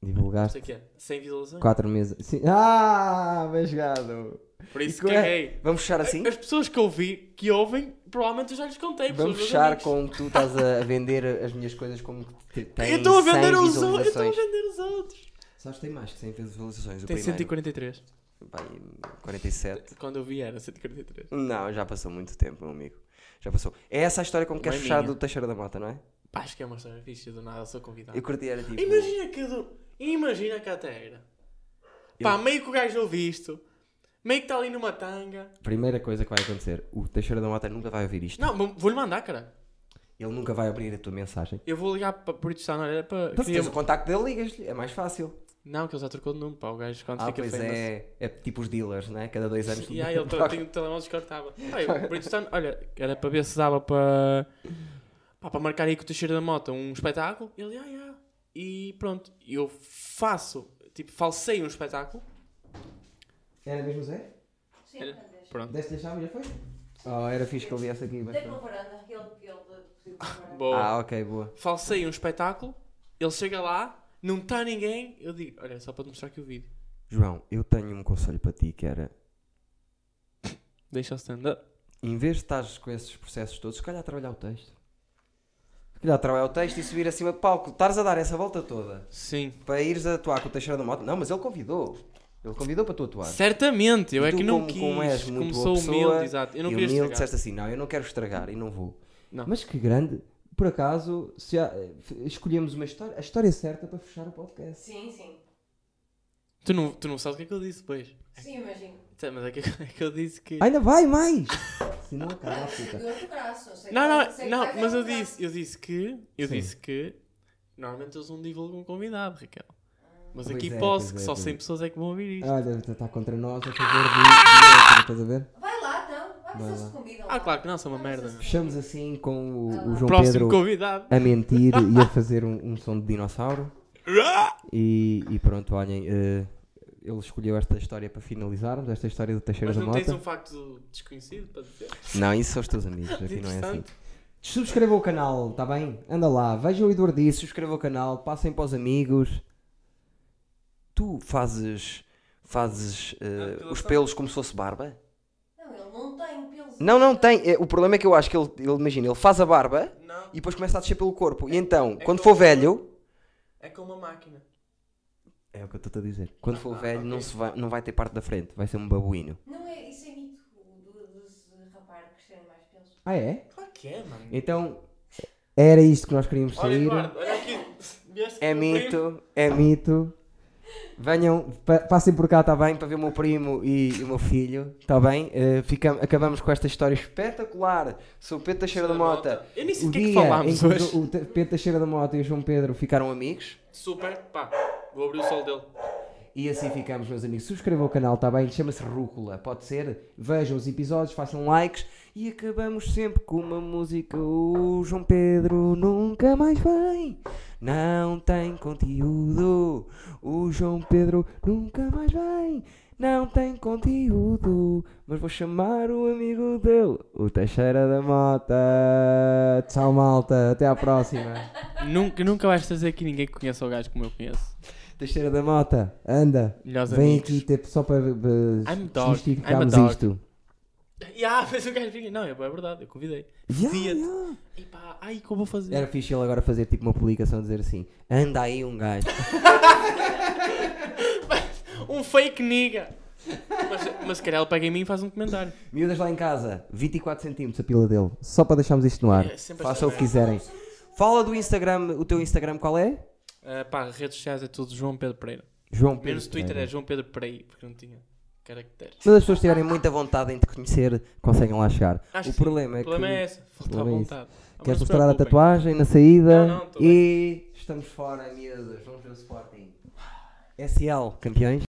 Não sei
Divulgaste
o que é. Sem visualizações.
4 meses. Sim. Ah, bem jogado.
Por isso
E
que
qual é?
errei.
Vamos fechar assim?
As pessoas que ouvi, que ouvem, provavelmente eu já lhes contei. pessoas,
Vamos
meus
fechar
amigos.
como tu estás a vender as minhas coisas como que te- tem
Eu estou a
100
vender os outros. Eu estou a
visualizações.
vender os outros.
Sabes que tem mais que 100 visualizações. O
Tem
primeiro.
143.
Vai, 47.
Quando eu vi era 143.
Não, já passou muito tempo, meu amigo. Já passou. É essa a história como queres
é
fechar
minha.
do Teixeira da Mota, não é?
Pá, acho que é uma história fixe. eu Do nada sou convidado.
Eu curti, era tipo.
Tá. Imagina que do... Imagina que até era. Pá, meio que o gajo ouve isto. Meio que está ali numa tanga.
Primeira coisa que vai acontecer: o Teixeira da Mota nunca vai ouvir isto.
Não, mas vou-lhe mandar, cara.
Ele nunca vai abrir a tua mensagem.
Eu vou ligar para por isto está na era para.
Então, se
queria- um-
tens o contacto dele, ligas-lhe. É mais fácil.
Não, que ele já trocou de número, pá. O gajo quando
Ah,
fica
pois
feio. não
é. É tipo os dealers, né? Cada dois anos.
E aí ah, ele tá tipo- tra- tinha o telemóvel descartava. Olha, Bridgestone, olha, era para ver se dava para, pá, para marcar aí com o Teixeira da Mota um espetáculo. Ele, ah, ah. E pronto, eu faço, tipo, falsei um espetáculo.
Era mesmo Zé?
Sim,
Era-
Andes.
Pronto.
Deste a chave, já foi? Oh, era fixe que ele viesse aqui. mas
Dei
pronto.
para a varanda, ele ele pediu para a varanda.
Boa.
Ah, ok, boa.
Falsei um espetáculo, ele chega lá, não está ninguém. Eu digo, olha, só para te mostrar aqui o vídeo.
João, eu tenho um conselho para ti que era.
Deixa o stand-up.
em vez de estares com esses processos todos, se calhar trabalhar o texto. Se calhar trabalhar o texto e subir acima de palco. Estares a dar essa volta toda
Sim.
para ires a atuar com o Teixeira da Mota. Não, mas ele convidou. Ele convidou para tu atuar.
Certamente, eu
E
é
tu,
que não
como-
quis.
como és muito
como
boa
sou
pessoa
humilde, exato. Eu não
e
queria
humilde
estragar.
disseste assim: não, eu não quero estragar e não vou.
Não.
Mas que grande. Por acaso, se há- f- escolhemos uma história, a história certa para fechar o podcast.
Sim, sim.
Tu não, tu não sabes o que é que eu disse depois.
Sim, imagino.
Tá, Mas é que, é que eu disse que.
Ainda vai mais! Se não acaba a puta.
Deu-te o braço. sei que
Ah, Não,
vai- sei
não, não,
que vai dar
mas
um
eu
braço.
disse, eu disse que, eu
Sim.
disse que normalmente eles não divulgam convidado, Raquel. Mas
Pois
aqui
é,
posso,
pois
que
é,
só
pois
100
é.
pessoas é que vão ouvir isto.
Olha, está contra nós a favor de, de outro, estás a ver?
Vai lá então, vai
Vai
ver se
lá.
se convidam.
Ah,
lá.
claro que não, sou uma
Ah,
merda.
vocês-
Fechamos assim com o, o João
Próximo
Pedro
convidado.
a mentir e a fazer um, um som de dinossauro. E, e pronto, olhem, eh, ele escolheu esta história para finalizarmos, esta história do Teixeira
Mas
da
não tens
Mota.
um facto desconhecido para dizer?
Não, isso são os teus amigos, aqui não é assim.
Interessante.
Subscreva o canal, está bem? Anda lá, vejam o Eduardo disse, subscreva o canal, passem para os amigos. Tu fazes, fazes eh,
Depilação?
os pelos como se fosse barba?
Não, ele não tem pelos.
Não, não tem. É, O problema é que eu acho que ele, ele imagina, ele faz a barba
Não,
e depois começa a descer pelo corpo. E então,
é
quando for
como-
velho.
é com uma máquina.
É o que eu estou a dizer. Quando for
Ah,
velho, não,
ok.
se vai, não vai ter parte da frente, vai ser um babuíno.
Não é, isso é mito o do, dos rapar crescerem mais pelos.
Ah, é?
Claro que é, mano.
Então, era isto que nós queríamos
Olha,
sair.
Eduardo, olha aqui. Vieste
É
com o primo.
mito, é mito. Venham, pa- passem por cá, está bem? Para ver o meu primo e o meu filho, está bem? Eh, ficam- acabamos com esta história espetacular sobre o Pedro Teixeira da Mota.
Eu nem sei
O
o que é que
dia em
falámos
que
hoje.
o, o Te- Pedro Teixeira da Mota e o João Pedro ficaram amigos.
Super, pá. Vou abrir o sol dele.
E assim ficamos, meus amigos. Subscrevam o canal, está bem? Chama-se Rúcula, pode ser? Vejam os episódios, façam likes e acabamos sempre com uma música. O João Pedro nunca mais vem, não tem conteúdo. O João Pedro nunca mais vem, não tem conteúdo. Mas vou chamar o amigo dele, o Teixeira da Mota. Tchau, malta, até à próxima.
Nunca, nunca vais trazer aqui ninguém que conheça o gajo como eu conheço.
Teixeira da Mota, anda.
Melhores
Vem
amigos.
aqui ter, só para
I'm
eh,
dog.
justificarmos
I'm a dog.
isto.
E ah, mas o gajo vinha. Não, é é verdade, eu convidei.
Yeah,
Fodia-te.
yeah.
E pá, ai, como eu vou fazer?
Era fixe ele agora fazer tipo uma publicação dizer assim: anda aí um gajo.
Um fake nigga! mas, mas se calhar ele pega em mim e faz um comentário.
Miúdas lá em casa, 24 centímetros a pila dele, só para deixarmos isto no ar.
É, sempre esta
Façam o que
merda.
quiserem. Fala do Instagram, o teu Instagram qual é?
Ah, pá, redes sociais é tudo João Pedro Pereira.
João Pedro.
Menos Twitter é
Pereira.
João Pedro Pereira, porque não tinha caracteres.
Se as pessoas tiverem muita vontade em te conhecer, conseguem lá chegar.
Acho
o
que sim.
problema é
o problema
que.
é esse, falta à
problema é esse.
vontade. Ah, mas
Queres
não se
mostrar a
preocupem.
tatuagem na saída?
Não, não, tô
e estamos fora, miúdas. Vamos ver o Sporting. SL, campeões?